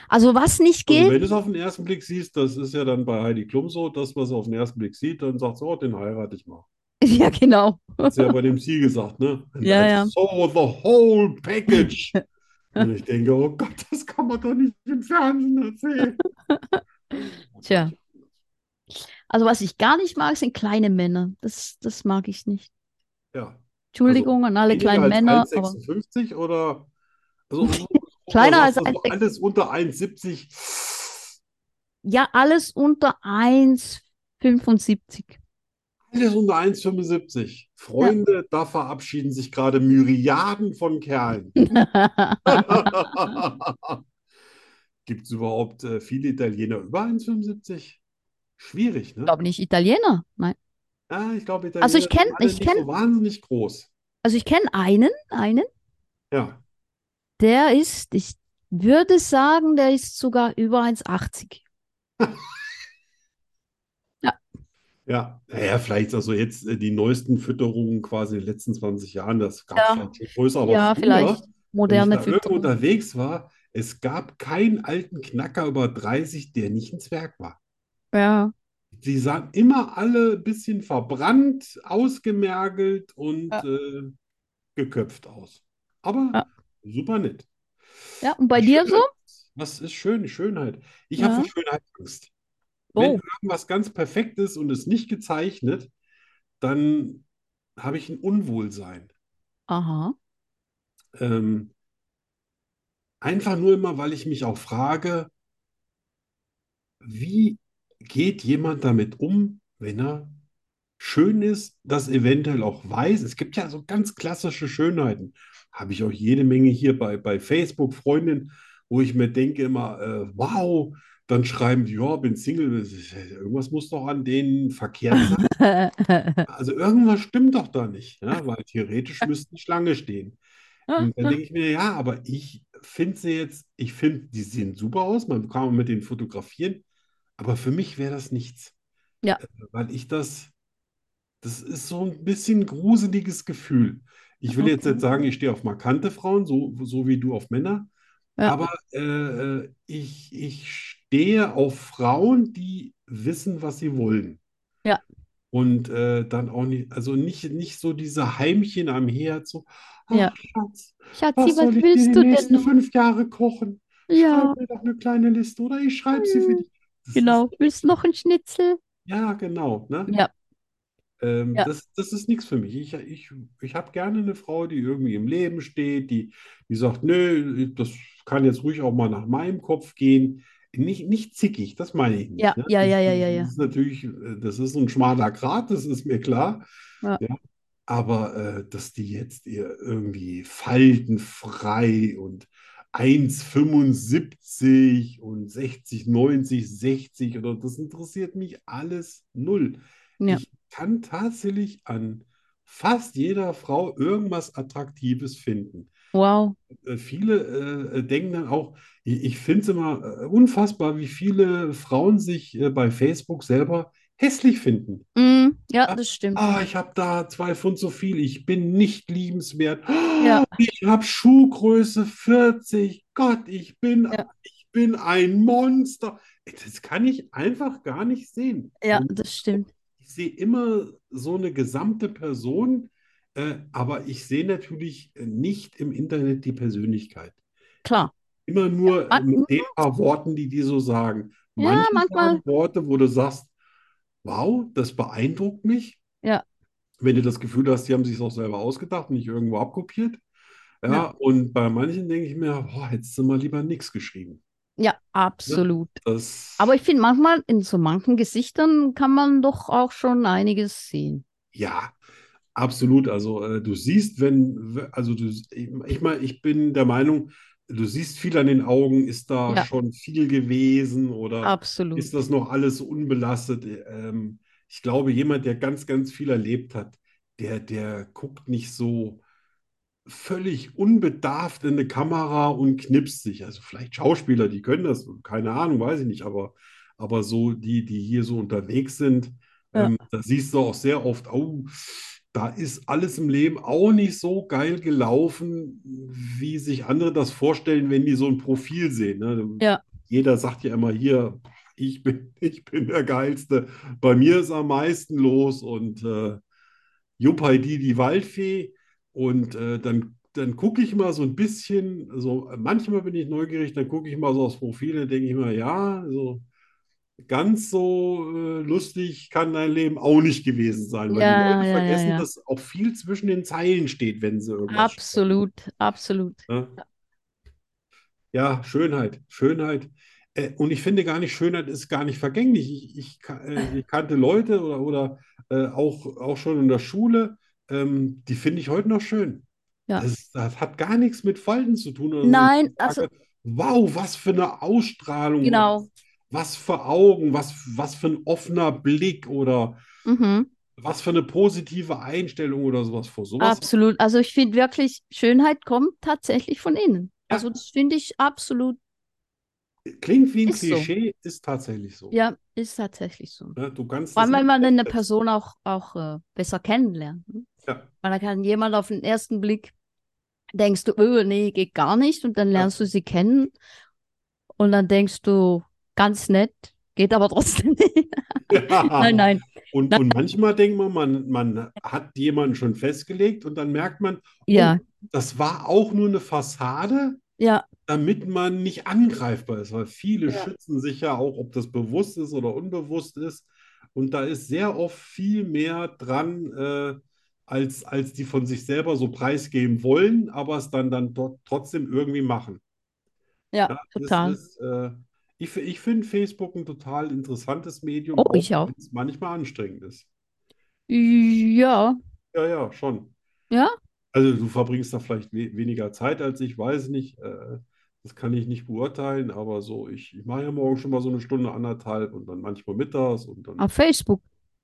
Speaker 1: Also was nicht
Speaker 2: Also
Speaker 1: geht,
Speaker 2: wenn du es auf den ersten Blick siehst, das ist ja dann bei Heidi Klum so, dass man es auf den ersten Blick sieht, dann sagt sie, oh, den heirate ich mal.
Speaker 1: [LAUGHS] ja genau.
Speaker 2: Hat sie ja bei dem Ziel gesagt,
Speaker 1: [LAUGHS]
Speaker 2: ne? And
Speaker 1: Ja,
Speaker 2: I
Speaker 1: ja.
Speaker 2: saw the whole
Speaker 1: [LAUGHS]
Speaker 2: package. Und ich denke, oh Gott, das kann man doch nicht im Fernsehen erzählen.
Speaker 1: [LAUGHS] Tja. Also was ich gar nicht mag, sind kleine Männer. Das, das mag ich nicht.
Speaker 2: Ja.
Speaker 1: Entschuldigung an alle
Speaker 2: Also Weniger
Speaker 1: kleinen
Speaker 2: als
Speaker 1: Männer, aber
Speaker 2: 1,56 halt oder
Speaker 1: [LAUGHS]
Speaker 2: also
Speaker 1: Kleiner
Speaker 2: oder
Speaker 1: als
Speaker 2: sagst du so,
Speaker 1: 1,60.
Speaker 2: alles unter 1,70.
Speaker 1: ja, alles unter [LAUGHS] 1,75.
Speaker 2: Alles unter 1,75. Freunde, da verabschieden sich gerade Myriaden von
Speaker 1: [LAUGHS]
Speaker 2: Kerlen. Gibt es überhaupt äh, viele Italiener über 1,75? Schwierig, ne?
Speaker 1: Ich glaube nicht Italiener. Nein.
Speaker 2: Ja, ich glaube,
Speaker 1: Also ich
Speaker 2: Italiener
Speaker 1: kenn-
Speaker 2: sind alle
Speaker 1: ich
Speaker 2: nicht so
Speaker 1: kenn-
Speaker 2: wahnsinnig groß.
Speaker 1: Also ich kenne einen, einen,
Speaker 2: Ja,
Speaker 1: der ist, ich würde sagen, der ist sogar über 1,80.
Speaker 2: ja. Naja, vielleicht also jetzt äh, die neusten Fütterungen quasi in den letzten 20 Jahren, das gab
Speaker 1: Ja.
Speaker 2: es schon größer, aber
Speaker 1: Ja,
Speaker 2: früher,
Speaker 1: vielleicht.
Speaker 2: wenn ich
Speaker 1: Moderne
Speaker 2: da irgendwo
Speaker 1: Fütterung.
Speaker 2: unterwegs war, es gab keinen alten Knacker über 30, der nicht ein Zwerg war.
Speaker 1: Ja.
Speaker 2: Sie sahen immer alle ein bisschen verbrannt, ausgemergelt und
Speaker 1: Ja.
Speaker 2: äh, geköpft aus. Aber
Speaker 1: Ja.
Speaker 2: super nett.
Speaker 1: Ja, und bei dir so?
Speaker 2: Schönheit. Das ist schön, Schönheit. Ich habe
Speaker 1: Ja.
Speaker 2: vor Schönheit Angst. Wenn
Speaker 1: Oh,
Speaker 2: irgendwas ganz perfekt ist und es nicht gezeichnet, dann habe ich ein Unwohlsein.
Speaker 1: aha. [LAUGHS]
Speaker 2: Ähm, einfach nur immer, weil ich mich auch frage, wie geht jemand damit um, wenn er schön ist, das eventuell auch weiß. Es gibt ja so ganz klassische Schönheiten. Habe ich auch jede Menge hier bei, bei Facebook Freundinnen, wo ich mir denke immer, äh, wow, dann schreiben die, ja, bin Single, irgendwas muss doch an denen verkehrt sein. Also irgendwas stimmt doch da nicht, ja? Weil theoretisch müssten Schlange stehen. Und dann denke ich mir, ja, aber ich finde sie jetzt, ich finde, die sehen super aus, man kann mit denen fotografieren, aber für mich wäre das nichts.
Speaker 1: Ja.
Speaker 2: Äh, Weil ich das, das ist so ein bisschen gruseliges Gefühl. Ich will jetzt
Speaker 1: Okay.
Speaker 2: nicht sagen, ich stehe auf markante Frauen, so, so wie du auf Männer,
Speaker 1: Ja.
Speaker 2: aber äh, äh, ich, ich stehe auf Frauen, die wissen, was sie wollen.
Speaker 1: Ja.
Speaker 2: Und äh, dann auch nicht, also nicht, nicht so diese Heimchen am Herd, so, ach
Speaker 1: Ja.
Speaker 2: Schatz,
Speaker 1: Schatzi,
Speaker 2: was soll
Speaker 1: was
Speaker 2: ich dir
Speaker 1: willst
Speaker 2: die
Speaker 1: du denn
Speaker 2: nächsten
Speaker 1: noch?
Speaker 2: fünf Jahre kochen?
Speaker 1: Ja,
Speaker 2: Schreib mir doch eine kleine Liste oder ich schreibe sie für dich. Das
Speaker 1: genau.
Speaker 2: Ist,
Speaker 1: Willst du noch einen Schnitzel?
Speaker 2: ja, genau. Ne?
Speaker 1: Ja,
Speaker 2: Ähm,
Speaker 1: Ja.
Speaker 2: das, das ist nichts für mich. Ich, ich, ich habe gerne eine Frau, die irgendwie im Leben steht, die, die sagt, nö, das kann jetzt ruhig auch mal nach meinem Kopf gehen. Nicht, nicht zickig, das meine ich
Speaker 1: ja,
Speaker 2: nicht. Ne?
Speaker 1: ja, ja, ja,
Speaker 2: Das,
Speaker 1: ja, ja.
Speaker 2: das ist natürlich, äh, das ist ein schmaler Grat, das ist mir klar.
Speaker 1: Ja.
Speaker 2: Aber äh, dass die jetzt ihr irgendwie faltenfrei und 1,75 und 60, 90, 60 oder das interessiert mich alles null.
Speaker 1: Ja.
Speaker 2: Ich kann tatsächlich an fast jeder Frau irgendwas Attraktives finden.
Speaker 1: Wow.
Speaker 2: Äh, viele äh, denken dann auch, ich, ich finde es immer äh, unfassbar, wie viele Frauen sich äh, bei Facebook selber hässlich finden.
Speaker 1: Mm, ja, das stimmt.
Speaker 2: Ah, ich habe da zwei Pfund zu viel. Ich bin nicht liebenswert.
Speaker 1: Ja.
Speaker 2: Ich habe Schuhgröße 40. Gott, ich bin,
Speaker 1: Ja.
Speaker 2: ich bin ein Monster. Äh, Das kann ich einfach gar nicht sehen.
Speaker 1: Ja,
Speaker 2: Und
Speaker 1: das stimmt.
Speaker 2: ich sehe immer so eine gesamte Person, äh, aber ich sehe natürlich äh, nicht im Internet die Persönlichkeit.
Speaker 1: Klar.
Speaker 2: Immer nur
Speaker 1: Ja,
Speaker 2: äh, mit den paar Worten, die die so sagen.
Speaker 1: Ja,
Speaker 2: Manche
Speaker 1: manchmal.
Speaker 2: sagen Worte, wo du sagst, wow, das beeindruckt mich.
Speaker 1: Ja.
Speaker 2: Wenn du das Gefühl hast, die haben sich auch selber ausgedacht und nicht irgendwo abkopiert. Ja,
Speaker 1: Ja.
Speaker 2: und bei manchen denke ich mir, boah, hättest du mal lieber nichts geschrieben.
Speaker 1: Ja, absolut.
Speaker 2: Das,
Speaker 1: Aber ich finde manchmal, in so manchen Gesichtern kann man doch auch schon einiges sehen.
Speaker 2: ja, absolut. Also äh, du siehst, wenn, also du, ich meine, ich bin der Meinung, du siehst viel an den Augen, ist da
Speaker 1: Ja.
Speaker 2: schon viel gewesen oder
Speaker 1: Absolut.
Speaker 2: ist das noch alles so unbelastet? Ähm, ich glaube, jemand, der ganz, ganz viel erlebt hat, der, der guckt nicht so völlig unbedarft in eine Kamera und knipst sich. Also vielleicht Schauspieler, die können das, keine Ahnung, weiß ich nicht, aber, aber so die, die hier so unterwegs sind,
Speaker 1: Ja.
Speaker 2: ähm, da siehst du auch sehr oft, oh, da ist alles im Leben auch nicht so geil gelaufen, wie sich andere das vorstellen, wenn die so ein Profil sehen. Ne?
Speaker 1: Ja.
Speaker 2: Jeder sagt ja immer hier, ich bin, [LAUGHS] ich bin der Geilste, bei mir ist am meisten los und äh, Juppei, die, die Waldfee. Und äh, dann, dann gucke ich mal so ein bisschen, so manchmal bin ich neugierig, dann gucke ich mal so aufs Profil, dann denke ich mal, ja, so ganz so äh, lustig kann dein Leben auch nicht gewesen sein, weil
Speaker 1: Ja,
Speaker 2: die Leute
Speaker 1: ja, ja,
Speaker 2: vergessen,
Speaker 1: ja.
Speaker 2: dass auch viel zwischen den Zeilen steht, wenn sie irgendwas
Speaker 1: Absolut, absolut.
Speaker 2: Ne? Ja, Schönheit, Schönheit. Äh, und ich finde gar nicht, Schönheit ist gar nicht vergänglich. Ich, ich, ka-
Speaker 1: [LAUGHS]
Speaker 2: äh, ich kannte Leute oder, oder äh, auch, auch schon in der Schule, ähm, die finde ich heute noch schön.
Speaker 1: Ja.
Speaker 2: Das, das hat gar nichts mit Falten zu tun. Oder so.
Speaker 1: Nein,
Speaker 2: Ich sage,
Speaker 1: also-
Speaker 2: wow, was für eine Ausstrahlung,
Speaker 1: Genau.
Speaker 2: was für Augen, was, was für ein offener Blick oder
Speaker 1: Mhm.
Speaker 2: was für eine positive Einstellung oder sowas. Vor sowas
Speaker 1: Absolut. Also ich finde wirklich, Schönheit kommt tatsächlich von innen.
Speaker 2: Ja.
Speaker 1: Also das finde ich absolut,
Speaker 2: klingt wie ein
Speaker 1: Ist so.
Speaker 2: Klischee, ist tatsächlich so.
Speaker 1: ja, ist tatsächlich so.
Speaker 2: Ne? Du kannst
Speaker 1: Vor allem,
Speaker 2: das
Speaker 1: wenn
Speaker 2: nicht
Speaker 1: man eine
Speaker 2: aufsetzen.
Speaker 1: Person auch, auch äh, besser kennenlernt. ne?
Speaker 2: Ja.
Speaker 1: Weil da kann jemand auf den ersten Blick denkst du, öh, nee, geht gar nicht. Und dann
Speaker 2: Ja.
Speaker 1: lernst du sie kennen. Und dann denkst du, ganz nett, geht aber trotzdem
Speaker 2: [LAUGHS]
Speaker 1: nicht.
Speaker 2: Ah.
Speaker 1: Nein, nein.
Speaker 2: Und, und manchmal denkt man, man, man hat jemanden schon festgelegt und dann merkt man,
Speaker 1: Ja,
Speaker 2: das war auch nur eine Fassade,
Speaker 1: ja,
Speaker 2: damit man nicht angreifbar ist, weil viele
Speaker 1: Ja.
Speaker 2: schützen sich ja auch, ob das bewusst ist oder unbewusst ist. Und da ist sehr oft viel mehr dran, äh, als, als die von sich selber so preisgeben wollen, aber es dann, dann dort trotzdem irgendwie machen.
Speaker 1: ja,
Speaker 2: Ja, das
Speaker 1: total.
Speaker 2: ist, äh, ich, fi- ich finde Facebook ein total interessantes Medium,
Speaker 1: Oh,
Speaker 2: auch
Speaker 1: ich auch.
Speaker 2: wenn es manchmal anstrengend ist.
Speaker 1: Ja,
Speaker 2: Ja, ja, schon.
Speaker 1: Ja?
Speaker 2: Also du verbringst da vielleicht we weniger Zeit als ich, weiß nicht. Äh, das kann ich nicht beurteilen, aber so, ich, ich mache ja morgen schon mal so eine Stunde, anderthalb und dann manchmal mittags und dann,
Speaker 1: auf Facebook.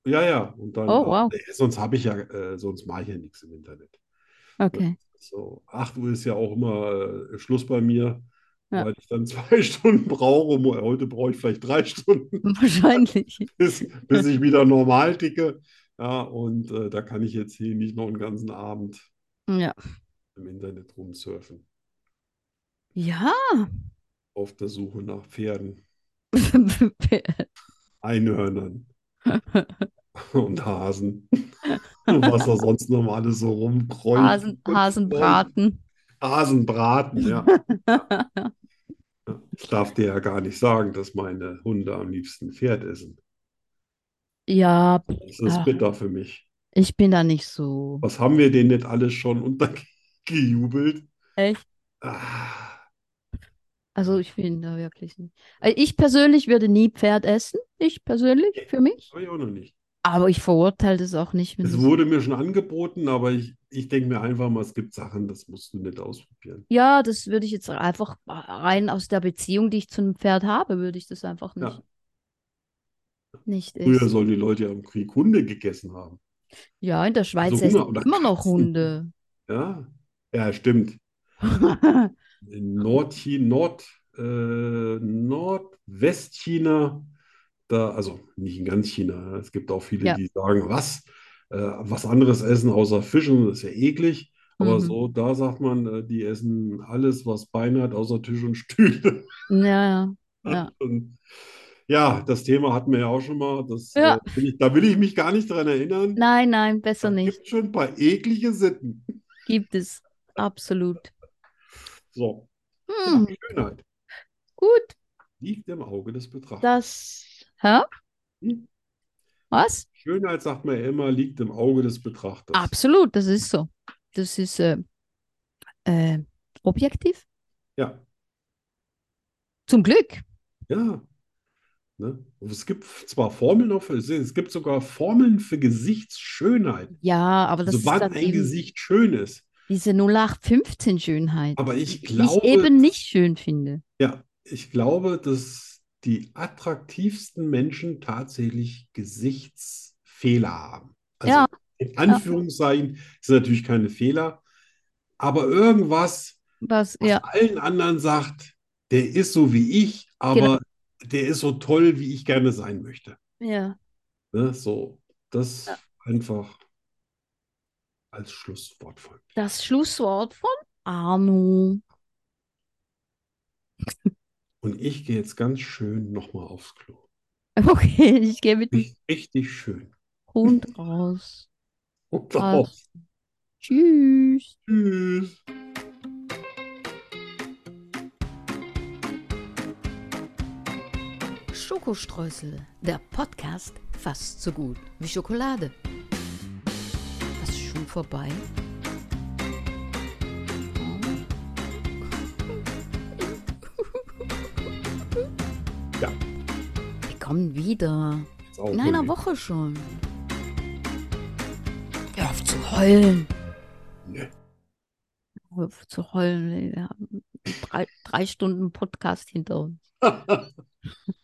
Speaker 2: ja, ja, und dann,
Speaker 1: Oh, wow.
Speaker 2: äh, sonst habe ich ja, äh, sonst mache ich ja nichts im Internet. [LAUGHS]
Speaker 1: Okay.
Speaker 2: So, 8 Uhr ist ja auch immer äh, Schluss bei mir,
Speaker 1: Ja.
Speaker 2: weil ich dann [LAUGHS] zwei Stunden brauche. Mo- Heute brauche ich vielleicht drei Stunden,
Speaker 1: Wahrscheinlich.
Speaker 2: [LAUGHS] bis, bis ich wieder normal ticke. Ja, und äh, da kann ich jetzt hier nicht noch einen ganzen Abend
Speaker 1: Ja.
Speaker 2: im Internet rumsurfen,
Speaker 1: Ja. [LAUGHS]
Speaker 2: auf der
Speaker 1: [LAUGHS]
Speaker 2: Suche nach Pferden, Einhörnern, und Hasen. [LAUGHS] Und was da sonst noch alles so rumkreuzt.
Speaker 1: Hasen, Hasenbraten. [LAUGHS]
Speaker 2: Hasenbraten, ja. Ja, Ich darf dir ja gar nicht sagen, dass meine Hunde am liebsten Pferd essen.
Speaker 1: Ja, pff,
Speaker 2: Das ist
Speaker 1: Ach.
Speaker 2: bitter für mich.
Speaker 1: ich bin da nicht so.
Speaker 2: Was haben wir denen nicht alles schon untergejubelt?
Speaker 1: Echt?
Speaker 2: Ah,
Speaker 1: Also ich bin da wirklich nicht. Also ich persönlich würde nie Pferd essen. Ich persönlich, für mich. Mhm.
Speaker 2: habe ich auch noch nicht.
Speaker 1: Aber ich verurteile das auch nicht, wenn
Speaker 2: Es
Speaker 1: das-
Speaker 2: wurde mir schon angeboten, aber ich, ich denke mir einfach mal, es gibt Sachen, das musst du nicht ausprobieren.
Speaker 1: Ja, das würde ich jetzt einfach rein aus der Beziehung, die ich zu einem Pferd habe, würde ich das einfach
Speaker 2: Ja.
Speaker 1: nicht, nicht
Speaker 2: Früher
Speaker 1: essen.
Speaker 2: sollen die Leute ja im Krieg Hunde gegessen haben.
Speaker 1: Ja, in der Schweiz
Speaker 2: Also
Speaker 1: essen
Speaker 2: Hunger oder
Speaker 1: immer noch
Speaker 2: Katzen.
Speaker 1: Hunde. [LAUGHS]
Speaker 2: Ja, ja, stimmt. In Nord, Nord, äh, Nordwestchina, da, also nicht in ganz China, es gibt auch viele,
Speaker 1: Ja.
Speaker 2: die sagen, was, äh, was anderes essen außer Fischen, das ist ja eklig. Aber
Speaker 1: Mhm.
Speaker 2: so, da sagt man, äh, die essen alles, was Beine hat, außer Tisch und Stühle.
Speaker 1: Ja, ja.
Speaker 2: [LAUGHS] Und, ja, das Thema hatten wir ja auch schon mal. Das,
Speaker 1: Ja.
Speaker 2: äh, will ich, da will ich mich gar nicht dran erinnern.
Speaker 1: Nein, nein, besser
Speaker 2: Da
Speaker 1: nicht.
Speaker 2: gibt schon ein paar eklige Sitten.
Speaker 1: Gibt es. Absolut.
Speaker 2: So,
Speaker 1: Hm,
Speaker 2: Schönheit
Speaker 1: gut,
Speaker 2: liegt im Auge des Betrachters.
Speaker 1: das. Hä?
Speaker 2: Hm?
Speaker 1: Was?
Speaker 2: Schönheit, sagt man ja immer, liegt im Auge des Betrachters.
Speaker 1: Absolut, das ist so. Das ist äh, äh, objektiv.
Speaker 2: Ja,
Speaker 1: Zum Glück.
Speaker 2: ja. Ne? Es gibt zwar Formeln auch für, es gibt sogar Formeln für Gesichtsschönheit,
Speaker 1: Ja, aber das ist
Speaker 2: sobald
Speaker 1: dann
Speaker 2: Also ein
Speaker 1: eben
Speaker 2: Gesicht schön ist.
Speaker 1: diese 0815-Schönheit,
Speaker 2: Aber ich
Speaker 1: die ich
Speaker 2: glaube,
Speaker 1: eben nicht schön finde.
Speaker 2: ja, ich glaube, dass die attraktivsten Menschen tatsächlich Gesichtsfehler haben. Also
Speaker 1: Ja.
Speaker 2: in Anführungszeichen ist natürlich keine Fehler, aber irgendwas.
Speaker 1: Was,
Speaker 2: was
Speaker 1: ja,
Speaker 2: allen anderen sagt, der ist so wie ich,
Speaker 1: Genau.
Speaker 2: aber der ist so toll, wie ich gerne sein möchte.
Speaker 1: ja.
Speaker 2: Ne? So, das
Speaker 1: Ja.
Speaker 2: einfach als Schlusswort von mir.
Speaker 1: Das Schlusswort von Arno. [LAUGHS]
Speaker 2: Und ich gehe jetzt ganz schön nochmal aufs Klo.
Speaker 1: Okay, ich gehe mit dem
Speaker 2: Richtig, richtig schön.
Speaker 1: Hund raus.
Speaker 2: Und
Speaker 1: Also.
Speaker 2: auf. [LAUGHS]
Speaker 1: Tschüss.
Speaker 2: Tschüss.
Speaker 3: Schokostreusel, der Podcast fast so gut wie Schokolade. Was ist schon vorbei?
Speaker 2: Ja.
Speaker 3: Wir kommen wieder.
Speaker 2: Jetzt auch
Speaker 3: In
Speaker 2: mal
Speaker 3: einer
Speaker 2: hier.
Speaker 3: Woche schon. Hör auf zu heulen.
Speaker 2: Ne.
Speaker 1: auf zu heulen. ey. Wir haben drei, drei Stunden Podcast hinter uns.